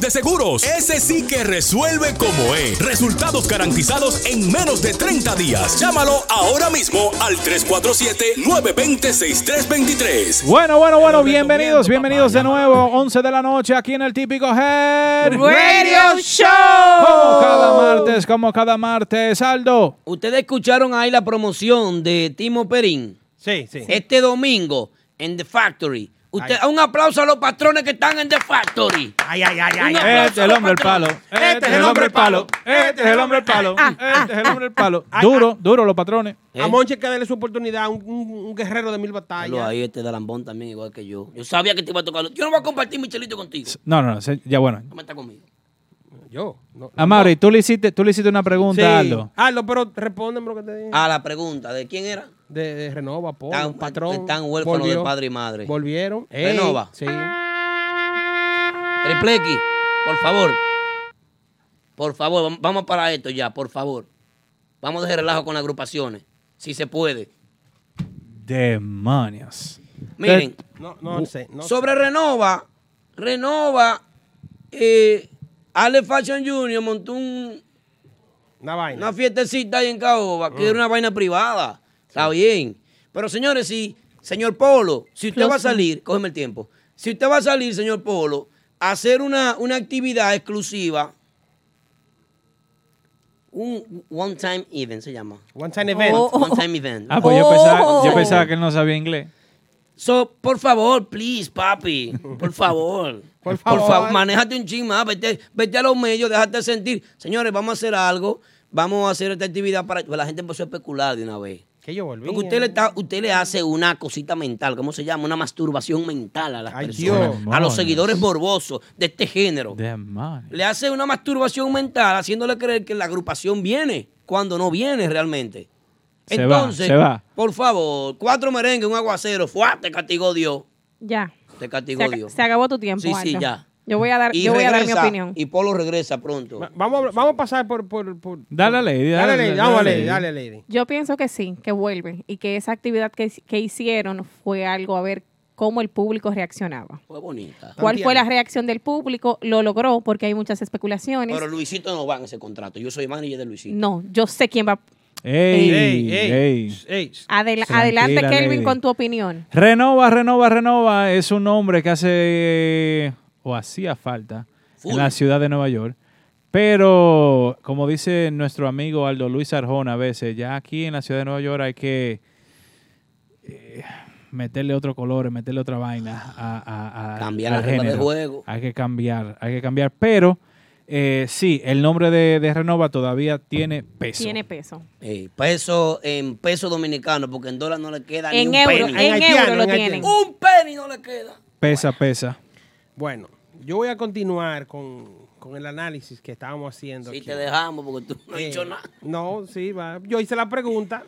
Speaker 13: de seguros. Ese sí que resuelve como es. Resultados garantizados en menos de 30 días. Llámalo ahora mismo al 347-920-6323.
Speaker 2: Bueno, bueno, bueno, bienvenidos, bienvenidos de nuevo. 11 de la noche aquí en el típico Head
Speaker 4: Radio Show.
Speaker 2: Como cada martes, como cada martes, Aldo.
Speaker 4: Ustedes escucharon ahí la promoción de Timo Perín.
Speaker 5: Sí, sí.
Speaker 4: Este domingo en The Factory. Usted, un aplauso a los patrones que están en The Factory.
Speaker 5: Ay, ay, ay,
Speaker 4: Un aplauso
Speaker 2: Este es
Speaker 4: a
Speaker 2: el
Speaker 4: los
Speaker 2: hombre del palo.
Speaker 4: patrones.
Speaker 2: Este es el hombre del palo. Este es el hombre del palo.
Speaker 5: Eh,
Speaker 2: Este es el hombre del palo.
Speaker 5: ah.
Speaker 2: Duro, duro los patrones.
Speaker 4: Eh.
Speaker 5: A Monche que dele su oportunidad, un, un- un guerrero de mil
Speaker 4: Míralo
Speaker 5: batallas.
Speaker 4: ahí este de Lambón también, igual que yo. Yo sabía que te iba a tocar. Yo no voy a compartir mi chelito contigo.
Speaker 2: No, no, no, se- ya bueno.
Speaker 4: ¿Cómo está conmigo?
Speaker 5: Yo. No,
Speaker 2: Amaury, tú le hiciste, tú le hiciste una pregunta,
Speaker 5: Sí.
Speaker 2: Aldo.
Speaker 5: Aldo, pero respóndeme lo que te dije.
Speaker 4: A Ah, la pregunta, ¿de quién era?
Speaker 5: De, de Renova, por
Speaker 4: Tan-
Speaker 5: patrón.
Speaker 4: tan huérfano
Speaker 5: Volvió.
Speaker 4: de padre y madre.
Speaker 5: Volvieron. Ey,
Speaker 4: Renova.
Speaker 5: Sí.
Speaker 4: Triplequi, por favor. Por favor, vam- vamos para esto ya, por favor. Vamos a dejar relajo con las agrupaciones, si se puede.
Speaker 2: Demonios. Eh,
Speaker 4: Miren,
Speaker 5: No, no sé. No
Speaker 4: sobre Renova, Renova, eh, Ale Fashion Junior montó un-
Speaker 5: una, Mm.
Speaker 4: fiestecita ahí en Caoba, que era una vaina privada. Está bien. Pero señores, si, señor Polo, si usted va a salir, cógeme el tiempo. Si usted va a salir, señor Polo, a hacer una, una actividad exclusiva, un one time event se llama.
Speaker 5: One time event.
Speaker 4: One, one time event.
Speaker 2: Ah, pues yo pensaba,
Speaker 4: Oh.
Speaker 2: yo pensaba que él no sabía inglés.
Speaker 4: So, por favor, please, papi. Por favor. por
Speaker 5: favor.
Speaker 4: manéjate un ching más. Vete, vete a los medios, déjate sentir. Señores, vamos a hacer algo. Vamos a hacer esta actividad para. Pues la gente empezó a especular de una vez.
Speaker 5: Que yo volví. eh.
Speaker 4: Porque usted le, está- usted le hace una cosita mental, ¿cómo se llama? Una masturbación mental a las personas,
Speaker 2: Dios.
Speaker 4: a los seguidores borbosos de este género.
Speaker 2: Demonios.
Speaker 4: Le hace una masturbación mental haciéndole creer que la agrupación viene cuando no viene realmente.
Speaker 2: Se va,
Speaker 4: Entonces,
Speaker 2: se va.
Speaker 4: por favor, cuatro merengues, un aguacero, ¡fua! te castigó Dios.
Speaker 3: Ya.
Speaker 4: Te
Speaker 3: Se,
Speaker 4: castigó
Speaker 3: ac-
Speaker 4: Dios.
Speaker 3: se acabó tu tiempo.
Speaker 4: Sí, sí,
Speaker 3: Aldo.
Speaker 4: ya.
Speaker 3: Yo voy a dar,
Speaker 4: Y
Speaker 3: yo voy a dar mi
Speaker 4: regresa,
Speaker 3: opinión.
Speaker 4: Y Polo regresa pronto.
Speaker 5: Vamos a, vamos a pasar por. por, por
Speaker 2: Dale, Lady.
Speaker 5: dale, Lady. Vamos, Lady. Dale,
Speaker 2: Lady.
Speaker 5: Lady.
Speaker 3: Yo pienso que sí, que vuelven y que esa actividad que, que hicieron fue algo a ver cómo el público reaccionaba.
Speaker 4: Fue bonita.
Speaker 3: ¿Cuál fue la reacción del público? Lo logró porque hay muchas especulaciones.
Speaker 4: Pero Luisito no va en ese contrato. Yo soy manager de Luisito.
Speaker 3: No, yo sé quién va.
Speaker 2: Ey,
Speaker 4: Ey, ey,
Speaker 2: ey.
Speaker 3: Adela-
Speaker 2: Tranquila,
Speaker 3: adelante, Kelvin,
Speaker 2: lady.
Speaker 3: con tu opinión.
Speaker 2: Renova, renova, renova es un nombre que hace o hacía falta en la ciudad de Nueva York. Pero, como dice nuestro amigo Aldo Luis Arjona a veces, ya aquí en la ciudad de Nueva York hay que eh, meterle otro color, meterle otra vaina a, a- a-
Speaker 4: Cambiar
Speaker 2: al
Speaker 4: las reglas de
Speaker 2: género.
Speaker 4: juego.
Speaker 2: Hay que cambiar, hay que cambiar. Pero, eh, sí, el nombre de, de Renova todavía tiene peso.
Speaker 3: Tiene peso.
Speaker 4: Ey, Eh, peso en peso dominicano, porque en dólar no le queda
Speaker 3: En
Speaker 4: ni un
Speaker 3: euro,
Speaker 4: penny.
Speaker 3: en En haitiano, euro lo en haitiano. tienen.
Speaker 4: Un penny no le queda.
Speaker 2: Pesa, pesa.
Speaker 5: Bueno, yo voy a continuar con, con el análisis que estábamos haciendo.
Speaker 4: Si
Speaker 5: aquí.
Speaker 4: te dejamos, porque tú no has
Speaker 5: Eh,
Speaker 4: dicho nada.
Speaker 5: No, sí, va. Yo hice la pregunta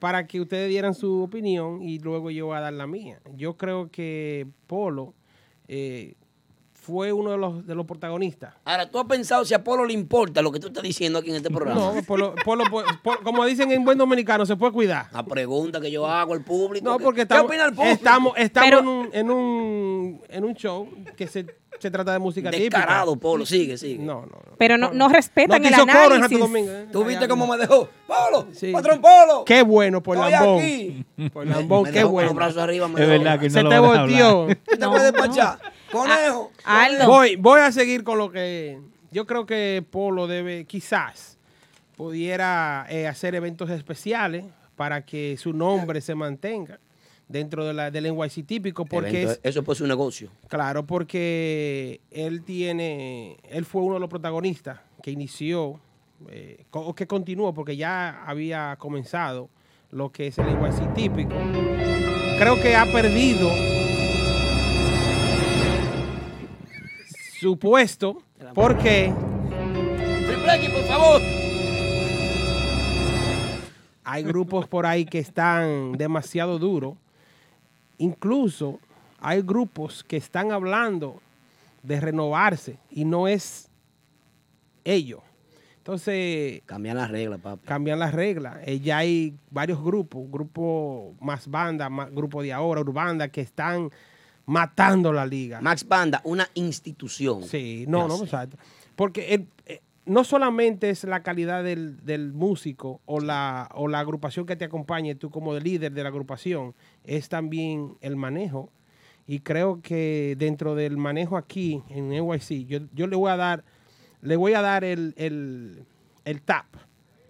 Speaker 5: para que ustedes dieran su opinión y luego yo voy a dar la mía. Yo creo que Polo eh, fue uno de los, de los protagonistas.
Speaker 4: Ahora, ¿tú has pensado si a Polo le importa lo que tú estás diciendo aquí en este programa?
Speaker 5: No, por lo- por lo- por- por- como dicen en buen dominicano, se puede cuidar.
Speaker 4: La pregunta que yo hago al público.
Speaker 5: No,
Speaker 4: que-
Speaker 5: porque
Speaker 4: ¿Qué
Speaker 5: estamos,
Speaker 4: opina el público?
Speaker 5: estamos, estamos en, un, en, un, en un show que se, se trata de música
Speaker 4: Descarado,
Speaker 5: típica.
Speaker 4: Polo, sigue, sigue.
Speaker 5: No, no.
Speaker 3: Pero no, no respetan
Speaker 5: No te
Speaker 3: el
Speaker 5: hizo coro en
Speaker 3: análisis.
Speaker 5: Santo Domingo, ¿eh?
Speaker 4: ¿Tú viste cómo me dejó? ¡Polo!
Speaker 5: Sí.
Speaker 4: ¡Patrón Polo!
Speaker 5: Qué bueno, por
Speaker 4: Estoy
Speaker 5: Lambón.
Speaker 4: aquí.
Speaker 5: Por Lambón,
Speaker 4: Me
Speaker 5: qué
Speaker 4: dejó con
Speaker 5: bueno.
Speaker 4: los brazos arriba, me
Speaker 5: Es
Speaker 4: dejó.
Speaker 5: verdad que no Se lo te deja volteó. hablar.
Speaker 4: ¿Tú te puedes despachar? Conejo.
Speaker 3: Aldo.
Speaker 5: Voy, voy a seguir con lo que yo creo que Polo debe, quizás, pudiera eh, hacer eventos especiales para que su nombre se mantenga dentro de la, del NYC típico, porque
Speaker 4: Evento-
Speaker 5: es,
Speaker 4: Eso puede ser un negocio.
Speaker 5: Claro, porque él tiene, él fue uno de los protagonistas que inició, eh, co- o que continuó, porque ya había comenzado lo que es el NYC típico. Creo que ha perdido su puesto porque
Speaker 4: Triple X, por favor.
Speaker 5: hay grupos por ahí que están demasiado duros. Incluso hay grupos que están hablando de renovarse y no es ellos. Entonces.
Speaker 4: Cambian las reglas, papá.
Speaker 5: Cambian las reglas. Eh, ya hay varios grupos, grupos más bandas, más grupos de ahora, urbanda, que están matando la liga.
Speaker 4: Max Banda, una institución.
Speaker 5: Sí, no, no,
Speaker 4: Así.
Speaker 5: exacto. Porque el- eh, no solamente es la calidad del, del músico o la, o la agrupación que te acompañe, tú como líder de la agrupación, es también el manejo. Y creo que dentro del manejo aquí en NYC, yo, yo le voy a dar, le voy a dar el, el, el tap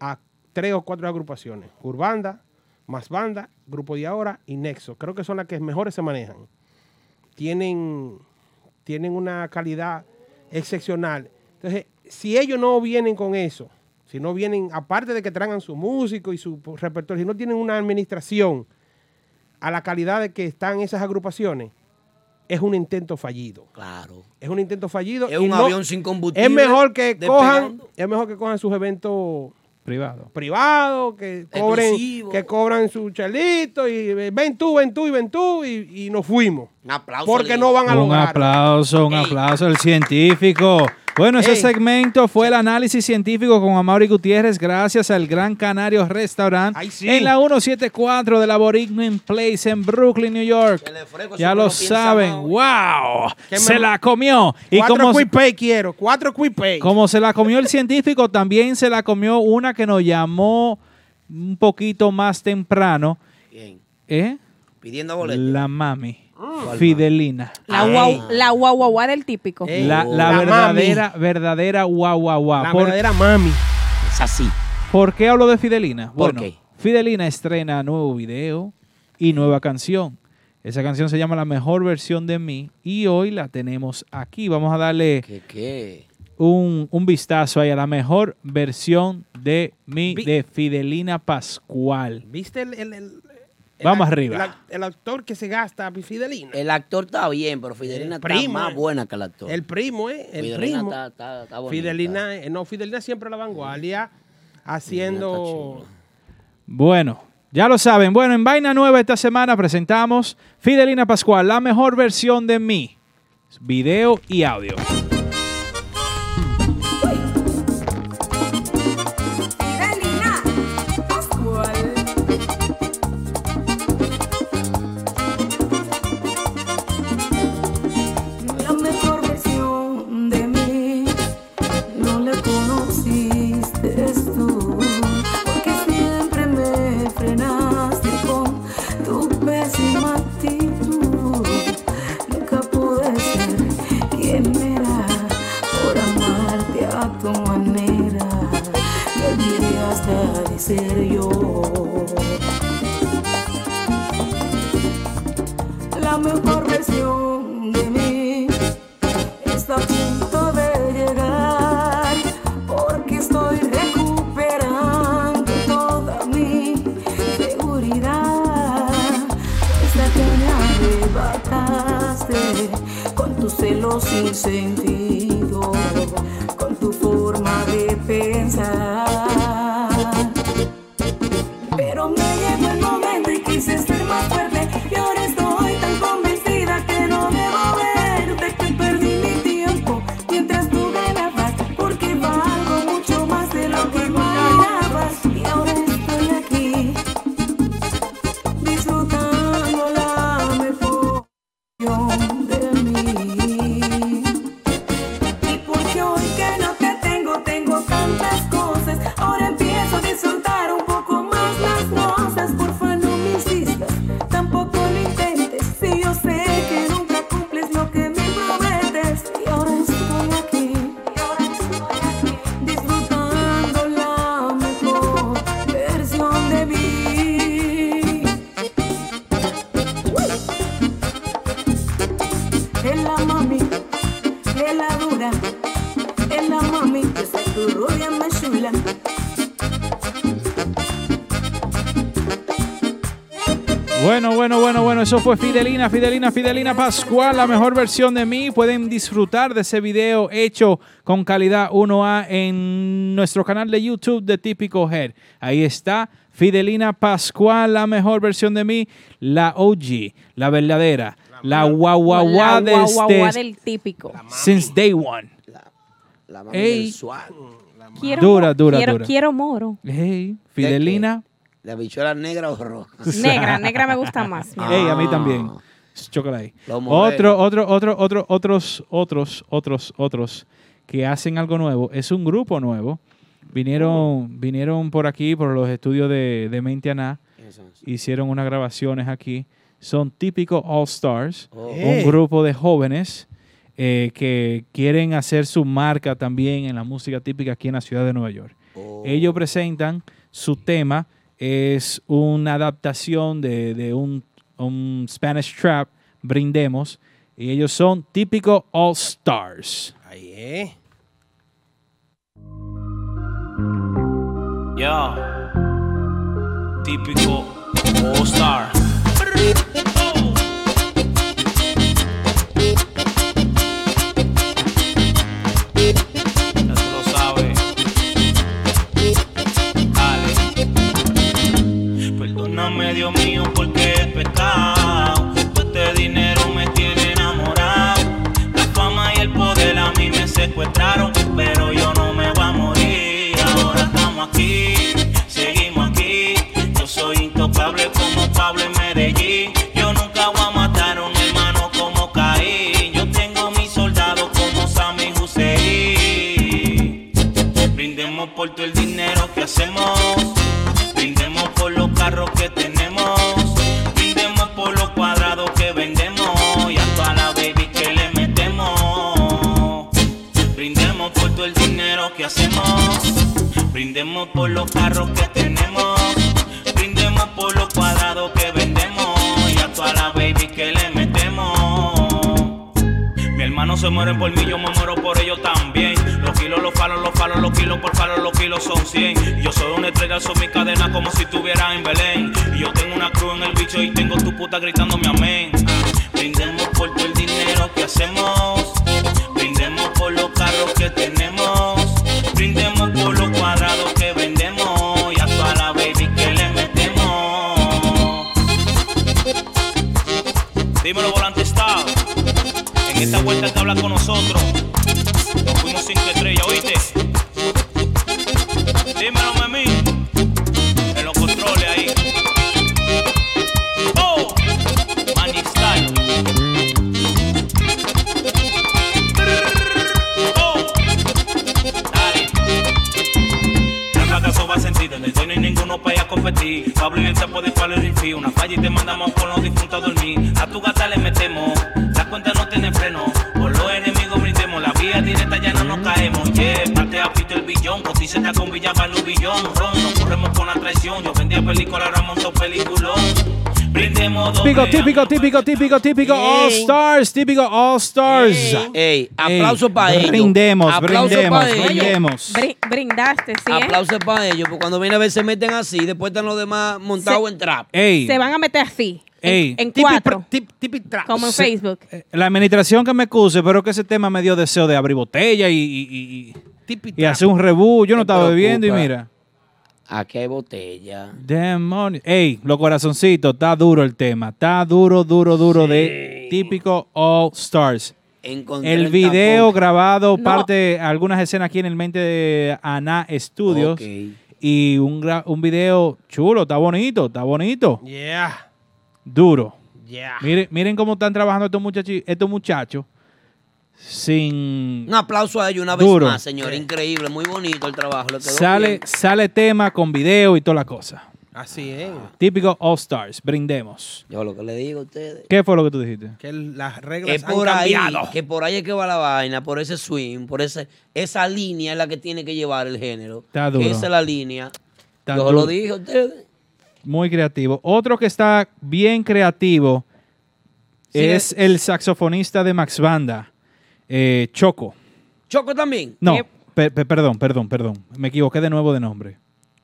Speaker 5: a tres o cuatro agrupaciones. Urbanda, Más Banda, Grupo de Ahora y Nexo. Creo que son las que mejores se manejan. Tienen tienen una calidad excepcional. Entonces, si ellos no vienen con eso, si no vienen, aparte de que traigan su músico y su repertorio, si no tienen una administración a la calidad de que están esas agrupaciones, es un intento fallido.
Speaker 4: Claro.
Speaker 5: Es un intento fallido.
Speaker 4: Es
Speaker 5: y
Speaker 4: un
Speaker 5: no-
Speaker 4: avión sin combustible.
Speaker 5: Es mejor que
Speaker 4: despegando.
Speaker 5: cojan, es mejor que cojan sus eventos
Speaker 2: Privado.
Speaker 5: privados, que cobren,
Speaker 4: Exclusivo.
Speaker 5: que cobran su chelito y eh, ven tú, ven tú y ven tú y, y nos fuimos. Porque no van a
Speaker 2: Un
Speaker 5: lograr.
Speaker 2: aplauso, un aplauso al científico. Bueno, ese
Speaker 5: Ey.
Speaker 2: segmento fue el análisis científico con Amaury Gutiérrez gracias al Gran Canario Restaurant
Speaker 5: sí.
Speaker 2: en la 174 de la Borinquen Place en Brooklyn, New York. Ya lo saben, wow,
Speaker 5: Que
Speaker 2: se
Speaker 5: me-
Speaker 2: la comió. Y
Speaker 5: cuatro
Speaker 2: como,
Speaker 5: quipay quiero, cuatro quipay.
Speaker 2: como se la comió el científico, también se la comió una que nos llamó un poquito más temprano.
Speaker 4: Bien.
Speaker 2: ¿Eh?
Speaker 4: Pidiendo boleto.
Speaker 2: La mami,
Speaker 4: ¿Cuál
Speaker 2: Fidelina.
Speaker 3: La, guau, la guaguaguá del típico.
Speaker 2: La, la verdadera, verdadera guau, guau, guau.
Speaker 5: Oh. La
Speaker 2: Por-
Speaker 5: verdadera mami.
Speaker 4: Es así.
Speaker 2: ¿Por qué hablo de Fidelina?
Speaker 4: ¿Por
Speaker 2: Bueno,
Speaker 4: qué?
Speaker 2: Fidelina estrena nuevo video y nueva canción. Esa canción se llama La Mejor Versión de Mí y hoy la tenemos aquí. Vamos a darle
Speaker 4: ¿Qué?
Speaker 2: un, un vistazo ahí a La Mejor Versión de Mí de Fidelina Pascual.
Speaker 5: ¿Viste el, el- el- el
Speaker 4: Eh,
Speaker 2: Vamos
Speaker 5: ac-
Speaker 2: arriba.
Speaker 5: el ac- El, actor que se gasta, Fidelina.
Speaker 4: El actor está bien, pero Fidelina
Speaker 5: El
Speaker 4: está
Speaker 5: primo,
Speaker 4: más
Speaker 5: eh.
Speaker 4: buena que el actor.
Speaker 5: El primo, ¿eh? El
Speaker 4: Fidelina
Speaker 5: primo.
Speaker 4: está- está- está bonita.
Speaker 5: Fidelina, eh, no, Fidelina siempre a la vanguardia, haciendo.
Speaker 2: Bueno, ya lo saben. Bueno, en Vaina Nueva esta semana presentamos Fidelina Pascual, La Mejor Versión de Mí. Video y audio.
Speaker 1: La mejor versión de mí no la conociste tú, porque siempre me frenaste con tu pésima actitud. Nunca pude ser quien era por amarte a tu manera. Me olvidé hasta de ser yo. la mejor versión de mí está a punto de llegar porque estoy recuperando toda mi seguridad esta que me arrebataste con tus celos sin sentido con tu forma de pensar pero me llegó el momento y quise ser más fuerte. Y ahora estoy tan convencida que no debo verte, que perdí mi tiempo.
Speaker 2: bueno, bueno, bueno. Eso fue Fidelina, Fidelina, Fidelina Pascual, la mejor versión de mí. Pueden disfrutar de ese video hecho con calidad 1A en nuestro canal de YouTube de Típico Head. Ahí está Fidelina Pascual, la mejor versión de mí, la OG, la verdadera, la guaguaguá
Speaker 3: La
Speaker 2: desde
Speaker 3: guaguaguá del típico.
Speaker 2: since day one.
Speaker 4: La
Speaker 3: mami del Quiero,
Speaker 2: Dura, dura,
Speaker 3: quiero,
Speaker 2: dura.
Speaker 3: Quiero moro.
Speaker 2: Ey, Fidelina.
Speaker 4: La bichuela negra o roja.
Speaker 3: Negra, negra me gusta más. mi
Speaker 2: Ey, a mí
Speaker 3: amor.
Speaker 2: también. Chocolate.
Speaker 4: Lo moderno.
Speaker 2: Otro, otro, otro, otro, otros, otros, otros, otros que hacen algo nuevo. Es un grupo nuevo. Vinieron, vinieron por aquí, por los estudios de, de Mente Aná. Hicieron unas grabaciones aquí. Son típicos All Stars.
Speaker 8: Ey.
Speaker 2: Un grupo de jóvenes eh, que quieren hacer su marca también en la música típica aquí en la ciudad de Nueva York. Ellos presentan su tema, es una adaptación de, de un, un Spanish Trap, Brindemos, y ellos son típico All Stars.
Speaker 5: Ahí eh. es.
Speaker 22: Yo, típico All Star. Ya tú lo sabes. Dale. Perdóname, Dios mío, porque he pecado. Todo este dinero me tiene enamorado. La fama y el poder a mí me secuestraron, pero yo no me voy a morir. Ahora estamos aquí, seguimos aquí. Yo soy intocable como Pablo en Medellín. Yo nunca voy a matar a un hermano como Caín. Yo tengo mis soldados como Sammy Hussein. Brindemos por todo el dinero que hacemos. Brindemos por los carros que tenemos. Brindemos por los cuadrados que vendemos. Y a toda la baby que le metemos. Brindemos por todo el dinero que hacemos. Brindemos por los carros que tenemos. Brindemos por los cuadrados que vendemos. Y a toda la baby que le metemos. Mi hermano se muere por mí, yo me muero por ellos también. Los kilos, los palos, los palos, los kilos, por palos, los kilos son 100. Y Yo soy una estrella, son mi cadena como si estuviera en Belén. Y yo tengo una cruz en el bicho y tengo tu puta gritándome amén. Brindemos por todo el dinero que hacemos. Brindemos por los carros que tenemos. Brindemos por los cuadrados que vendemos. Y a toda la baby que le metemos. Dímelo, volante está. En esta vuelta el que habla con nosotros. Nos fuimos cinco estrellas, ¿oíste? Dímelo, Memín. En los controles ahí. ¡Oh! Magic Style. ¡Oh! Dale. El fracaso va sentido, en el sueño y ninguno para allá competir. Pablo y el sapo de Pablo y Rifi, una falla y te mandamos por los difuntos a dormir. A tu gata le metemos, la cuenta no tiene freno. Por los enemigos brindemos, la vía directa ya no nos caemos. Yeah, parte a pito el billón, cotíceta con Villa un billón. Ron, nos corremos con la traición. Yo vendía película, Ramón, son peliculón. Brindemos dos.
Speaker 4: Oh,
Speaker 2: Típico, típico, típico, típico, típico All Stars, típico All Stars.
Speaker 4: Ey, aplauso para ellos.
Speaker 2: Brindemos,
Speaker 4: Aplauso
Speaker 2: brindemos,
Speaker 4: pa' ellos.
Speaker 2: brindemos.
Speaker 3: Bri- Brindaste, sí. ¿eh?
Speaker 4: Aplausos para ellos, porque cuando viene a ver se meten así, después están los demás montados en trap.
Speaker 2: Ey.
Speaker 3: Se van a meter así.
Speaker 2: Ey.
Speaker 3: En cuatro. Como en
Speaker 2: Se- eh,
Speaker 3: Facebook.
Speaker 2: La administración que me acuse, pero que ese tema me dio deseo de abrir botella y, y, y- y, y hacer un rebú. Yo no estaba bebiendo y
Speaker 4: preocupa.
Speaker 2: mira.
Speaker 4: Aquí hay botella.
Speaker 2: Demonios. Ey, los corazoncitos, está duro el tema. Está duro, duro, duro de típico All Stars.
Speaker 4: Encontré
Speaker 2: El video
Speaker 4: tapón.
Speaker 2: grabado,
Speaker 4: No.
Speaker 2: parte, algunas escenas aquí en el mente de Ana Studios.
Speaker 4: Ok.
Speaker 2: Y un, gra- un video chulo, está bonito, está bonito.
Speaker 5: Yeah.
Speaker 2: Duro.
Speaker 5: Yeah.
Speaker 2: Miren, miren cómo están trabajando estos muchachos, estos muchachos sin
Speaker 4: Un aplauso a ellos una vez
Speaker 2: Duro.
Speaker 4: más, señor. Increíble, muy bonito el trabajo. le quedó
Speaker 2: sale,
Speaker 4: bien.
Speaker 2: sale tema con video y toda la cosa.
Speaker 5: Así es.
Speaker 2: Típico All Stars, brindemos.
Speaker 4: Yo lo que le digo a ustedes.
Speaker 2: ¿Qué fue lo que tú dijiste?
Speaker 5: Que las reglas
Speaker 4: Es
Speaker 5: han
Speaker 4: por ahí,
Speaker 5: cambiado.
Speaker 4: que por ahí es que va la vaina, por ese swing, por ese, esa línea es la que tiene que llevar el género.
Speaker 2: Está
Speaker 4: Que
Speaker 2: duro.
Speaker 4: Esa es la línea.
Speaker 2: Está
Speaker 4: Yo
Speaker 2: duro.
Speaker 4: lo dije a ustedes.
Speaker 2: Muy creativo. Otro que está bien creativo
Speaker 4: Sí, eh.
Speaker 2: es el saxofonista de Max Banda, eh, Choco.
Speaker 4: Choco también.
Speaker 2: No, pe- pe- perdón, perdón, perdón. Me equivoqué de nuevo de nombre.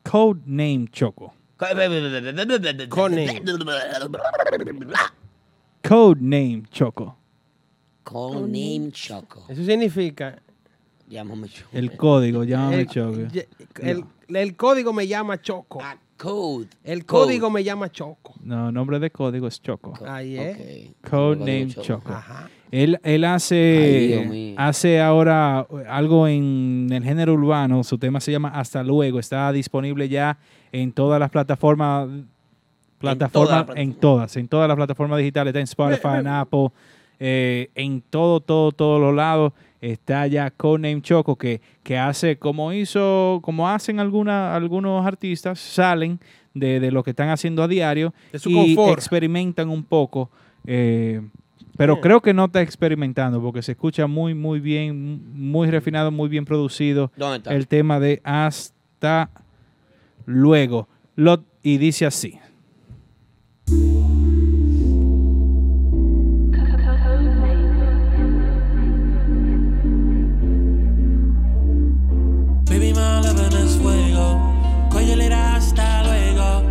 Speaker 2: Codename Choco.
Speaker 4: Codename.
Speaker 2: Codename Choco.
Speaker 4: Codename Choco.
Speaker 5: Eso significa.
Speaker 4: Llámame Choco.
Speaker 2: El código, llámame
Speaker 5: El-
Speaker 2: Choco.
Speaker 5: ye- El, el código me llama Choco.
Speaker 4: Ah, code.
Speaker 5: El
Speaker 2: Code.
Speaker 5: código me llama Choco.
Speaker 2: No, nombre de código es Choco.
Speaker 5: Ahí ¿eh? es.
Speaker 2: Codename
Speaker 5: Choco.
Speaker 2: Choco.
Speaker 5: Ajá.
Speaker 2: Él, él
Speaker 5: Ay, Dios
Speaker 2: hace,
Speaker 5: mío.
Speaker 2: hace ahora algo en el género urbano. Su tema se llama Hasta luego. Está disponible ya en todas las plataformas. Plataformas,
Speaker 6: plataforma.
Speaker 2: en todas, en todas las plataformas digitales, está en Spotify, en Apple, eh, en todo, todo, todos los lados, está ya Codename Choco, que, que hace como hizo, como hacen alguna, algunos artistas, salen de, de lo que están haciendo a diario
Speaker 5: De su
Speaker 2: y
Speaker 5: confort.
Speaker 2: experimentan un poco. eh, pero creo que no está experimentando porque se escucha muy, muy bien, muy refinado, muy bien producido.
Speaker 4: ¿Dónde está?
Speaker 2: El tema de hasta luego. Lot, y dice así.
Speaker 6: Baby, my loving is fuego. Call you later, hasta luego.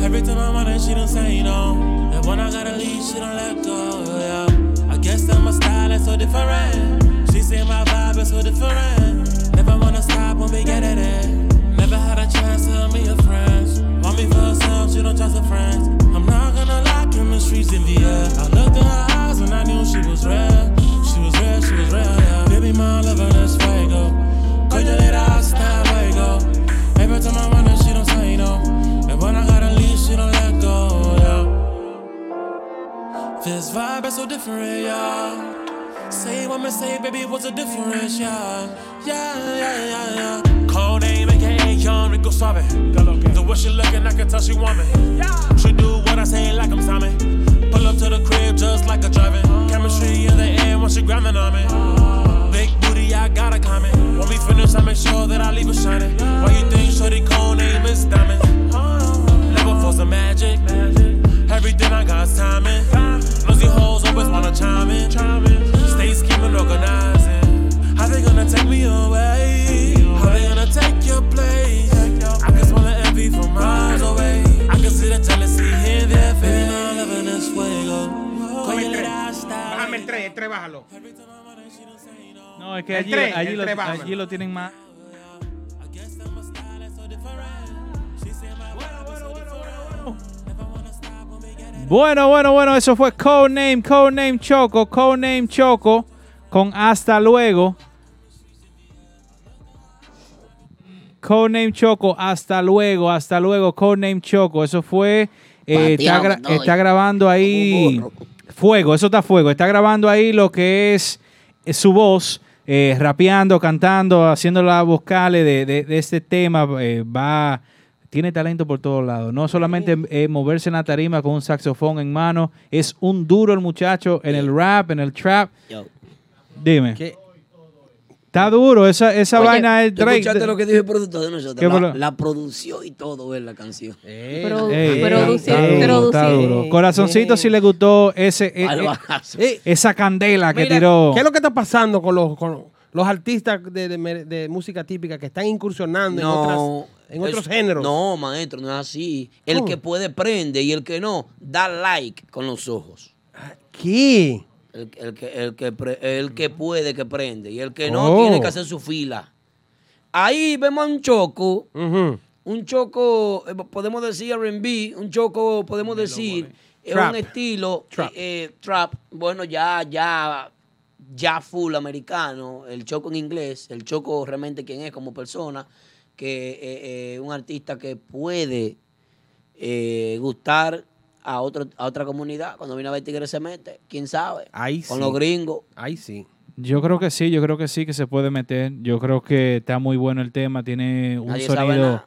Speaker 6: Every time I'm on her, she don't say no. And when I gotta leave, she don't let go. Yeah. I guess that my style is so different. She say my vibe is so different. Never wanna stop when we get it in. Never had a chance to meet her friends. Want me for some, she don't trust her friends. I'm not gonna lie, chemistry's in the air. I looked in her eyes and I knew she was real. She was real, she was real. Yeah. Baby, my loving is fuego. Coño de la hasta luego. Every time I run her, she don't say no. And when I gotta leave, she don't let go. Yeah. This vibe is so different, yeah. Say what me say, baby, what's the difference, yeah? Yeah, yeah, yeah, yeah. Cold name, aka Young Rico Suave. The way she looking, I can tell she want me. She do what I say like I'm Simon. Pull up to the crib just like a driving. Chemistry in the air when she grabbing on me. Big booty, I got a comment. When we finish, I make sure that I leave her shining. Why you think Shorty Cone name is Diamond? Never force the magic. Everything I got's timing. Nosy hoes always wanna chime in. Stay scheming, organizing. How they gonna take me away? How they gonna take your place? I can smell the envy from miles away. I can see the jealousy in their face. Baby, my loving is fuego. Call your little
Speaker 5: Bájame el 3, el 3 bájalo.
Speaker 2: No, es que
Speaker 5: El
Speaker 2: allí,
Speaker 5: tres,
Speaker 2: allí
Speaker 5: el
Speaker 2: lo,
Speaker 5: tres, bájame.
Speaker 2: allí lo tienen más. Bueno, bueno, bueno, eso fue Codename, Codename Choco, Codename Choco con Hasta Luego. Codename Choco, hasta luego, hasta luego, Codename Choco. Eso fue, eh, está, gra-
Speaker 4: Pateado, no,
Speaker 2: está grabando ahí fuego, eso está fuego. Está grabando ahí lo que es, eh, su voz, eh, rapeando, cantando, haciendo las vocales de, de- de este tema. eh, va tiene talento por todos lados. No solamente eh, moverse en la tarima con un saxofón en mano, es un duro el muchacho en el rap, en el trap.
Speaker 4: Yo.
Speaker 2: Dime. Está duro, esa, esa
Speaker 4: Oye,
Speaker 2: vaina es
Speaker 4: ¿tú
Speaker 2: Drake.
Speaker 4: escuchaste lo que dijo el productor de
Speaker 2: ¿Qué
Speaker 4: nosotros? La,
Speaker 2: pro-
Speaker 4: la producción y todo es la canción.
Speaker 5: Eh,
Speaker 2: Ey, ey, está duro, está duro. Corazoncito si le gustó ese, eh,
Speaker 5: Al
Speaker 2: eh,
Speaker 5: bajazo.
Speaker 2: eh, esa candela que
Speaker 5: Mira,
Speaker 2: tiró.
Speaker 5: ¿Qué es lo que está pasando con los, con los artistas de, de mer- de música típica que están incursionando en, otras- en otros
Speaker 4: es-
Speaker 5: géneros?
Speaker 4: No, maestro, no es así. El
Speaker 5: ¿Cómo?
Speaker 4: que puede prende y el que no, da like con los ojos.
Speaker 5: ¿Qué?
Speaker 4: El, el que, el, que pre- el que puede que prende y el que no
Speaker 5: Oh.
Speaker 4: tiene que hacer su fila. Ahí vemos a un choco, un choco, eh, podemos decir RB, un choco, podemos decir, es
Speaker 5: Trap.
Speaker 4: un estilo
Speaker 5: Trap.
Speaker 4: eh, eh, trap, bueno, ya, ya, ya full americano, el choco en inglés, el choco realmente quién es como persona, que eh, eh, un artista que puede eh, gustar a, otro, a otra comunidad. Cuando viene a ver Tigre se mete, quién sabe.
Speaker 5: Ahí
Speaker 4: Con
Speaker 5: sí.
Speaker 4: los gringos.
Speaker 5: Ahí sí.
Speaker 2: Yo creo que sí, yo creo que sí que se puede meter. Yo creo que está muy bueno el tema, tiene un
Speaker 4: Nadie sabe
Speaker 2: sonido
Speaker 4: nada.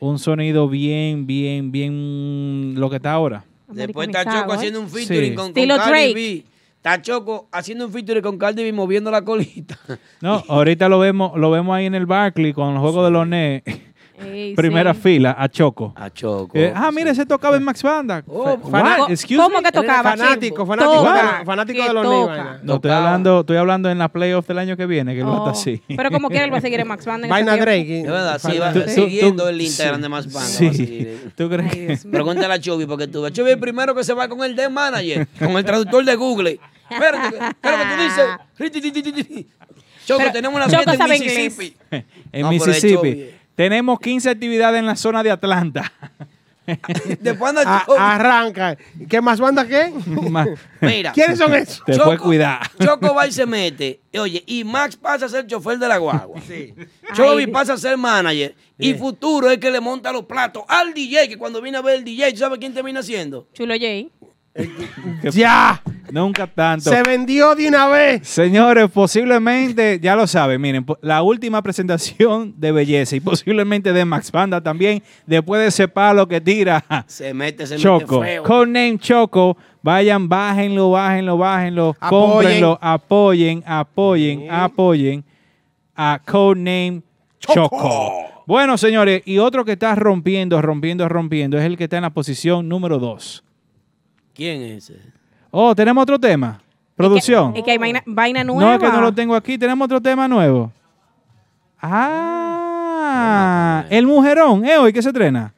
Speaker 2: un sonido bien bien bien lo que está ahora.
Speaker 4: Después está Choco
Speaker 3: ¿eh?
Speaker 4: haciendo un featuring
Speaker 2: Sí.
Speaker 4: con, con
Speaker 3: Estilo
Speaker 4: Cardi
Speaker 3: Drake.
Speaker 4: B. Está Choco haciendo un featuring con Cardi B moviendo la colita.
Speaker 2: No, ahorita lo vemos lo vemos ahí en el Barclay con el juego de los Nets.
Speaker 3: Ey,
Speaker 2: primera
Speaker 3: sí.
Speaker 2: fila a Choco.
Speaker 4: A Choco. Oh,
Speaker 2: Eh, ah, mira, ese tocaba en Max Banda. Fe-
Speaker 5: fana-
Speaker 2: What? Excuse
Speaker 3: ¿Cómo
Speaker 2: me?
Speaker 3: que tocaba?
Speaker 5: Fanático,
Speaker 3: Chimbo?
Speaker 5: fanático,
Speaker 3: Toca,
Speaker 5: fanático, fanático
Speaker 3: que
Speaker 5: de los
Speaker 3: toca.
Speaker 5: Levi.
Speaker 2: No, estoy hablando, estoy hablando en la playoff del año que viene, que lo está así.
Speaker 3: Oh. Pero como quiera, él va a seguir en Max Band. en
Speaker 5: Vaina
Speaker 3: ese
Speaker 5: Drake.
Speaker 3: tiempo.
Speaker 4: Es verdad, sí, va
Speaker 2: Tú- tú-
Speaker 4: siguiendo
Speaker 2: tú-
Speaker 4: el Instagram
Speaker 2: sí.
Speaker 4: de más banda.
Speaker 2: Sí.
Speaker 4: va a seguir. eh.
Speaker 2: ¿Tú crees que-
Speaker 4: Pregúntale a Chovy porque tú ves. Chovy es el primero que se va con el de manager, con el traductor de Google. Espérate, espérate, tú dices. ri, ti, ti, ti, ti, ti. Choco,
Speaker 3: Ah. Pero
Speaker 4: tenemos una
Speaker 3: Choco
Speaker 4: fiesta en
Speaker 3: sabe inglés.
Speaker 4: Mississippi.
Speaker 2: en
Speaker 4: No, pero es
Speaker 2: Mississippi.
Speaker 4: Chovy.
Speaker 2: Tenemos 15 actividades en la zona de Atlanta.
Speaker 4: Después
Speaker 5: A- arranca. ¿Qué más banda qué?
Speaker 4: Mira.
Speaker 5: ¿Quiénes son esos?
Speaker 2: Te puedes cuidar.
Speaker 4: Choco va y se mete. Y Oye, y Max pasa a ser chofer de la guagua. Chovy
Speaker 5: Ay.
Speaker 4: pasa a ser manager. Y Futuro es que le monta los platos al DJ, que cuando viene a ver el DJ, ¿tú sabes quién termina haciendo?
Speaker 3: Chulo Jay.
Speaker 2: ¡Ya! Nunca tanto.
Speaker 5: Se vendió de una vez.
Speaker 2: Señores, posiblemente, ya lo saben, miren, po- la última presentación de belleza y posiblemente de Max Banda también, después de ese palo que tira
Speaker 4: Se mete, se
Speaker 2: Choco,
Speaker 4: mete feo.
Speaker 2: Codename Choco, vayan, bájenlo, bájenlo, bájenlo,
Speaker 4: Apoyen.
Speaker 2: cómprenlo, apoyen, apoyen, apoyen a Codename Choco. Bueno, señores, y otro que está rompiendo, rompiendo, rompiendo, es el que está en la posición número 2.
Speaker 4: ¿Quién es ese?
Speaker 2: Oh, tenemos otro tema. Producción.
Speaker 3: Es que hay vaina, vaina nueva.
Speaker 2: No, es que no lo tengo aquí. Tenemos otro tema nuevo. Ah, el mujerón, ¿eh? Hoy que se estrena.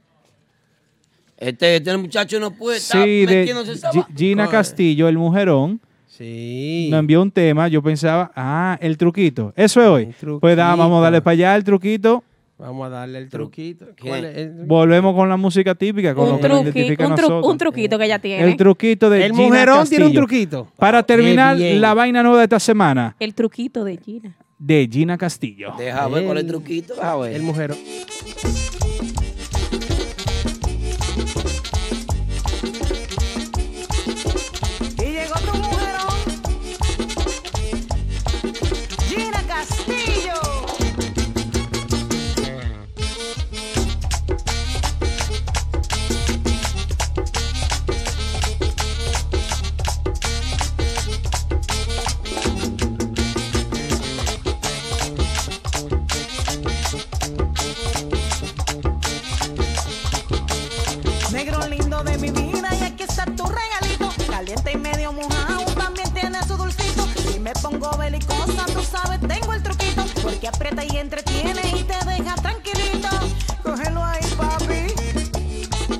Speaker 4: Este, este muchacho no puede estar
Speaker 2: Sí, de
Speaker 4: metiéndose en esa
Speaker 2: Gi-
Speaker 4: va-
Speaker 2: Gina
Speaker 4: Coño.
Speaker 2: Castillo, el mujerón.
Speaker 5: Sí.
Speaker 2: Nos envió un tema. Yo pensaba, ah, el truquito. Eso es hoy. Pues da, vamos a darle para allá el truquito.
Speaker 5: Vamos a darle el truquito. ¿Cuál es el-
Speaker 2: Volvemos con la música típica, con
Speaker 3: Un,
Speaker 2: lo que nos
Speaker 3: truqui- ¿eh?
Speaker 2: identifica a
Speaker 3: un, tru-
Speaker 2: nosotros.
Speaker 3: un truquito que ella tiene.
Speaker 2: El truquito de
Speaker 5: El
Speaker 2: Gina
Speaker 5: mujerón tiene un
Speaker 2: Castillo.
Speaker 5: truquito.
Speaker 2: Para terminar
Speaker 5: bien.
Speaker 2: la vaina nueva de esta semana
Speaker 3: El truquito de Gina.
Speaker 2: de Gina Castillo.
Speaker 4: Deja ver cuál es el truquito, deja ver.
Speaker 5: El mujerón.
Speaker 1: Y llegó tu mujerón, Gina Castillo. Negro lindo de mi vida y aquí está tu regalito. Caliente y medio mojado, también tiene su dulcito. Si me pongo belicosa, tú sabes, tengo el truquito. Porque aprieta y entretiene y te deja tranquilito. Cógelo ahí, papi.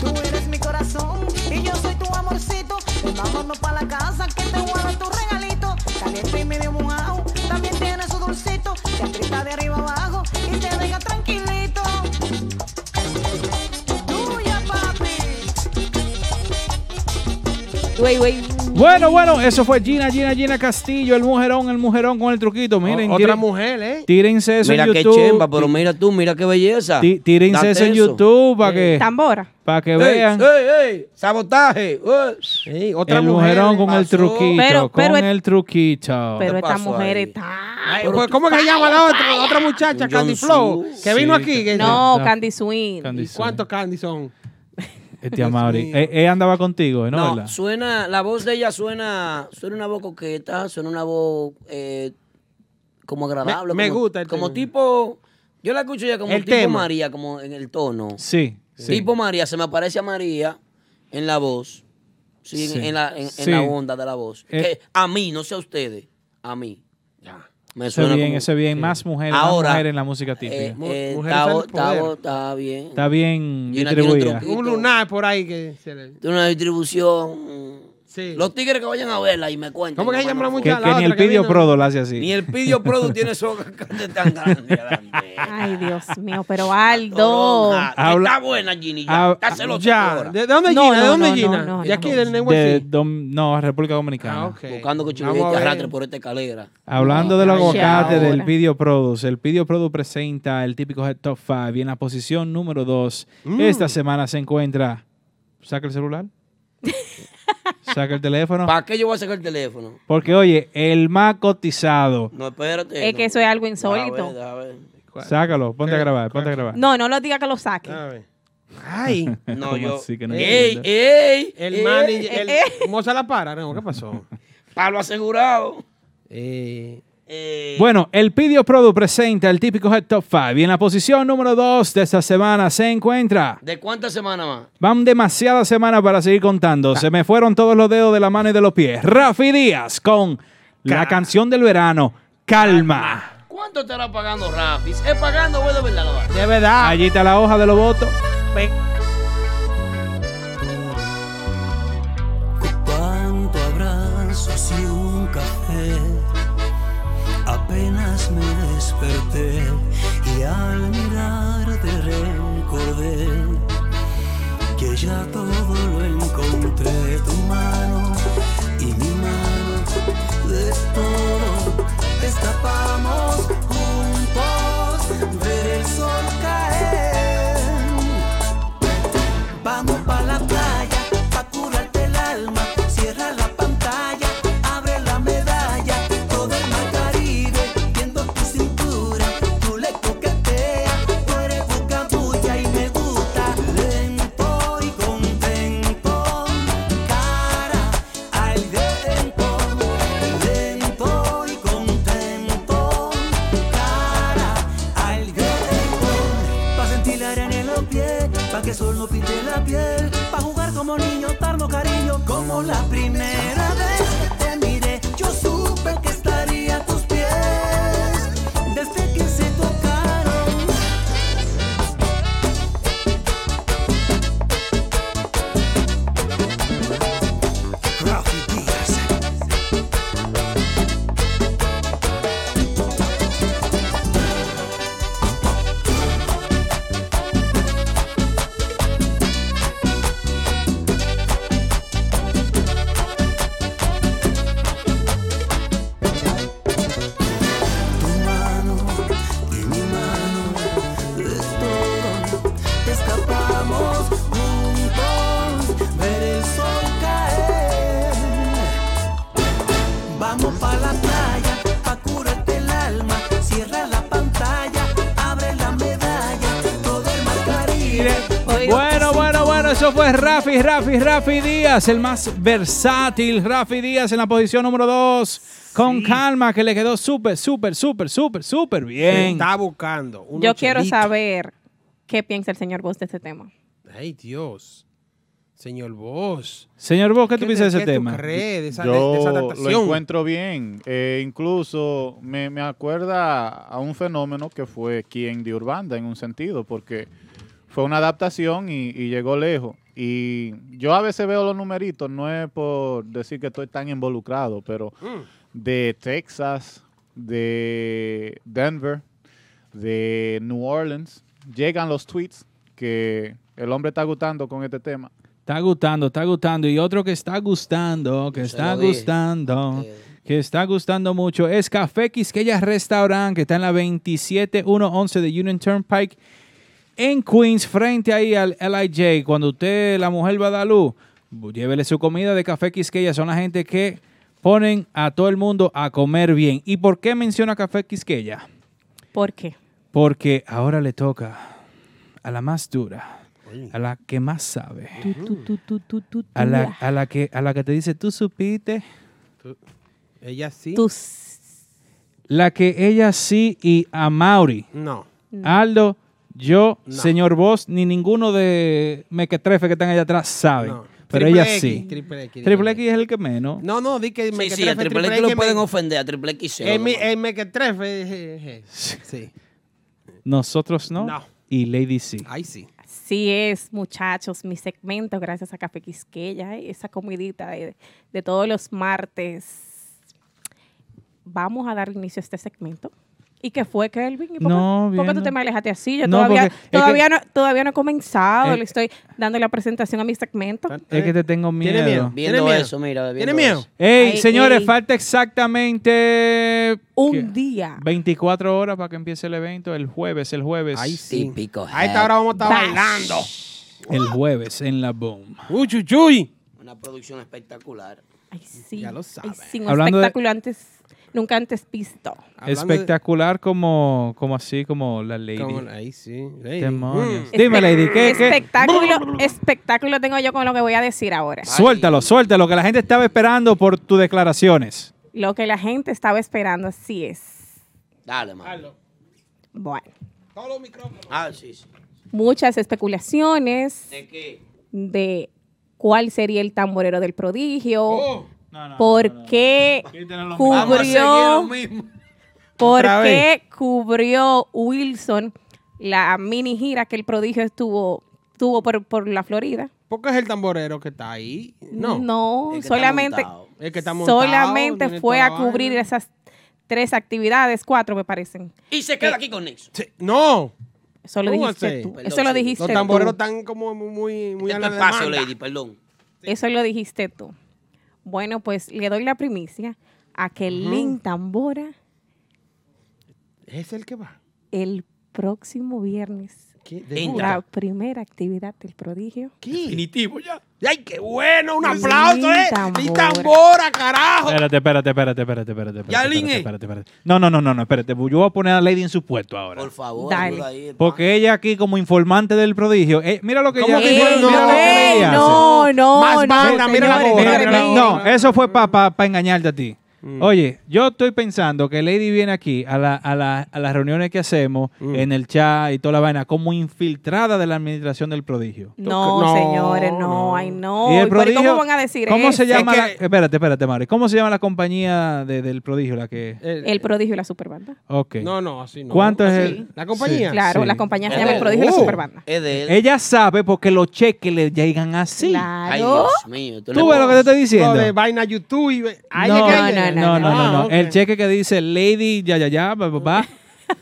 Speaker 1: Tú eres mi corazón y yo soy tu amorcito. Pues vámonos para la casa que te guardo tu regalito. Caliente y medio mojado, también tiene su dulcito. Te aprieta de arriba abajo y te deja tranquilito. Tuya, papi.
Speaker 3: Güey, güey.
Speaker 2: Bueno, bueno, eso fue Gina, Gina, Gina Castillo, el mujerón, el mujerón con el truquito. Miren,
Speaker 5: Otra
Speaker 2: tiren-
Speaker 5: mujer, ¿eh?
Speaker 2: Tírense eso
Speaker 4: Mira
Speaker 2: en
Speaker 4: qué
Speaker 2: YouTube.
Speaker 4: chemba, pero mira tú, mira qué belleza.
Speaker 2: Tí- tírense
Speaker 4: Date
Speaker 2: eso en YouTube para que,
Speaker 3: Tambora.
Speaker 2: pa' que
Speaker 4: Ey,
Speaker 2: vean.
Speaker 4: ey, ey, sabotaje. eh.
Speaker 2: el mujerón con el truquito,
Speaker 3: Pero- pero
Speaker 2: con
Speaker 3: es-
Speaker 2: el truquito.
Speaker 3: Pero esta
Speaker 4: pasó
Speaker 3: mujer
Speaker 4: ahí?
Speaker 3: está.
Speaker 5: Ay, pues, ¿Cómo que se llama la otra, la otra muchacha?
Speaker 2: Un
Speaker 5: Candy
Speaker 2: John
Speaker 5: Flow.
Speaker 2: Su.
Speaker 5: Que vino
Speaker 2: Sí,
Speaker 5: aquí. que-
Speaker 3: No, Candy Swing.
Speaker 2: Candy
Speaker 5: ¿Y
Speaker 2: Swing.
Speaker 5: cuántos Candy son?
Speaker 2: Este Amaury. Eh, eh, andaba contigo, ¿eh? ¿no?
Speaker 4: No,
Speaker 2: verdad?
Speaker 4: suena, la voz de ella suena, suena una voz coqueta, suena una voz eh, como agradable.
Speaker 5: Me- me
Speaker 4: como,
Speaker 5: gusta el
Speaker 4: Como
Speaker 5: tema.
Speaker 4: tipo, yo la escucho ya como
Speaker 5: El
Speaker 4: tipo
Speaker 5: tema.
Speaker 4: María, como en el tono.
Speaker 2: Sí, sí.
Speaker 4: Tipo María, se me aparece a María en la voz, sí, en-
Speaker 2: Sí.
Speaker 4: En, la, en- en
Speaker 2: Sí.
Speaker 4: la onda de la voz.
Speaker 2: Eh.
Speaker 4: Que a mí, no sé a ustedes, a mí. Me
Speaker 2: Ese
Speaker 4: suena
Speaker 2: bien,
Speaker 4: como-
Speaker 2: ese bien. Más mujeres,
Speaker 4: Ahora,
Speaker 2: más mujeres en la música típica.
Speaker 4: Eh,
Speaker 5: Mu-
Speaker 4: eh,
Speaker 5: mujeres
Speaker 4: está,
Speaker 5: al
Speaker 4: bo- está
Speaker 5: poder.
Speaker 4: bo- está bien.
Speaker 2: Está bien
Speaker 4: Gina tiene un
Speaker 2: distribuida.
Speaker 4: truquito.
Speaker 5: Un lunar por ahí que se le...
Speaker 4: Tiene una distribución. Los tigres que vayan a verla y me cuenten.
Speaker 5: ¿Cómo que se llama la
Speaker 2: Que,
Speaker 5: muchacha?
Speaker 2: que ni el Pidio Prodo la hace así.
Speaker 4: Ni el Pidio Produ tiene su cante tan grande.
Speaker 3: Ay, Dios mío, pero Aldo.
Speaker 4: Habla- Está buena, Gini. Ya.
Speaker 2: Ah,
Speaker 4: Dáselo
Speaker 5: ya.
Speaker 4: ahora.
Speaker 5: ¿De, de dónde
Speaker 3: No,
Speaker 5: Gina? ¿De
Speaker 3: no,
Speaker 5: dónde
Speaker 3: no,
Speaker 5: Gina?
Speaker 3: no, no,
Speaker 5: de aquí,
Speaker 3: no.
Speaker 5: del
Speaker 2: De
Speaker 5: Nehuel.
Speaker 2: Dom- no, República
Speaker 4: Ah,
Speaker 2: Dominicana.
Speaker 4: Buscando que
Speaker 5: Vamos a
Speaker 4: Chulibete
Speaker 5: ver.
Speaker 4: arrastre por esta escalera.
Speaker 2: Hablando de los
Speaker 4: Ay,
Speaker 2: aguacates
Speaker 4: Ah, ahora.
Speaker 2: del Video Produce, el Video Produce presenta el típico Head Top 5 y en la posición número 2
Speaker 5: Mm.
Speaker 2: esta semana se encuentra. ¿Saca el celular? Saca el teléfono.
Speaker 4: ¿Para qué yo voy a sacar el teléfono?
Speaker 2: Porque, oye, el más cotizado.
Speaker 4: No, espérate.
Speaker 3: Es que eso es algo insólito.
Speaker 2: Sácalo, ponte a grabar, ponte a grabar.
Speaker 3: No, no lo diga que lo saque.
Speaker 5: Ay.
Speaker 2: No, yo- Así que no
Speaker 4: ¡Ey, ey!
Speaker 5: El
Speaker 4: ey,
Speaker 5: manager. El,
Speaker 4: ey.
Speaker 5: ¿Cómo se la para? No, ¿Qué pasó?
Speaker 4: Palo asegurado. Eh.
Speaker 2: Bueno, el Pidio Product presenta el típico Head Top 5. Y en la posición número 2 de esta semana se encuentra.
Speaker 4: ¿De cuántas semanas más?
Speaker 2: Van demasiadas semanas para seguir contando. Se me fueron todos los dedos de la mano y de los pies. Rafi Díaz con la canción del verano, Calma.
Speaker 4: ¿Cuánto estará pagando Rafis? ¿Es pagando o es de verdad? la vaina?
Speaker 5: De verdad.
Speaker 2: Allí está la hoja de los votos.
Speaker 8: cuánto abrazo y un café. Apenas me desperté y al mirarte recordé que ya todo lo encontré. Tu mano y mi mano de todo destapamos juntos ver el sol caer. Vamos pa' la playa, pa' curarte el alma. Cierra la pantalla, abre la medalla. Todo el mar Caribe, viendo tu cintura. Tú le coqueteas, tú eres boca bulla y me gusta. Lento y contento, cara al viento. Lento y contento, cara al viento. Pa' sentir la arena en los pies, pa' que el sol no pinte la piel, pa' jugar como niño, darnos cariño, como la primera vez que te miré, yo supe que estaría a tus pies, desde que se tocaron. Rafi Díaz. Escapamos juntos, ver el sol caer. Vamos pa' la playa, pa' curarte el alma. Cierra la pantalla, abre la medalla. Todo el mar Caribe.
Speaker 2: Bueno, bueno, bueno, eso fue Rafi, Rafi, Rafi Díaz, el más versátil. Rafi Díaz en la posición número 2. Con calma, que le quedó súper, súper, súper, súper, súper bien.
Speaker 5: Está buscando. unos
Speaker 3: Yo quiero
Speaker 5: chelitos.
Speaker 3: saber qué piensa el señor Vos de este tema.
Speaker 5: Ay, Dios. Señor Vos.
Speaker 2: Señor Vos, ¿qué tú
Speaker 5: te-
Speaker 2: piensas de ese
Speaker 5: qué tú
Speaker 2: tema?
Speaker 5: crees de esa- de- de esa
Speaker 15: Yo lo
Speaker 5: adaptación?
Speaker 15: encuentro bien. Eh, incluso me, me acuerda a un fenómeno que fue quien de Urbanda en un sentido, porque fue una adaptación y, y llegó lejos. Y yo a veces veo los numeritos, no es por decir que estoy tan involucrado, pero de Texas, de Denver, de New Orleans, llegan los tweets que el hombre está gustando con este tema.
Speaker 2: Está gustando, está gustando. Y otro que está gustando, que está
Speaker 15: lo dije.
Speaker 2: gustando, que está gustando mucho, es Café Quisqueya Restaurant, que está en la 27111 de Union Turnpike en Queens, frente ahí al LIJ. Cuando usted, la mujer, va a dar luz, llévele su comida de Café Quisqueya. Son la gente que ponen a todo el mundo a comer bien. ¿Y por qué menciona Café Quisqueya?
Speaker 3: ¿Por qué?
Speaker 2: Porque ahora le toca a la más dura, a la que más sabe. A la, a la que, a la que te dice, tú supiste.
Speaker 5: Ella sí.
Speaker 2: La que ella sí y a Mauri.
Speaker 5: No.
Speaker 2: Aldo, yo, señor Vos, ni ninguno de mequetrefe que están allá atrás saben. Pero ella
Speaker 5: Triple X,
Speaker 2: sí.
Speaker 5: Triple X,
Speaker 2: Triple X es el que menos.
Speaker 5: No, no, di que
Speaker 4: Sí,
Speaker 5: mequetrefe,
Speaker 4: sí, a Triple X
Speaker 5: que
Speaker 4: lo
Speaker 5: me-
Speaker 4: pueden ofender, a Triple X cero,
Speaker 5: El, mi-
Speaker 4: hermano.
Speaker 5: el mequetrefe, eh, je, je, je. Sí.
Speaker 2: Nosotros no.
Speaker 5: No.
Speaker 2: Y Lady sí.
Speaker 5: Ahí sí.
Speaker 3: Sí es, muchachos, mi segmento, gracias a Café Quisqueya, eh, esa comidita de, de todos los martes. Vamos a dar inicio a este segmento. ¿Y qué fue, Kelvin? ¿Y por,
Speaker 2: No,
Speaker 3: qué, por qué
Speaker 2: bien,
Speaker 3: tú
Speaker 2: no.
Speaker 3: te me alejaste así? Yo
Speaker 2: No,
Speaker 3: todavía,
Speaker 2: porque es que-
Speaker 3: todavía, no, todavía no he comenzado,
Speaker 2: Eh,
Speaker 3: le estoy dando la presentación a mi segmento.
Speaker 2: Es que te tengo miedo.
Speaker 5: Tiene miedo.
Speaker 4: Viendo
Speaker 5: miedo?
Speaker 4: eso, mira.
Speaker 5: ¿Tiene miedo?
Speaker 2: Ey,
Speaker 3: Ay,
Speaker 2: señores,
Speaker 3: ey.
Speaker 2: falta exactamente
Speaker 3: un
Speaker 2: ¿qué?
Speaker 3: día.
Speaker 2: 24 horas para que empiece el evento. El jueves, el jueves.
Speaker 5: Ay, sí. Típico
Speaker 2: Ahí
Speaker 5: A esta hora vamos a estar bailando.
Speaker 2: El jueves en la boom.
Speaker 5: Uy, uy, uy.
Speaker 4: Una producción espectacular.
Speaker 3: Sí.
Speaker 4: Ya lo saben.
Speaker 3: Ay, sí, un
Speaker 2: Hablando de-
Speaker 3: espectáculo antes, nunca antes visto.
Speaker 2: Espectacular como, como así, como la lady.
Speaker 5: Como la- ahí sí, lady.
Speaker 2: Demonios.
Speaker 5: Mm.
Speaker 2: Dime, lady, ¿qué, qué?
Speaker 3: Espectáculo, espectáculo tengo yo con lo que voy a decir ahora.
Speaker 2: Suéltalo, suéltalo, que la gente estaba esperando por tus declaraciones.
Speaker 3: Lo que la gente estaba esperando, así es.
Speaker 4: Dale, mano.
Speaker 3: Bueno,
Speaker 4: Ah, sí, sí.
Speaker 3: muchas especulaciones
Speaker 4: ¿De qué?
Speaker 3: de cuál sería el tamborero del prodigio,
Speaker 5: Oh.
Speaker 4: no,
Speaker 3: por
Speaker 4: no, no.
Speaker 3: qué
Speaker 4: lo mismo. Vamos a seguir lo
Speaker 3: cubrió, por
Speaker 4: Otra
Speaker 3: qué cubrió Wilson la mini gira que el prodigio estuvo tuvo por, por la Florida.
Speaker 5: Porque es el tamborero que está ahí. No.
Speaker 3: No, solamente,
Speaker 5: El que está montado, tiene
Speaker 3: solamente fue
Speaker 5: toda
Speaker 3: a
Speaker 5: la
Speaker 3: cubrir esas tres actividades, cuatro me parecen.
Speaker 4: Y se queda aquí con Nixon.
Speaker 5: No.
Speaker 3: Eso lo
Speaker 5: ¿Cómo
Speaker 3: dijiste
Speaker 5: así?
Speaker 3: tú.
Speaker 4: Perdón,
Speaker 3: Eso lo
Speaker 4: sí.
Speaker 3: dijiste
Speaker 5: Los tamboreros
Speaker 3: tú.
Speaker 5: están como muy, muy a
Speaker 4: Esto
Speaker 5: la
Speaker 4: es paso,
Speaker 5: demanda.
Speaker 4: lady, perdón.
Speaker 3: Eso lo dijiste tú. Bueno, pues le doy la primicia a que Link Tambora
Speaker 5: Es el que va.
Speaker 3: el próximo viernes
Speaker 5: ¿De
Speaker 3: la
Speaker 5: Entra.
Speaker 3: primera actividad del prodigio.
Speaker 5: Definitivo ya. ¡Ay, qué bueno! ¡Un
Speaker 3: Lin
Speaker 5: aplauso, eh!
Speaker 3: Tambora.
Speaker 5: ¡Lin tambora, carajo!
Speaker 2: Espérate, espérate, espérate, espérate, espérate. espérate,
Speaker 5: Ya, Lin,
Speaker 2: espérate,
Speaker 5: eh.
Speaker 2: espérate, espérate. No, no, no, no, no, espérate. Yo voy a poner a Lady en su puesto ahora.
Speaker 4: Por favor,
Speaker 3: Dale.
Speaker 4: ayuda ahí.
Speaker 2: Porque ella aquí como informante del prodigio, eh, mira lo que
Speaker 4: ¿Cómo
Speaker 2: ella
Speaker 4: que
Speaker 2: mira
Speaker 4: no?
Speaker 2: lo que
Speaker 4: Ey,
Speaker 2: ella
Speaker 3: ¿Eh? no,
Speaker 2: hace.
Speaker 3: no, Más no, banda, mira la señores, bola. señores,
Speaker 2: No,
Speaker 3: no.
Speaker 2: no, eso fue para engañarte a ti. Oye, yo estoy pensando que Lady viene aquí a, la- a la- a las reuniones que hacemos en el chat y toda la vaina como infiltrada de la administración del prodigio.
Speaker 3: No,
Speaker 2: No,
Speaker 3: señores, no, ay no.
Speaker 2: Y el
Speaker 3: ¿Y por-
Speaker 2: prodigio-
Speaker 3: ¿Cómo van a decir
Speaker 2: ¿Cómo
Speaker 3: eso?
Speaker 2: se llama? la- Espérate, espérate, Mari. ¿Cómo se llama la compañía de- del prodigio? La que...
Speaker 3: El prodigio y la superbanda.
Speaker 2: Ok.
Speaker 5: No, no, así no.
Speaker 2: ¿Cuánto es
Speaker 5: Así.
Speaker 2: el-
Speaker 5: ¿La compañía?
Speaker 2: Sí,
Speaker 5: Oh.
Speaker 3: Claro,
Speaker 2: sí.
Speaker 3: la compañía se llama el prodigio y la superbanda.
Speaker 4: Es de él.
Speaker 2: Ella sabe porque los cheques le llegan así.
Speaker 4: Ay, Dios mío.
Speaker 2: ¿Tú ves lo que te estoy diciendo?
Speaker 5: Lo de vaina YouTube. y- Ahí
Speaker 2: no,
Speaker 5: es que
Speaker 2: no,
Speaker 5: ella-
Speaker 2: no, no,
Speaker 5: Ah,
Speaker 2: no. Eh,
Speaker 5: ok.
Speaker 2: El cheque que dice Lady ya, ya, ya, ba, ba, ba,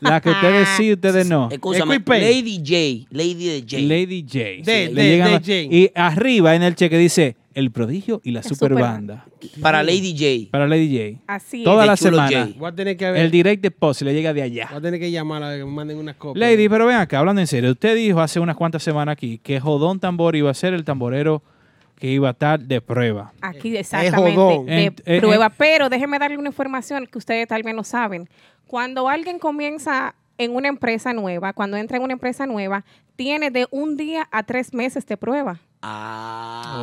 Speaker 2: la que ustedes sí, ustedes no.
Speaker 4: Escúchame, Lady J. Lady de J.
Speaker 2: Lady J.
Speaker 4: De-
Speaker 2: Sí,
Speaker 4: de-
Speaker 2: le llegan
Speaker 4: de
Speaker 2: la-
Speaker 4: Jane.
Speaker 2: Y arriba en el cheque dice El prodigio y la superbanda.
Speaker 4: Para Lady J.
Speaker 2: Para Lady J.
Speaker 3: Así
Speaker 2: Toda
Speaker 5: es.
Speaker 2: la
Speaker 5: De Chulo
Speaker 2: semana.
Speaker 5: J. Voy a tener que ver.
Speaker 2: El direct deposit le llega de allá.
Speaker 5: Voy a tener que llamar a que me manden unas copias.
Speaker 2: Lady, pero ven acá, hablando en serio, usted dijo hace unas cuantas semanas aquí que Jodón Tambor iba a ser el tamborero que iba a estar de prueba.
Speaker 3: Aquí exactamente
Speaker 2: jodón.
Speaker 3: de
Speaker 2: En- eh,
Speaker 3: prueba.
Speaker 2: eh.
Speaker 3: Pero déjeme darle una información que ustedes tal vez no saben. Cuando alguien comienza en una empresa nueva, cuando entra en una empresa nueva, tiene de un día a tres meses de prueba.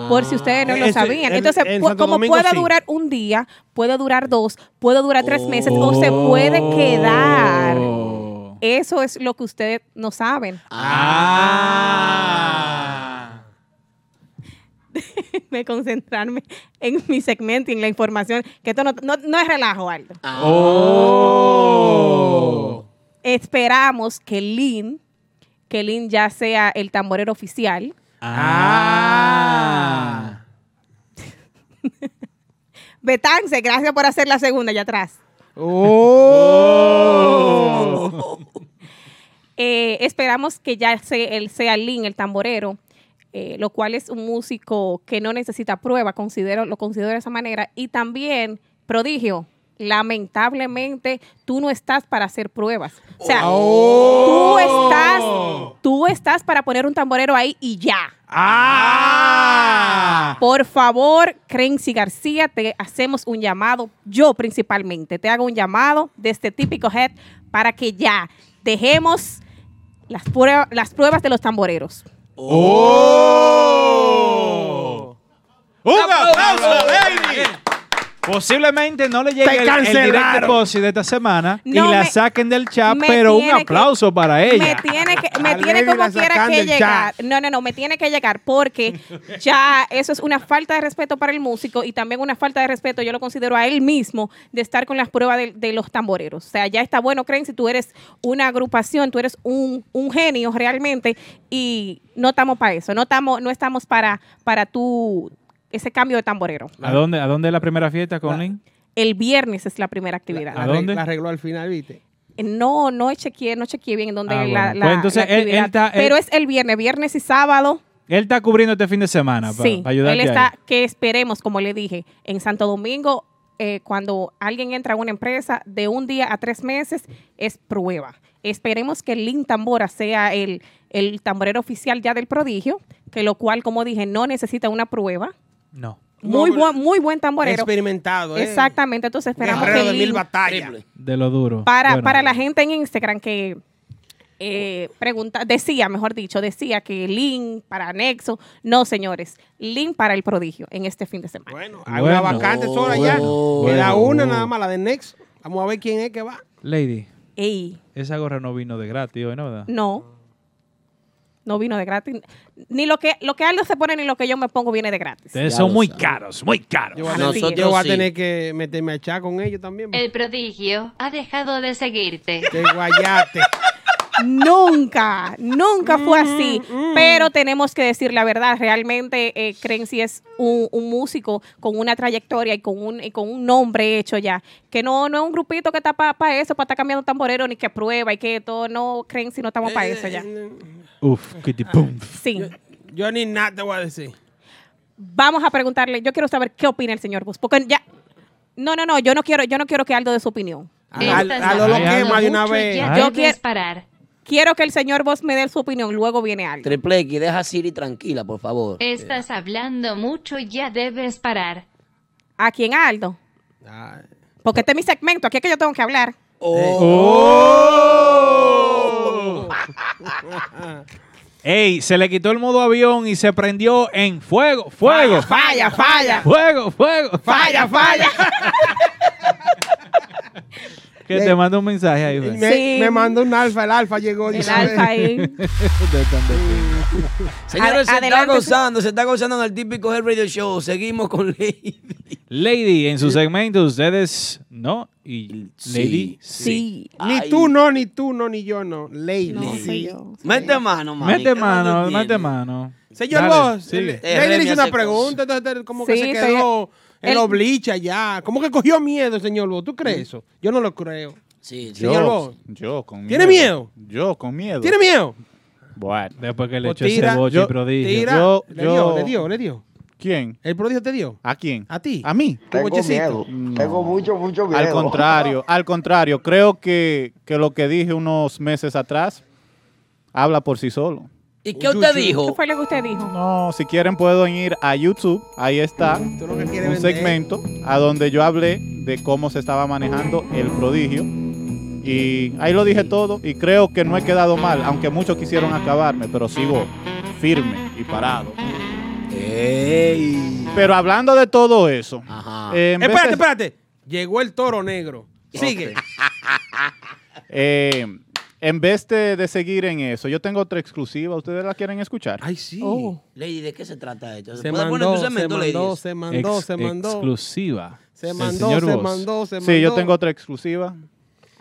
Speaker 3: Por si ustedes no lo
Speaker 5: Eso,
Speaker 3: sabían.
Speaker 5: Ah. en-
Speaker 3: Entonces,
Speaker 5: en
Speaker 3: pu-
Speaker 5: Santo
Speaker 3: como
Speaker 5: Domingo,
Speaker 3: pueda
Speaker 5: sí.
Speaker 3: durar un día, puede durar dos, puede durar tres meses o se
Speaker 5: Oh.
Speaker 3: puede quedar. Eso es lo que ustedes no saben. Déjenme concentrarme en mi segmento y en la información, que esto no, no- no es relajo, Aldo.
Speaker 5: Ah.
Speaker 2: Oh.
Speaker 3: Esperamos que Lin, que Lin ya sea el tamborero oficial.
Speaker 2: Ah.
Speaker 3: Betance, gracias por hacer la segunda allá atrás. Eh, esperamos que ya se- él sea Lin, el tamborero, eh, lo cual es un músico que no necesita prueba, considero, lo considero de esa manera. Y también, prodigio, lamentablemente tú no estás para hacer pruebas. O sea, tú estás, tú estás para poner un tamborero ahí y ya.
Speaker 2: Ah.
Speaker 3: Por favor, Crency García, te hacemos un llamado, yo principalmente, te hago un llamado de este típico head para que ya dejemos las, prueba- las pruebas de los tamboreros.
Speaker 2: ¡Oh! ¡Un aplauso, Lady! Posiblemente no le llegue
Speaker 5: Te
Speaker 2: el, el direct
Speaker 5: cancelaron.
Speaker 2: deposit de esta semana
Speaker 3: No,
Speaker 2: y la
Speaker 3: me-
Speaker 2: saquen del chat,
Speaker 3: me
Speaker 2: pero un
Speaker 3: tiene que-
Speaker 2: aplauso para
Speaker 3: Me
Speaker 2: ella.
Speaker 3: tiene que, me
Speaker 2: A
Speaker 3: tiene
Speaker 2: Lady
Speaker 3: como
Speaker 2: la
Speaker 3: quiera
Speaker 2: sacan
Speaker 3: que
Speaker 2: del
Speaker 3: llegar. No, no, no, me tiene que llegar porque ya eso es una falta de respeto para el músico y también una falta de respeto, yo lo considero a él mismo, de estar con las pruebas de, de los tamboreros. O sea, ya está bueno, creen, si tú eres una agrupación, tú eres un, un genio realmente y no estamos para eso, no estamos, no estamos para, para tu, ese cambio de tamborero.
Speaker 2: ¿A dónde, ¿A dónde es la primera fiesta, Conlin?
Speaker 3: El viernes es la primera actividad.
Speaker 2: ¿A dónde?
Speaker 5: La arregló al final, ¿viste?
Speaker 3: eh, No, no chequeé, no chequeé bien en dónde
Speaker 2: Ah,
Speaker 3: la-
Speaker 2: bueno.
Speaker 3: la,
Speaker 2: Pues entonces
Speaker 3: la
Speaker 2: él- él
Speaker 3: actividad.
Speaker 2: está- él-
Speaker 3: Pero es el viernes, viernes y sábado.
Speaker 2: Él está cubriendo este fin de semana para
Speaker 3: sí,
Speaker 2: ayudarte
Speaker 3: él está,
Speaker 2: ahí.
Speaker 3: que esperemos, como le dije, en Santo Domingo, eh, cuando alguien entra a una empresa, de un día a tres meses es prueba. Esperemos que Lin Tambora sea el, el tamborero oficial ya del prodigio, que lo cual, como dije, no necesita una prueba.
Speaker 2: No.
Speaker 3: Muy buen, muy buen tamborero.
Speaker 5: Experimentado, ¿eh?
Speaker 3: Exactamente. Entonces esperamos que
Speaker 5: Guerrero de
Speaker 3: Lin-
Speaker 5: mil batallas.
Speaker 2: De lo duro.
Speaker 3: para,
Speaker 2: Bueno.
Speaker 3: para la gente en Instagram que eh, pregunta, decía, mejor dicho, decía que Link para Nexo. No, señores, Link para el prodigio en este fin de semana.
Speaker 5: Bueno, Hay una vacante sola ya.
Speaker 2: bueno,
Speaker 5: Queda
Speaker 2: bueno.
Speaker 5: una nada más, la de Next. Vamos a ver quién es que va.
Speaker 2: Lady,
Speaker 3: Ey,
Speaker 2: esa gorra no vino de gratis hoy, ¿no? ¿Verdad?
Speaker 3: no. No vino de gratis. Ni lo que, lo que Aldo se pone ni lo que yo me pongo viene de gratis.
Speaker 2: Ustedes son muy caros, muy caros.
Speaker 5: Yo voy a tener, yo voy a tener que meterme a echar con ellos también.
Speaker 25: El prodigio ha dejado de seguirte.
Speaker 5: Te guayate.
Speaker 3: Nunca, nunca fue así. Pero tenemos que decir la verdad. Realmente, eh, Crency es un, un músico con una trayectoria y con un, y con un nombre hecho ya. Que no, no es un grupito que está para eso, para estar cambiando tamborero, ni que prueba y que todo. No, Crency, no estamos para eso ya.
Speaker 2: Uf, kitty pum.
Speaker 3: Sí.
Speaker 5: Yo ni nada te voy a decir.
Speaker 3: Vamos a preguntarle. Yo quiero saber qué opina el señor Bus. Porque ya. No, no, no. Yo no quiero, yo no quiero que Aldo de su opinión.
Speaker 5: A, a- a lo lo quema de una vez.
Speaker 3: Yo quiero Quiero que el señor Bus me dé su opinión. Luego viene Aldo.
Speaker 4: Triple X, deja a Siri tranquila, por favor.
Speaker 3: Este,
Speaker 25: Estás hablando mucho, ya debes parar.
Speaker 3: ¿A quién, Aldo? Porque este es mi segmento, aquí es que yo tengo que hablar.
Speaker 2: ¡Oh! Ey, se le quitó el modo avión y se prendió en fuego, fuego.
Speaker 5: Falla, falla.
Speaker 2: Fuego, fuego.
Speaker 5: Falla, falla.
Speaker 2: Que te manda un mensaje ahí. güey.
Speaker 5: Me, me mandó un alfa, el alfa llegó.
Speaker 3: El
Speaker 5: dice.
Speaker 3: alfa ahí.
Speaker 2: De tan de-
Speaker 4: Señores, se está
Speaker 3: adelante,
Speaker 4: gozando, se está gozando en el típico Hell Radio Show. Seguimos con Lady.
Speaker 2: Lady, en su segmento ustedes no y Lady
Speaker 3: sí.
Speaker 5: Ni
Speaker 4: Ay.
Speaker 5: tú no, ni tú no, ni yo no. Lady.
Speaker 4: Mete mano, man.
Speaker 2: Mete mano, mete mano.
Speaker 5: Señor
Speaker 2: Dale,
Speaker 5: Boss,
Speaker 2: sigue.
Speaker 5: le- Lady le hizo una pregunta, entonces como que
Speaker 3: Sí,
Speaker 5: se
Speaker 3: estoy-
Speaker 5: quedó
Speaker 3: el-
Speaker 5: el oblicha ya. Como que cogió miedo, señor Boss. ¿Tú crees eso? Yo no lo creo.
Speaker 4: Sí,
Speaker 15: Yo,
Speaker 5: Señor Boss.
Speaker 15: yo con
Speaker 5: ¿Tiene
Speaker 15: Yo con miedo.
Speaker 5: ¿Tiene miedo?
Speaker 15: Bueno.
Speaker 2: Después que le
Speaker 15: Pues
Speaker 2: echó ese
Speaker 15: tira,
Speaker 2: boche
Speaker 15: yo-
Speaker 2: prodigio.
Speaker 5: Tira.
Speaker 15: Yo-
Speaker 5: le
Speaker 15: yo-
Speaker 5: dio, le dio, le dio.
Speaker 15: ¿Quién?
Speaker 5: El prodigio te dio.
Speaker 15: ¿A quién?
Speaker 5: ¿A ti?
Speaker 15: ¿A mí?
Speaker 5: Tengo miedo,
Speaker 15: Tengo
Speaker 26: mucho, mucho
Speaker 15: Al contrario, al contrario. Creo que, que lo que dije unos meses atrás habla por sí solo.
Speaker 4: ¿Y qué usted
Speaker 3: ¿Qué
Speaker 4: dijo?
Speaker 3: fue lo que usted dijo?
Speaker 15: No, si quieren pueden ir a YouTube, ahí está un
Speaker 5: vender.
Speaker 15: segmento a donde yo hablé de cómo se estaba manejando el prodigio. Y ahí lo dije todo y creo que no he quedado mal, aunque muchos quisieron acabarme, pero sigo firme y parado. Pero hablando de todo eso, eh, en vez
Speaker 5: espérate,
Speaker 15: de-
Speaker 5: espérate. Llegó el toro negro. Sigue.
Speaker 15: eh, en vez de, de seguir en eso, yo tengo otra exclusiva, ¿ustedes la quieren escuchar?
Speaker 5: Ay, sí.
Speaker 4: Lady, ¿de qué se trata esto?
Speaker 15: Se
Speaker 4: puede
Speaker 15: mandó,
Speaker 4: tu segmento,
Speaker 15: se
Speaker 4: Lady?
Speaker 15: mandó, se mandó, se mandó.
Speaker 2: Exclusiva.
Speaker 15: Se
Speaker 2: El
Speaker 15: mandó,
Speaker 2: señor
Speaker 15: se
Speaker 2: Boss.
Speaker 15: mandó, se Sí, yo mandó. tengo otra exclusiva.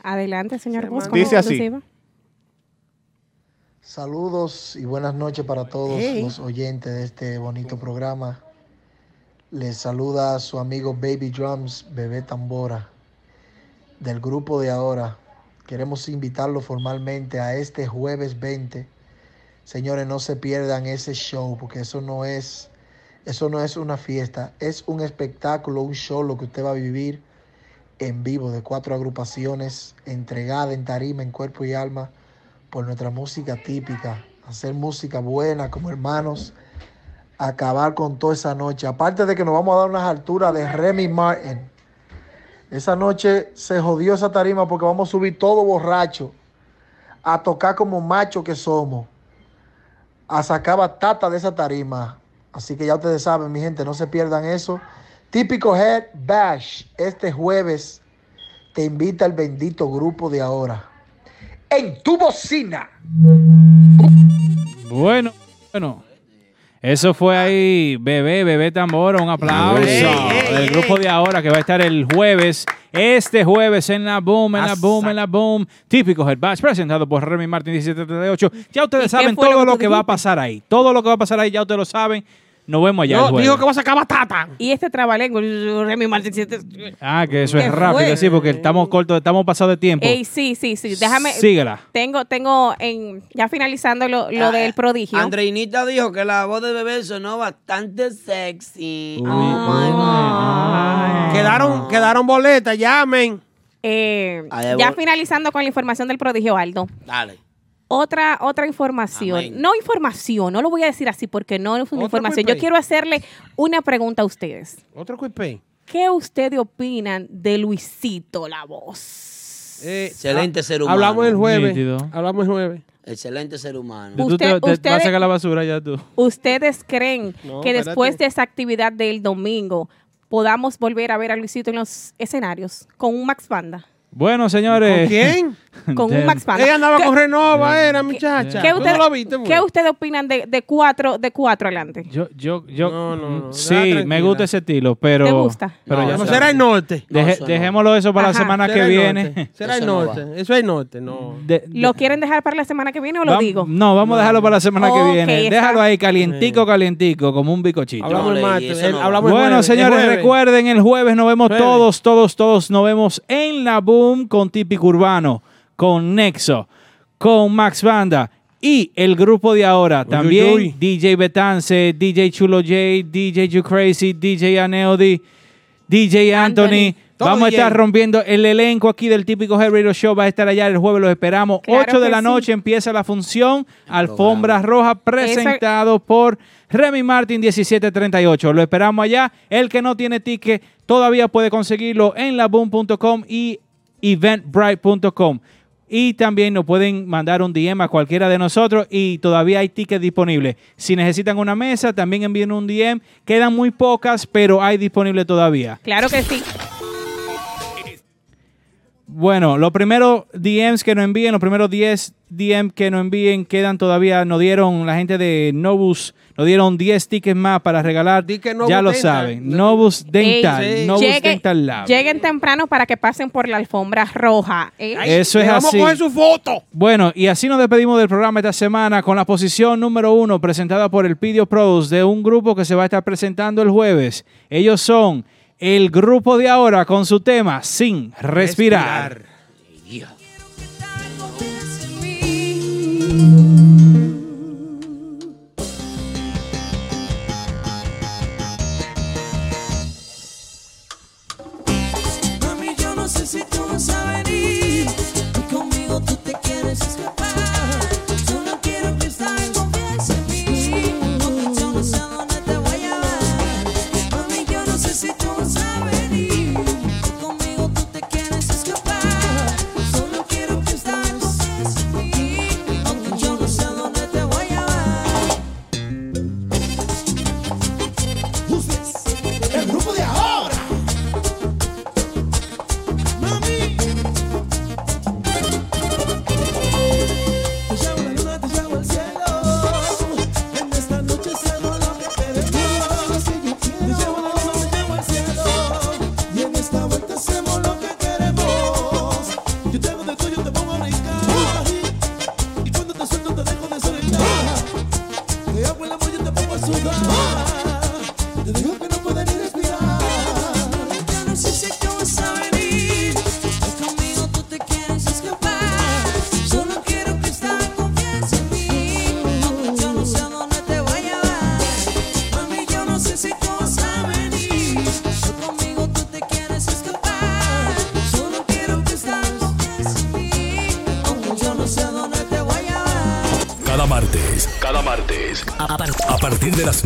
Speaker 3: Adelante, señor Bus.
Speaker 15: mandó. Dice así.
Speaker 26: Saludos y buenas noches para todos los oyentes de este bonito programa. Les saluda su amigo Baby Drums, Bebé Tambora, del grupo de ahora. Queremos invitarlo formalmente a este jueves 20. Señores, no se pierdan ese show porque eso no es eso no es una fiesta, es un espectáculo, un show lo que usted va a vivir en vivo de cuatro agrupaciones entregada en tarima en cuerpo y alma por nuestra música típica, hacer música buena como hermanos, acabar con toda esa noche. Aparte de que nos vamos a dar unas alturas de Remy Martin. Esa noche se jodió esa tarima porque vamos a subir todo borracho, a tocar como machos que somos, a sacar batata de esa tarima. Así que ya ustedes saben, mi gente, no se pierdan eso. Típico Head Bash, este jueves te invita el bendito grupo de ahora. En tu bocina.
Speaker 2: Bueno, bueno. Eso fue ahí, bebé, bebé tambora, un aplauso del grupo de ahora que va a estar el jueves, este jueves en la boom, en la boom, en la boom, típico Head Bash, presentado por Remy Martin 1738. Ya ustedes saben
Speaker 5: fue
Speaker 2: todo
Speaker 5: lo
Speaker 2: lo
Speaker 5: que
Speaker 2: que,
Speaker 5: tú
Speaker 2: va a
Speaker 5: dijiste?
Speaker 2: pasar ahí, todo lo que va a pasar ahí, ya ustedes lo saben. Nos vemos allá. el
Speaker 5: No,
Speaker 2: jueves.
Speaker 5: dijo que va a sacar batata.
Speaker 3: Y este trabalengo, Remy Martin. siete-
Speaker 2: Ah, que eso
Speaker 3: ¿Qué
Speaker 2: es rápido,
Speaker 3: fue? Eh,
Speaker 2: sí, porque estamos cortos, estamos pasados de tiempo.
Speaker 3: Ey, sí, sí, sí. Déjame.
Speaker 2: Síguela.
Speaker 3: Tengo, tengo, en, ya finalizando lo, lo
Speaker 4: Ah,
Speaker 3: del prodigio.
Speaker 4: Andreinita dijo que la voz de bebé sonó bastante sexy. Ah,
Speaker 2: Ah.
Speaker 15: Ah.
Speaker 5: Quedaron, quedaron boletas, llamen.
Speaker 3: Eh,
Speaker 4: Ahí
Speaker 3: ya
Speaker 4: voy.
Speaker 3: finalizando con la información del prodigio Aldo.
Speaker 4: Dale.
Speaker 3: otra, otra información. No información, no lo voy a decir así porque no es
Speaker 5: Otro
Speaker 3: una información.
Speaker 5: quick
Speaker 3: Yo
Speaker 5: play.
Speaker 3: quiero hacerle una pregunta a ustedes.
Speaker 5: Otro quick pay.
Speaker 3: ¿Qué ustedes opinan de Luisito la voz?
Speaker 15: Eh,
Speaker 4: Excelente
Speaker 15: ah,
Speaker 4: ser humano.
Speaker 5: Hablamos el jueves.
Speaker 2: Nítido.
Speaker 5: Hablamos el jueves.
Speaker 4: Excelente ser humano.
Speaker 2: Tú te-
Speaker 3: Usted-
Speaker 2: te-
Speaker 3: usted-
Speaker 2: vas a sacar la basura ya tú.
Speaker 3: ¿Ustedes creen
Speaker 2: No,
Speaker 3: que
Speaker 2: espérate.
Speaker 3: después de esa actividad del domingo podamos volver a ver a Luisito en los escenarios con un Max Banda?
Speaker 2: Bueno, señores.
Speaker 3: ¿Con quién? Con un Max Banda.
Speaker 5: Ella andaba
Speaker 3: ¿Qué-
Speaker 5: con Renova,
Speaker 3: ¿Qué-
Speaker 5: era muchacha.
Speaker 3: ¿Qué
Speaker 5: ¿Tú
Speaker 3: usted-
Speaker 5: no la viste, pues.
Speaker 3: ¿Qué
Speaker 5: mujer?
Speaker 3: ustedes opinan de, de cuatro de cuatro adelante?
Speaker 2: Yo, yo, yo. Mm,
Speaker 5: no,
Speaker 2: Sí, me gusta ese estilo, pero.
Speaker 3: ¿Te gusta?
Speaker 2: Pero
Speaker 5: No,
Speaker 2: ya
Speaker 5: eso
Speaker 2: está.
Speaker 5: será el norte.
Speaker 2: Deje-
Speaker 5: No, eso no.
Speaker 2: Dejémoslo eso para
Speaker 3: Ajá.
Speaker 2: la semana que
Speaker 5: Será el
Speaker 2: viene.
Speaker 5: norte. Será el norte. Eso es el norte, no.
Speaker 2: De-
Speaker 3: ¿Lo quieren dejar para la semana que viene o lo
Speaker 2: Vam-
Speaker 3: digo?
Speaker 2: No, vamos a dejarlo para la semana
Speaker 3: Ok,
Speaker 2: que viene.
Speaker 3: está-
Speaker 2: Déjalo ahí calientico, calientico, como un bicochito.
Speaker 5: Hablamos el martes, el- hablamos el
Speaker 2: Bueno,
Speaker 5: jueves, el
Speaker 2: señores,
Speaker 5: jueves.
Speaker 2: recuerden, el jueves nos vemos todos, todos, todos. Nos vemos en la Boom con Típico Urbano, con Nexo, con Max Banda y el grupo de ahora. También
Speaker 5: uy.
Speaker 2: DJ Betance, DJ Chulo J, DJ You Crazy, DJ Aneody, DJ Anthony.
Speaker 5: Anthony. Todo
Speaker 2: Vamos a
Speaker 5: DJ.
Speaker 2: estar rompiendo el elenco aquí del típico Head Radio Show. Va a estar allá el jueves, los esperamos.
Speaker 5: Claro
Speaker 2: 8 de
Speaker 5: que
Speaker 2: la
Speaker 5: sí.
Speaker 2: noche empieza la función. Alfombra Roja presentado por Remy Martin 1738. Lo esperamos allá. El que no tiene ticket todavía puede conseguirlo en laboom.com y eventbrite.com. Y también nos pueden mandar un DM a cualquiera de nosotros y todavía hay tickets disponibles. Si necesitan una mesa, también envíen un DM. Quedan muy pocas, pero hay disponible todavía.
Speaker 3: Claro que sí.
Speaker 2: Bueno, los primeros DMs que nos envíen, los primeros 10 DM que nos envíen quedan todavía, nos dieron la gente de Nobus, nos dieron 10 tickets más para regalar.
Speaker 5: Nobus
Speaker 2: ya lo
Speaker 5: Dental.
Speaker 2: saben, Nobus Dental,
Speaker 3: Ey,
Speaker 2: Nobus
Speaker 3: llegue-
Speaker 2: Dental Lab.
Speaker 3: Lleguen temprano para que pasen por la alfombra roja. ¿eh?
Speaker 2: Eso es así.
Speaker 5: foto.
Speaker 2: Bueno, y así nos despedimos del programa esta semana con la posición número uno presentada por el Pidio Pros de un grupo que se va a estar presentando el jueves. Ellos son el grupo de ahora con su tema Sin Respirar.
Speaker 8: Mami, yo no sé si tú vas a venir Y conmigo tú te quieres escapar Solo quiero que estés confianza en mí Porque yo no sé a dónde te voy a llevar Mami, yo no sé si tú vas a venir Y conmigo tú te quieres escapar Solo quiero que estés confianza en mí Porque yo no sé a dónde te voy a llevar El grupo de ahora Te llamo la luna, te llamo el cielo. En esta noche cierro lo que te debo. Te llamo la luna, te llamo el cielo. Y en esta vuelta hacemos lo que queremos. Yo te hago de tuyo, te pongo a brincar. Y cuando te suelto, te dejo desorientar. Te hago el amor, yo te pongo a sudar. Te digo que no puedes ni respirar. Ya no sé si tú vas a venir. Conmigo tú te quieres escapar. Solo quiero que estés confianza en mí. Porque yo no sé a dónde te voy a llevar. Mami, yo no sé si tú vas a venir. Yo conmigo tú te quieres escapar. Solo quiero que estés confianza en mí. Porque yo no sé a dónde te voy a llevar.
Speaker 13: Cada martes. Cada martes. A, a partir de las